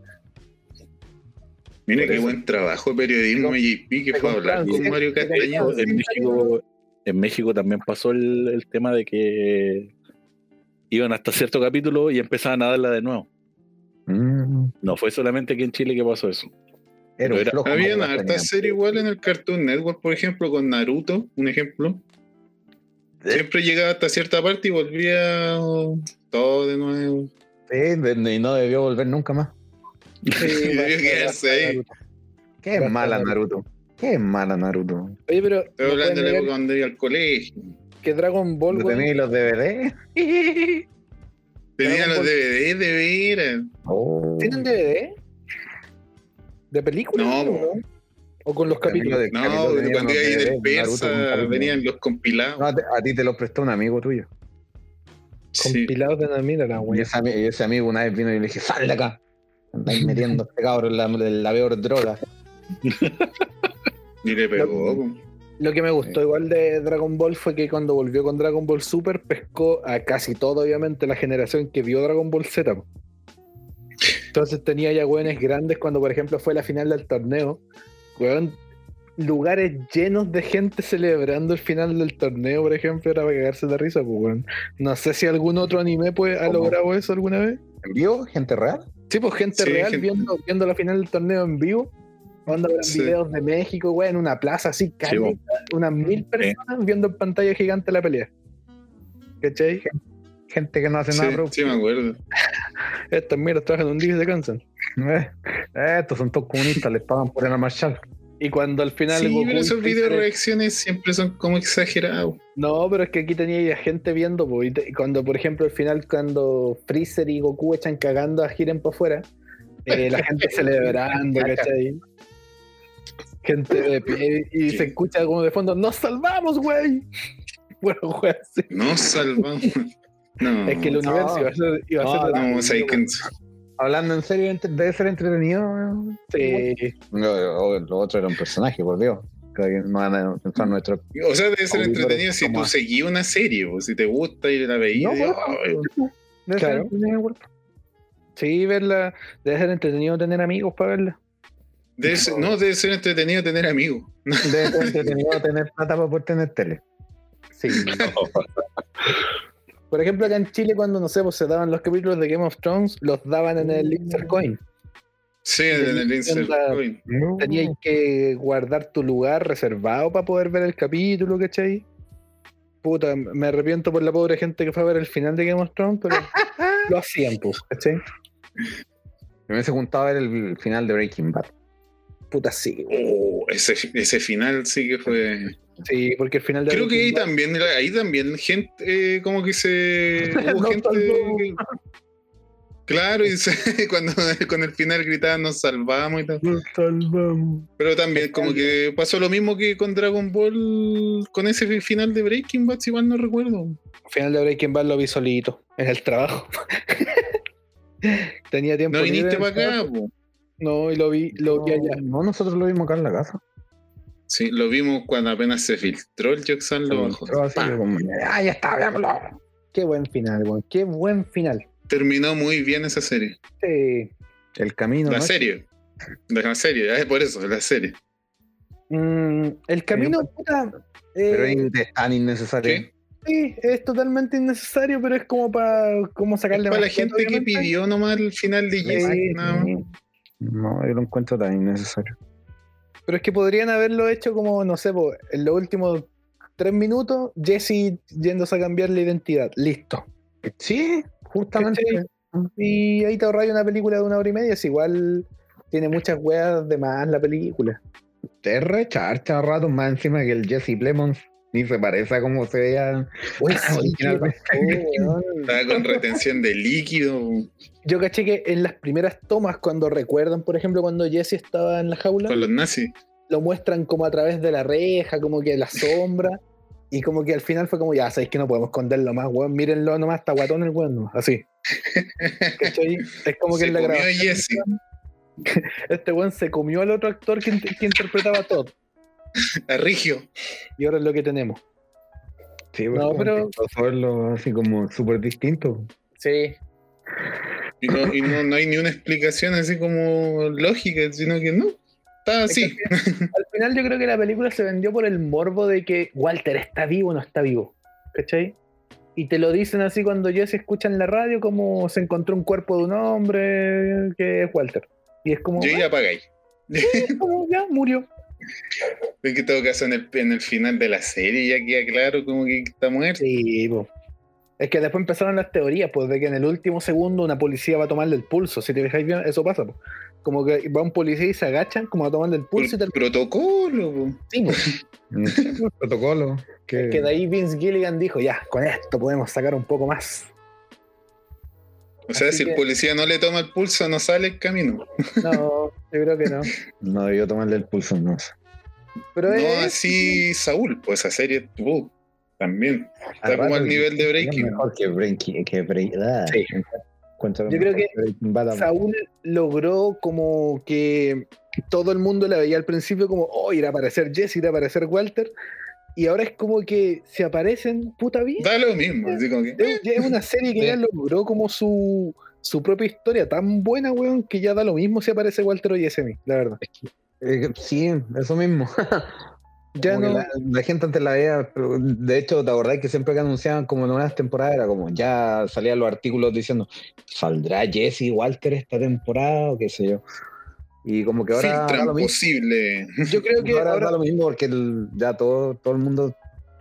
[SPEAKER 2] Mira
[SPEAKER 1] Por
[SPEAKER 2] qué
[SPEAKER 1] eso.
[SPEAKER 2] buen trabajo de periodismo JP que
[SPEAKER 1] te
[SPEAKER 2] fue a hablar
[SPEAKER 1] compraron,
[SPEAKER 2] con
[SPEAKER 1] sí,
[SPEAKER 2] Mario
[SPEAKER 1] te
[SPEAKER 2] Castañeda.
[SPEAKER 1] compraron.
[SPEAKER 4] En México, en México también pasó el, el tema de que iban hasta cierto capítulo y empezaban a darla de nuevo.
[SPEAKER 3] Mm,
[SPEAKER 4] No fue solamente aquí en Chile que pasó eso.
[SPEAKER 3] era un
[SPEAKER 4] Pero
[SPEAKER 3] flojo, Mario
[SPEAKER 2] Habían
[SPEAKER 3] Castañeda.
[SPEAKER 2] hartas series igual en el Cartoon Network, por ejemplo, con Naruto, un ejemplo.
[SPEAKER 1] Eh.
[SPEAKER 2] Siempre llegaba hasta cierta parte y volvía oh, todo de nuevo.
[SPEAKER 3] Sí, de- y no debió volver nunca más.
[SPEAKER 1] Sí,
[SPEAKER 2] Yo
[SPEAKER 1] basta,
[SPEAKER 2] qué
[SPEAKER 1] basta,
[SPEAKER 2] sé.
[SPEAKER 1] Naruto.
[SPEAKER 3] Qué
[SPEAKER 1] Basta,
[SPEAKER 3] mala
[SPEAKER 1] Naruto.
[SPEAKER 3] Naruto. Qué mala Naruto.
[SPEAKER 1] Oye, pero ¿no
[SPEAKER 2] Estoy hablando de
[SPEAKER 1] pueden
[SPEAKER 2] la
[SPEAKER 1] negar
[SPEAKER 2] época donde iba al colegio.
[SPEAKER 1] que Dragon Ball
[SPEAKER 3] ¿Lo
[SPEAKER 1] weón,
[SPEAKER 3] tenéis los DVD?
[SPEAKER 2] Tenía
[SPEAKER 1] Dragon
[SPEAKER 2] los
[SPEAKER 1] Ball.
[SPEAKER 2] DVDs de veras.
[SPEAKER 3] Oh.
[SPEAKER 1] tienen DVD de películas
[SPEAKER 2] No,
[SPEAKER 1] ¿no? o con los capítulos.
[SPEAKER 3] de
[SPEAKER 2] No,
[SPEAKER 3] Naruto tenía
[SPEAKER 2] cuando
[SPEAKER 3] unos
[SPEAKER 2] iba ahí del
[SPEAKER 3] DVD, Naruto, un
[SPEAKER 2] Persa
[SPEAKER 3] capítulo.
[SPEAKER 2] venían los
[SPEAKER 3] No,
[SPEAKER 1] Ah,
[SPEAKER 2] compilados.
[SPEAKER 3] a, ti- a ti te los prestó un amigo tuyo.
[SPEAKER 2] Sí.
[SPEAKER 1] Compilados de la mira la
[SPEAKER 3] Y
[SPEAKER 1] wea.
[SPEAKER 3] ese, ami- y ese amigo una vez vino y le dije, sal de acá. Andáis metiendo a este cabrón la, la peor droga.
[SPEAKER 2] Y le pegó. po.
[SPEAKER 1] Lo que me gustó
[SPEAKER 2] Eh.
[SPEAKER 1] igual de Dragon Ball fue que cuando volvió con Dragon Ball Super pescó a casi todo, obviamente, la generación que vio Dragon Ball Z. po. Entonces tenía ya hueones grandes cuando, por ejemplo, fue la final del torneo. Weón, lugares llenos de gente celebrando el final del torneo, por ejemplo, era para cagarse de risa. Pues, weón. No sé si algún otro anime pues, ha
[SPEAKER 3] ¿Cómo?
[SPEAKER 1] logrado eso alguna vez.
[SPEAKER 3] ¿En vivo? ¿Gente real?
[SPEAKER 1] Sí, pues gente
[SPEAKER 2] Sí,
[SPEAKER 1] real
[SPEAKER 2] gente-
[SPEAKER 1] Viendo, viendo la final del torneo en vivo. Cuando eran
[SPEAKER 2] Sí.
[SPEAKER 1] videos de México, güey, en una plaza así, caleta,
[SPEAKER 4] bueno.
[SPEAKER 1] unas
[SPEAKER 2] Mm,
[SPEAKER 1] mil personas viendo en pantalla gigante la pelea. ¿Cachai?
[SPEAKER 3] Gente que no hace
[SPEAKER 2] Sí,
[SPEAKER 3] nada, bro.
[SPEAKER 2] sí, me acuerdo.
[SPEAKER 1] Estas mierdas trabajan un día y se cansan.
[SPEAKER 3] Eh, eh, estos son todos comunistas, les pagan por ir a marchar.
[SPEAKER 1] Y cuando al final.
[SPEAKER 2] Sí,
[SPEAKER 1] Goku
[SPEAKER 2] pero esos
[SPEAKER 1] dice-
[SPEAKER 2] videos de reacciones siempre son como exagerados.
[SPEAKER 1] No, pero es que aquí tenía ya gente viendo, po, y te- y cuando, por ejemplo, al final, cuando Freezer y Goku echan cagando a Jiren para afuera, eh, la gente celebrando, ¿cachai? Gente de pie, y
[SPEAKER 2] Sí.
[SPEAKER 1] se escucha como de fondo, ¡nos salvamos, güey! Bueno, güey, sí.
[SPEAKER 2] No salvamos. No.
[SPEAKER 1] Es que el universo iba a ser... Iba a ser
[SPEAKER 2] No, o sea, hay que-
[SPEAKER 3] Hablando en serio, ent- debe ser entretenido. weón.
[SPEAKER 1] Sí.
[SPEAKER 3] No, lo- lo otro era un personaje, por Dios. Cada quien- No van a pensar nuestro
[SPEAKER 2] O sea, debe ser
[SPEAKER 3] Auditores
[SPEAKER 2] entretenido si tú
[SPEAKER 3] como-
[SPEAKER 2] seguís una serie, o si te gusta y la veís.
[SPEAKER 3] No,
[SPEAKER 2] y-
[SPEAKER 3] bueno. pues,
[SPEAKER 2] ay,
[SPEAKER 3] Debe
[SPEAKER 1] Claro.
[SPEAKER 3] ser entretenido, weón.
[SPEAKER 1] Sí, verla. Debe ser entretenido tener amigos para verla.
[SPEAKER 2] debe ser- no, debe ser entretenido tener amigos.
[SPEAKER 3] Debe ser entretenido tener plata para poder tener tele.
[SPEAKER 1] Sí. Por ejemplo, acá en Chile, cuando, no sé, pues, se daban los capítulos de Game of Thrones, los daban en el Insert Coin.
[SPEAKER 2] Sí, en el
[SPEAKER 1] tenía
[SPEAKER 2] Insert
[SPEAKER 1] onda-
[SPEAKER 2] Coin.
[SPEAKER 1] Tenías que guardar tu lugar reservado para poder ver el capítulo, ¿cachai? Puta, me arrepiento por la pobre gente que fue a ver el final de Game of Thrones, pero lo hacían, pues, ¿cachai?
[SPEAKER 3] Me hubiese juntado a ver el, el final de Breaking Bad.
[SPEAKER 1] Puta, sí.
[SPEAKER 2] Oh, ese, ese final sí que fue.
[SPEAKER 1] Sí, porque el final de
[SPEAKER 2] Creo que ahí
[SPEAKER 1] Breaking Bad-
[SPEAKER 2] también, ahí también gente, eh, como que se. Hubo
[SPEAKER 1] No
[SPEAKER 2] gente.
[SPEAKER 1] salvó.
[SPEAKER 2] Claro, y se- cuando con el final gritaban nos salvamos y tal.
[SPEAKER 1] Nos salvamos.
[SPEAKER 2] Pero también como que pasó lo mismo que con Dragon Ball, con ese fi- final de Breaking Bad, si mal no recuerdo.
[SPEAKER 9] Al final de Breaking Bad lo vi solito, en el trabajo. Tenía tiempo.
[SPEAKER 2] No
[SPEAKER 9] libre
[SPEAKER 2] viniste
[SPEAKER 9] en el
[SPEAKER 2] para
[SPEAKER 9] trabajo.
[SPEAKER 2] acá, po.
[SPEAKER 9] No, y lo vi, lo
[SPEAKER 3] Oh,
[SPEAKER 9] vi allá.
[SPEAKER 3] No, nosotros lo vimos acá en la casa.
[SPEAKER 2] Sí, lo vimos cuando apenas se filtró el Jackson, lo bajó.
[SPEAKER 3] Pero así
[SPEAKER 2] Pa.
[SPEAKER 3] como, ah, ya está, veámoslo.
[SPEAKER 1] Qué buen final, weón. Qué buen final.
[SPEAKER 2] Terminó muy bien esa serie.
[SPEAKER 1] Sí.
[SPEAKER 3] El camino.
[SPEAKER 2] La
[SPEAKER 3] ¿no?
[SPEAKER 2] serie. La serie, es por eso, la serie.
[SPEAKER 1] Mm, el camino, puta, eh,
[SPEAKER 3] Pero es tan innecesario.
[SPEAKER 2] ¿Qué?
[SPEAKER 1] sí, es totalmente innecesario, pero es como para como sacarle
[SPEAKER 2] Para la
[SPEAKER 1] plata,
[SPEAKER 2] gente que
[SPEAKER 1] obviamente.
[SPEAKER 2] pidió nomás el final de Jesse,
[SPEAKER 1] Sí.
[SPEAKER 2] nada más.
[SPEAKER 3] No, yo lo encuentro tan innecesario.
[SPEAKER 1] Pero es que podrían haberlo hecho como, no sé, po, en los últimos tres minutos, Jesse yéndose a cambiar la identidad. Listo.
[SPEAKER 3] Sí, justamente.
[SPEAKER 1] ¿Cachai? Y ahí te ahorras una película de una hora y media, es igual. Tiene muchas weas de más la película.
[SPEAKER 3] Te recharcha a ratos más encima que el Jesse Plemons. Ni se parece a cómo se veía.
[SPEAKER 1] Uy, sí, ¿qué
[SPEAKER 3] Originalmente.
[SPEAKER 1] pasó, weón?
[SPEAKER 2] Estaba con retención de líquido.
[SPEAKER 1] Yo caché que en las primeras tomas, cuando recuerdan, por ejemplo, cuando Jesse estaba en la jaula,
[SPEAKER 2] Con los nazis.
[SPEAKER 1] lo muestran como a través de la reja, como que la sombra. Y como que al final fue como, ya sabéis que no podemos esconderlo más, weón. Mírenlo nomás, está guatón el weón, nomás, así. ¿Cachai? Es como que
[SPEAKER 2] Se
[SPEAKER 1] en la
[SPEAKER 2] comió
[SPEAKER 1] grabación.
[SPEAKER 2] a Jesse.
[SPEAKER 1] Este weón se comió al otro actor que, int- que interpretaba a Todd.
[SPEAKER 2] A Rigio.
[SPEAKER 1] Y ahora es lo que tenemos.
[SPEAKER 3] Sí,
[SPEAKER 1] No, pero-
[SPEAKER 3] Verlo así como súper distinto.
[SPEAKER 1] Sí.
[SPEAKER 2] Y, no, y no, no hay ni una explicación así como lógica, sino que no. Estaba así.
[SPEAKER 1] Al final yo creo que la película se vendió por el morbo de que Walter está vivo o no está vivo. ¿Cachai? Y te lo dicen así cuando Jesse escucha en la radio como se encontró un cuerpo de un hombre que es Walter. Y es como,
[SPEAKER 2] Yo ya pagáis.
[SPEAKER 1] "Ah, como ya murió.
[SPEAKER 2] En que todo caso, en el, en el final de la serie ya queda claro como que está muerto.
[SPEAKER 1] Sí, po. Es que después empezaron las teorías, pues, de que en el último segundo una policía va a tomarle el pulso. Si te fijáis bien, eso pasa, po. Como que va un policía y se agachan como a tomarle el
[SPEAKER 2] Por
[SPEAKER 1] pulso y te
[SPEAKER 2] protocolo. po.
[SPEAKER 1] Sí, po.
[SPEAKER 3] Protocolo. Que...
[SPEAKER 1] Es que de ahí Vince Gilligan dijo, ya, con esto podemos sacar un poco más.
[SPEAKER 2] O sea,
[SPEAKER 1] Así
[SPEAKER 2] si
[SPEAKER 1] que-
[SPEAKER 2] el policía no le toma el pulso, no sale el camino.
[SPEAKER 1] No, yo creo que no.
[SPEAKER 3] No debió tomarle el pulso, no sé.
[SPEAKER 1] Pero
[SPEAKER 2] No
[SPEAKER 1] es-
[SPEAKER 2] así Saúl, pues esa serie uh, también.
[SPEAKER 10] Al
[SPEAKER 2] Está como
[SPEAKER 10] rato
[SPEAKER 2] al
[SPEAKER 10] que-
[SPEAKER 2] nivel de Breaking.
[SPEAKER 10] Mejor que Breaking. Que Breaking Bad.
[SPEAKER 1] Sí.
[SPEAKER 3] ah,
[SPEAKER 10] Encuentro
[SPEAKER 1] Yo creo
[SPEAKER 10] mejor Breaking Bad a-
[SPEAKER 1] Saúl logró como que todo el mundo la veía al principio como, oh, irá a aparecer Jesse, irá a aparecer Walter. Y ahora es como que se aparecen, puta bien.
[SPEAKER 2] Da lo mismo, así como que. eh,
[SPEAKER 1] Es, ya es una serie que ya logró como su, su propia historia tan buena, weón, que ya da lo mismo si aparece Walter o Jesse, la verdad.
[SPEAKER 3] Eh, sí, eso mismo.
[SPEAKER 1] Ya
[SPEAKER 3] Como que
[SPEAKER 1] no,
[SPEAKER 3] la, la gente antes la veía, pero de hecho, ¿te acordás que siempre que anunciaban como nuevas temporadas era como ya salían los artículos diciendo ¿saldrá Jesse Walter esta temporada o qué sé yo? Y como que ahora da
[SPEAKER 2] filtran
[SPEAKER 3] lo mismo,
[SPEAKER 2] posible.
[SPEAKER 1] yo creo que
[SPEAKER 3] ahora
[SPEAKER 1] ahora
[SPEAKER 3] da lo mismo porque el- ya todo, todo el mundo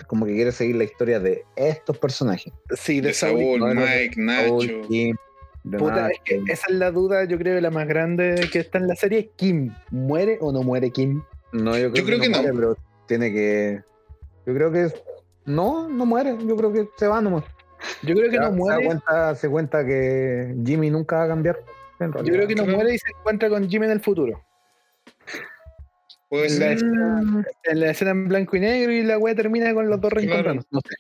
[SPEAKER 3] como que quiere seguir la historia de estos personajes.
[SPEAKER 1] sí, de
[SPEAKER 2] De
[SPEAKER 1] Saúl.
[SPEAKER 2] Saúl,
[SPEAKER 3] no, no,
[SPEAKER 2] Mike, Nacho.
[SPEAKER 3] Saúl, Kim, de
[SPEAKER 1] Puta,
[SPEAKER 3] nada,
[SPEAKER 1] es que eh, esa es la duda, yo creo, la más grande que está en la serie. Kim, ¿muere o no muere Kim?
[SPEAKER 3] No, yo creo,
[SPEAKER 2] creo que no.
[SPEAKER 3] muere, pero tiene que. Yo creo que. No, no muere. Yo creo que se va nomás.
[SPEAKER 1] Yo creo que
[SPEAKER 3] Ya
[SPEAKER 1] no
[SPEAKER 3] Se, da
[SPEAKER 1] muere.
[SPEAKER 3] cuenta, se cuenta que Jimmy nunca va a cambiar. en
[SPEAKER 1] Yo
[SPEAKER 3] realidad.
[SPEAKER 1] creo que no muere y se encuentra con Jimmy en el futuro.
[SPEAKER 2] Puede
[SPEAKER 1] En la,
[SPEAKER 2] ser
[SPEAKER 1] escena, en la escena en blanco y negro y la wea termina con los dos reencontrándose. No sé.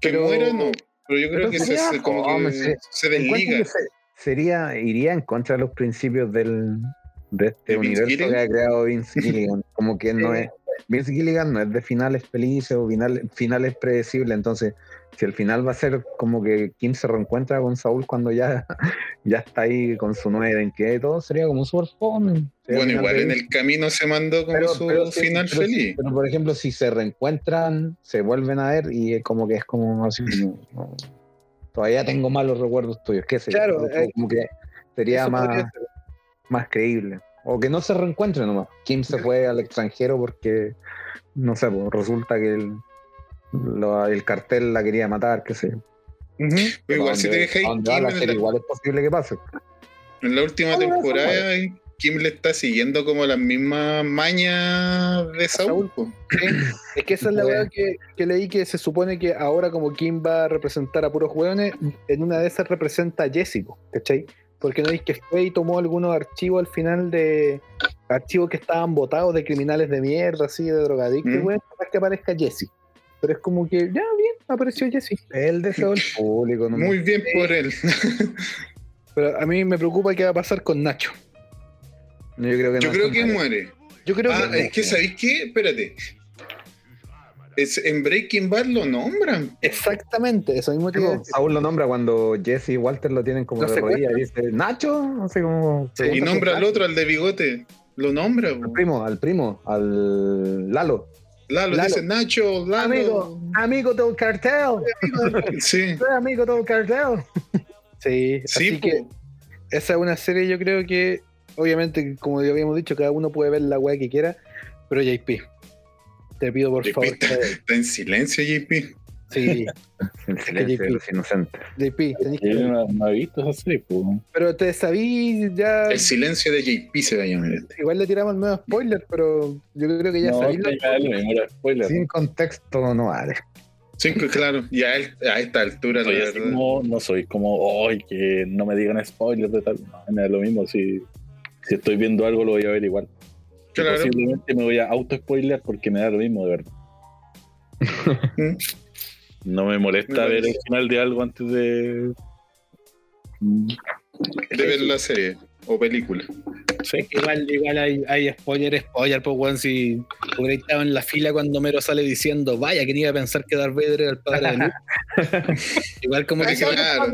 [SPEAKER 2] que
[SPEAKER 1] pero-
[SPEAKER 2] muera, no. Pero yo creo
[SPEAKER 3] pero
[SPEAKER 2] que se,
[SPEAKER 3] sería
[SPEAKER 2] se- como
[SPEAKER 3] fome,
[SPEAKER 2] que
[SPEAKER 3] se-
[SPEAKER 2] se
[SPEAKER 3] Encuentro
[SPEAKER 2] desliga.
[SPEAKER 3] que se- sería, iría en contra de los principios del, de este
[SPEAKER 2] ¿De Vince
[SPEAKER 3] universo que
[SPEAKER 2] Gilligan?
[SPEAKER 3] ha creado Vince Gilligan. Como que no
[SPEAKER 1] Sí.
[SPEAKER 3] es. Vince Gilligan no es de finales felices o finales, finales predecibles. Entonces, si el final va a ser como que Kim se reencuentra con Saúl cuando ya, ya está ahí con su nueva identidad y todo, sería como super fun.
[SPEAKER 2] Bueno, igual en el camino se mandó como su final feliz.
[SPEAKER 3] pero por ejemplo, si se reencuentran, se vuelven a ver y es como que es como así. como, todavía tengo malos recuerdos tuyos, qué sé yo,
[SPEAKER 1] Claro,
[SPEAKER 3] como-
[SPEAKER 1] eh,
[SPEAKER 3] como que sería
[SPEAKER 1] Eso podría
[SPEAKER 3] más,
[SPEAKER 1] ser.
[SPEAKER 3] más creíble. O que no se reencuentren nomás. Kim se fue al extranjero porque, no sé, pues, resulta que el, lo- el cartel la quería matar, qué sé yo.
[SPEAKER 2] Pero igual
[SPEAKER 3] A
[SPEAKER 2] si te
[SPEAKER 3] donde-
[SPEAKER 2] dejáis
[SPEAKER 3] a donde va
[SPEAKER 2] Kim
[SPEAKER 3] la
[SPEAKER 2] en
[SPEAKER 3] serie,
[SPEAKER 2] la-
[SPEAKER 3] igual es posible que pase.
[SPEAKER 2] En la última temporada, Kim le está siguiendo como las mismas mañas de Saúl. po.
[SPEAKER 1] Es que esa es la wea que, que leí que se supone que ahora como Kim va a representar a puros hueones, en una de esas representa a Jessico, ¿cachai?
[SPEAKER 11] Porque no veis que Fey tomó algunos archivos al final de archivos que estaban botados de criminales de mierda, así, de drogadictos,
[SPEAKER 2] Mm.
[SPEAKER 11] weón, para que aparezca Jesse. Pero es como que, ya bien, apareció Jesse.
[SPEAKER 3] El deseo del público, no
[SPEAKER 2] Muy bien por él.
[SPEAKER 11] Pero a mí me preocupa qué va a pasar con Nacho.
[SPEAKER 3] No, yo creo que
[SPEAKER 2] Yo
[SPEAKER 3] no.
[SPEAKER 2] creo que muere.
[SPEAKER 11] Yo creo
[SPEAKER 2] Ah,
[SPEAKER 11] que
[SPEAKER 2] es que ¿sabéis qué? Espérate. Es, en Breaking Bad lo nombran.
[SPEAKER 11] exactamente eso mismo te iba a decir.
[SPEAKER 3] Aún pues, lo nombra cuando Jesse y Walter lo tienen como
[SPEAKER 11] ¿Lo
[SPEAKER 3] de rodillas. Dice, Nacho, no sé cómo.
[SPEAKER 11] Sí.
[SPEAKER 2] Y nombra al otro, al de bigote. Lo nombra. po.
[SPEAKER 3] Al primo, al primo, al Lalo.
[SPEAKER 2] Lalo,
[SPEAKER 11] Lalo.
[SPEAKER 2] dice Nacho, Lalo.
[SPEAKER 3] Amigo. Amigo del cartel.
[SPEAKER 2] Sí,
[SPEAKER 3] Soy amigo del cartel.
[SPEAKER 11] Sí,
[SPEAKER 2] sí,
[SPEAKER 11] así que
[SPEAKER 2] po.
[SPEAKER 11] esa es una serie yo creo que, obviamente, como ya habíamos dicho, cada uno puede ver la weá que quiera, pero JP, te pido por
[SPEAKER 2] JP.
[SPEAKER 11] favor que-
[SPEAKER 2] está en silencio, JP.
[SPEAKER 11] Sí,
[SPEAKER 3] El
[SPEAKER 11] silencio de los
[SPEAKER 3] inocentes.
[SPEAKER 11] JP, tenés
[SPEAKER 4] Yo
[SPEAKER 11] que...
[SPEAKER 4] no, no he visto esa serie, pues.
[SPEAKER 11] Pero te sabí ya...
[SPEAKER 2] El silencio de JP se va a llamar. este.
[SPEAKER 11] Igual le tiramos el nuevo spoiler, pero yo creo que ya
[SPEAKER 4] No,
[SPEAKER 11] sabí lo-
[SPEAKER 4] me da lo mismo, era spoiler.
[SPEAKER 3] Sin contexto no vale.
[SPEAKER 2] Cinco, pues, claro. Y a, él- a esta altura, la
[SPEAKER 4] Soy así
[SPEAKER 2] verdad.
[SPEAKER 4] como- no soy como, ay, que no me digan spoilers de tal. No, me da lo mismo. Si, si estoy viendo algo, lo voy a ver igual. Y
[SPEAKER 2] Claro.
[SPEAKER 4] Posiblemente me voy a auto-spoiler porque me da lo mismo, de verdad. No me molesta
[SPEAKER 2] Me
[SPEAKER 4] ver el
[SPEAKER 2] parece.
[SPEAKER 4] final de algo antes de.
[SPEAKER 2] De ver la serie o película.
[SPEAKER 4] Sí.
[SPEAKER 1] Igual, igual hay, hay spoiler, spoiler, pues weón, si hubiera estado en la fila cuando Mero sale diciendo, vaya, ¿quién iba a pensar que Darth Vader era el padre de Luke? igual como que se va
[SPEAKER 2] Claro.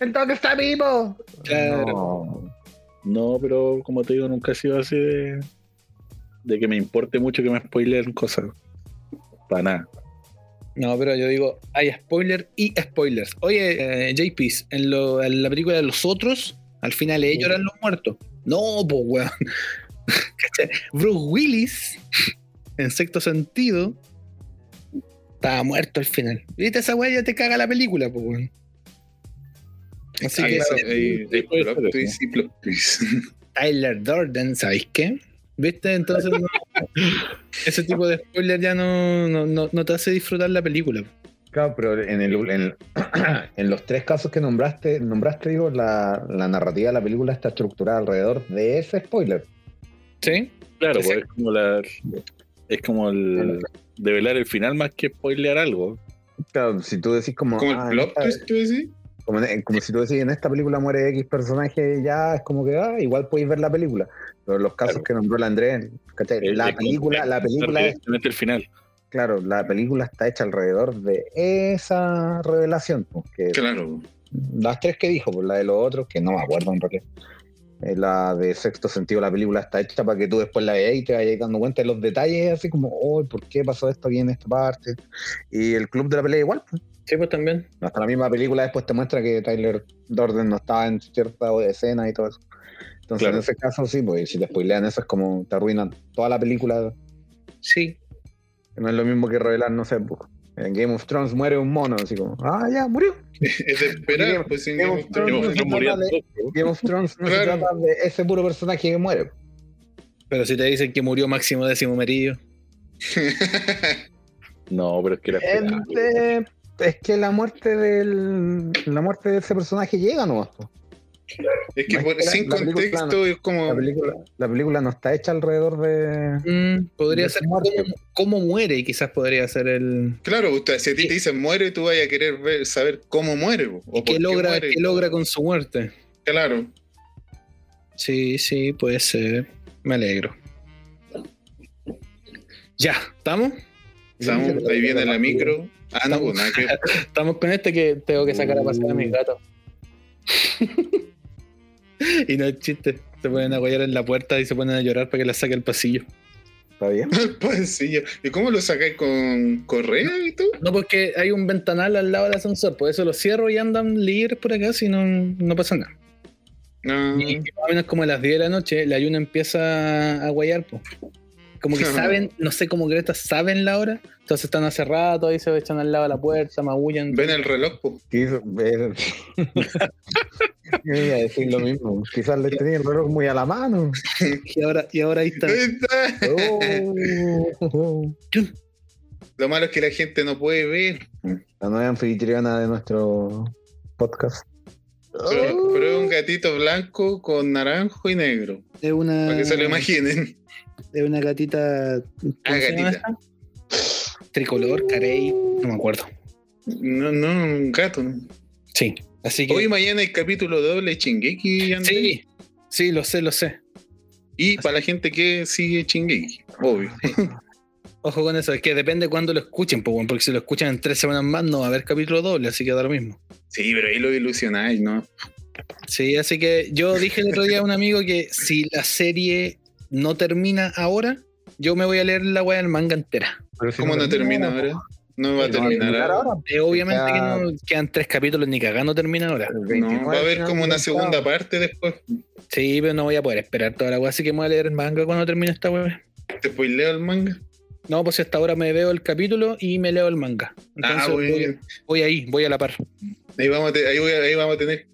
[SPEAKER 3] Entonces está vivo.
[SPEAKER 1] claro.
[SPEAKER 3] No.
[SPEAKER 4] No, pero como te digo, nunca ha sido así de, de que me importe mucho que me spoileen cosas. Para nada.
[SPEAKER 1] No, pero yo digo, hay spoiler y spoilers. Oye, eh, JP, en, lo- en la película de los otros, al final ellos eran los muertos. No, pues weón. ¿Cachai? Bruce Willis, en sexto sentido, estaba muerto al final. Viste, esa weá ya te caga la película, pues weón. Así
[SPEAKER 2] Ah,
[SPEAKER 1] que
[SPEAKER 2] eso, eh,
[SPEAKER 4] Sí, puede
[SPEAKER 2] plot
[SPEAKER 4] ser,
[SPEAKER 2] twist y plot twist.
[SPEAKER 1] Tyler Durden, ¿sabéis qué? ¿Viste? Entonces, no- ese tipo de spoiler ya no, no, no, no te hace disfrutar la película.
[SPEAKER 3] Claro, pero en, el, en, el- en los tres casos que nombraste, nombraste digo, la, la narrativa de la película está estructurada alrededor de ese spoiler.
[SPEAKER 1] ¿Sí?
[SPEAKER 4] Claro,
[SPEAKER 2] Exacto.
[SPEAKER 4] pues, es como, la, es como el develar el final más que spoilear algo.
[SPEAKER 3] Claro, si tú decís como...
[SPEAKER 2] Como
[SPEAKER 3] ah,
[SPEAKER 2] el plot
[SPEAKER 3] esta-
[SPEAKER 2] twist, tú decís.
[SPEAKER 3] como, en- eh, como si tú decís, en esta película muere X personaje, ya es como que ah, igual podéis ver la película. Pero los casos
[SPEAKER 4] Claro.
[SPEAKER 3] que nombró la Andrés, ¿cachai?
[SPEAKER 4] Es
[SPEAKER 3] la
[SPEAKER 4] de
[SPEAKER 3] película, la
[SPEAKER 4] contextualizar
[SPEAKER 3] película es-
[SPEAKER 4] directamente el final.
[SPEAKER 3] claro, la película está hecha alrededor de esa revelación, pues, que
[SPEAKER 2] Claro.
[SPEAKER 3] las tres que dijo, pues la de los otros, que no me acuerdo en realidad. Eh, La de sexto sentido, la película está hecha para que tú después la veas y te vayas dando cuenta de los detalles, así como, oh, ¿por qué pasó esto aquí en esta parte? Y el club de la pelea igual, pues.
[SPEAKER 1] Sí, pues también.
[SPEAKER 3] Hasta la misma película después te muestra que Tyler Durden no estaba en cierta escena y todo eso. Entonces,
[SPEAKER 4] Claro.
[SPEAKER 3] en ese caso, sí, pues si te spoilean eso es como te arruinan toda la película.
[SPEAKER 1] Sí.
[SPEAKER 3] No es lo mismo que revelar, no sé, pues, en Game of Thrones muere un mono, así como, ah, ya, murió.
[SPEAKER 2] Es de
[SPEAKER 3] Game-
[SPEAKER 2] esperar, pues sin
[SPEAKER 3] Game of
[SPEAKER 2] ningún-
[SPEAKER 3] Thrones
[SPEAKER 4] Yo,
[SPEAKER 3] no
[SPEAKER 4] yo
[SPEAKER 3] se
[SPEAKER 4] moría
[SPEAKER 3] trata de- Game of Thrones no se
[SPEAKER 2] Claro.
[SPEAKER 3] trata de ese puro personaje que muere.
[SPEAKER 1] Pero si te dicen que murió Máximo Décimo Meridio.
[SPEAKER 4] No, pero es que era esperable.
[SPEAKER 3] Este, es que la muerte del la muerte de ese personaje llega nomás. po.
[SPEAKER 2] Es que
[SPEAKER 3] No,
[SPEAKER 2] por-
[SPEAKER 3] espera,
[SPEAKER 2] sin
[SPEAKER 3] la película,
[SPEAKER 2] contexto es
[SPEAKER 3] La
[SPEAKER 2] como.
[SPEAKER 3] película, la película no está hecha alrededor de
[SPEAKER 1] podría
[SPEAKER 3] De
[SPEAKER 1] ser
[SPEAKER 3] su muerte.
[SPEAKER 1] cómo, cómo muere, quizás podría ser el.
[SPEAKER 2] Claro, usted- si a ti te dicen muere, tú vas a querer ver, saber cómo muere. po, O por
[SPEAKER 1] ¿Qué
[SPEAKER 2] qué
[SPEAKER 1] logra,
[SPEAKER 2] muere.
[SPEAKER 1] qué logra con su muerte?
[SPEAKER 2] Claro.
[SPEAKER 1] Sí, sí, puede ser. Me alegro. Ya, ¿estamos?
[SPEAKER 2] Estamos, ahí viene la micro. Ah, no, pues nada que.
[SPEAKER 1] Estamos con este que tengo que sacar a pasear a mis gatos. y no es chiste. Se ponen a guayar en la puerta y se ponen a llorar para que la saque al pasillo.
[SPEAKER 3] ¿Está bien?
[SPEAKER 2] Pues sí, yo- ¿Y cómo lo sacáis con correa y tú?
[SPEAKER 1] No, porque hay un ventanal al lado del ascensor, por eso lo cierro y andan libres por acá si no, no pasa nada.
[SPEAKER 2] No.
[SPEAKER 1] Y más o menos como a las 10 de la noche, la ayuna empieza a guayar, po. Como que saben, no sé cómo estas saben la hora, entonces están hace rato, ahí se echan al lado de la puerta, magullan.
[SPEAKER 2] Ven el reloj, pues.
[SPEAKER 3] Quiso- eh, Yo iba a decir lo mismo. Quizás le tenía el reloj muy a la mano.
[SPEAKER 1] Y ahora, y ahora ahí están.
[SPEAKER 2] Ahí está.
[SPEAKER 3] Oh.
[SPEAKER 2] Lo malo es que la gente no puede ver.
[SPEAKER 3] La nueva anfitriona de nuestro podcast. Ah.
[SPEAKER 2] Pero, pero es un gatito blanco con naranjo y negro.
[SPEAKER 12] Es una.
[SPEAKER 2] Para que se lo imaginen.
[SPEAKER 12] Es una gatita.
[SPEAKER 2] Ah, gatita.
[SPEAKER 1] Tricolor, carey, no me acuerdo.
[SPEAKER 2] No, no, un gato. ¿no?
[SPEAKER 1] Sí. Así que.
[SPEAKER 2] Hoy y mañana el capítulo doble Chingeki. Andrés.
[SPEAKER 1] sí, sí, lo sé, lo sé.
[SPEAKER 2] Y para la gente que sigue Chingeki, obvio.
[SPEAKER 1] Ojo con eso, es que depende cuándo lo escuchen, po, weón, porque si lo escuchan en tres semanas más no va a haber capítulo doble, así que da lo mismo.
[SPEAKER 2] Sí, pero ahí lo ilusionáis, ¿no?
[SPEAKER 1] Sí, así que yo dije el otro día a un amigo que si la serie no termina ahora, yo me voy a leer la weá del manga entera.
[SPEAKER 2] ¿Cómo no termina ahora? No va a terminar ahora.
[SPEAKER 1] Eh, obviamente
[SPEAKER 3] Ya.
[SPEAKER 1] que no quedan tres capítulos ni cagando termina ahora.
[SPEAKER 2] No, va a haber como una segunda parte después.
[SPEAKER 1] Sí, pero no voy a poder esperar toda la weá, así que me voy a leer el manga cuando termine esta weá.
[SPEAKER 2] Después leo el manga. Ah,
[SPEAKER 1] No, pues hasta ahora me veo el capítulo y me leo el manga. Entonces
[SPEAKER 2] ah,
[SPEAKER 1] voy,
[SPEAKER 2] bueno.
[SPEAKER 1] voy ahí, voy a la par.
[SPEAKER 2] Ahí vamos a, te- ahí voy a- ahí vamos a tener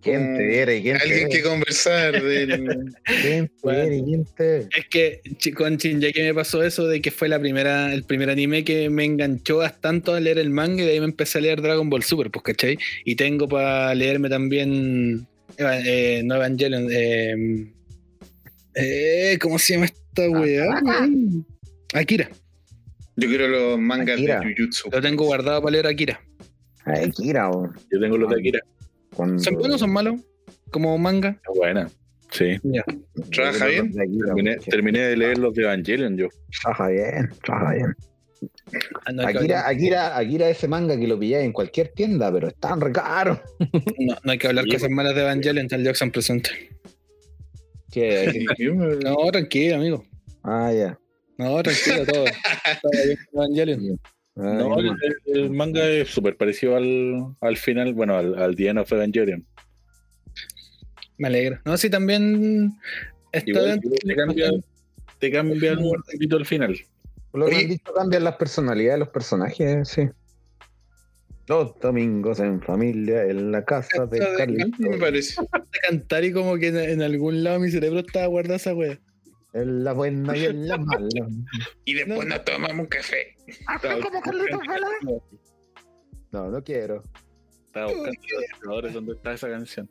[SPEAKER 3] ¿Quién te viera y quién te
[SPEAKER 2] alguien
[SPEAKER 3] viera?
[SPEAKER 2] que conversar del-
[SPEAKER 3] ¿Quién te viera y quién te viera?
[SPEAKER 1] Es que chi- con Shinji que me pasó eso de que fue la primera, el primer anime que me enganchó hasta tanto a leer el manga y de ahí me empecé a leer Dragon Ball Super, pues, ¿cachai? Y tengo para leerme también Eva- eh, no Evangelion, eh, eh, ¿cómo se llama esta weá? weón? Akira.
[SPEAKER 2] Yo quiero los mangas
[SPEAKER 3] Akira.
[SPEAKER 2] de Jujutsu.
[SPEAKER 1] Lo tengo guardado para leer Akira.
[SPEAKER 3] Ay, Kira, weón.
[SPEAKER 4] Yo tengo los de Akira.
[SPEAKER 3] Cuando-
[SPEAKER 1] ¿Son buenos o son malos? Como manga.
[SPEAKER 4] Está Buena. Sí.
[SPEAKER 2] ¿Trabaja bien?
[SPEAKER 3] De Akira,
[SPEAKER 4] Terminé,
[SPEAKER 3] weón.
[SPEAKER 4] terminé de leer los de Evangelion yo.
[SPEAKER 3] Trabaja bien, trabaja bien.
[SPEAKER 1] Ah, no, hay que hablar,
[SPEAKER 3] Akira, Akira, Akira, ese manga que lo pilláis en cualquier tienda, pero es tan caro.
[SPEAKER 1] no, no hay que hablar
[SPEAKER 4] Sí,
[SPEAKER 1] cosas malas de Evangelion, tal Jackson presente.
[SPEAKER 3] Que-
[SPEAKER 1] No, tranquilo, amigo.
[SPEAKER 3] Ah, ya.
[SPEAKER 1] No, tranquilo, todo. Todo bien con Evangelion.
[SPEAKER 3] Ah,
[SPEAKER 4] No,
[SPEAKER 3] ya.
[SPEAKER 4] el, el manga es súper parecido al, al final, bueno, al, al The End of Evangelion.
[SPEAKER 1] Me alegro. No, sí, también está
[SPEAKER 4] Igual
[SPEAKER 1] dentro
[SPEAKER 4] te cambia, te cambia el poquito al final.
[SPEAKER 3] Por Lo que
[SPEAKER 2] Oye.
[SPEAKER 3] han dicho cambian las personalidades de los personajes, sí. Los domingos en familia, en la casa de
[SPEAKER 1] Casa de
[SPEAKER 2] Me
[SPEAKER 3] Carlitos.
[SPEAKER 2] parece.
[SPEAKER 1] de cantar y como que en, en algún lado mi cerebro estaba guardado esa wea.
[SPEAKER 3] En la buena y en la mala.
[SPEAKER 2] Y después nos tomamos un café.
[SPEAKER 3] No, no quiero.
[SPEAKER 4] Estaba buscando los creadores donde está esa canción.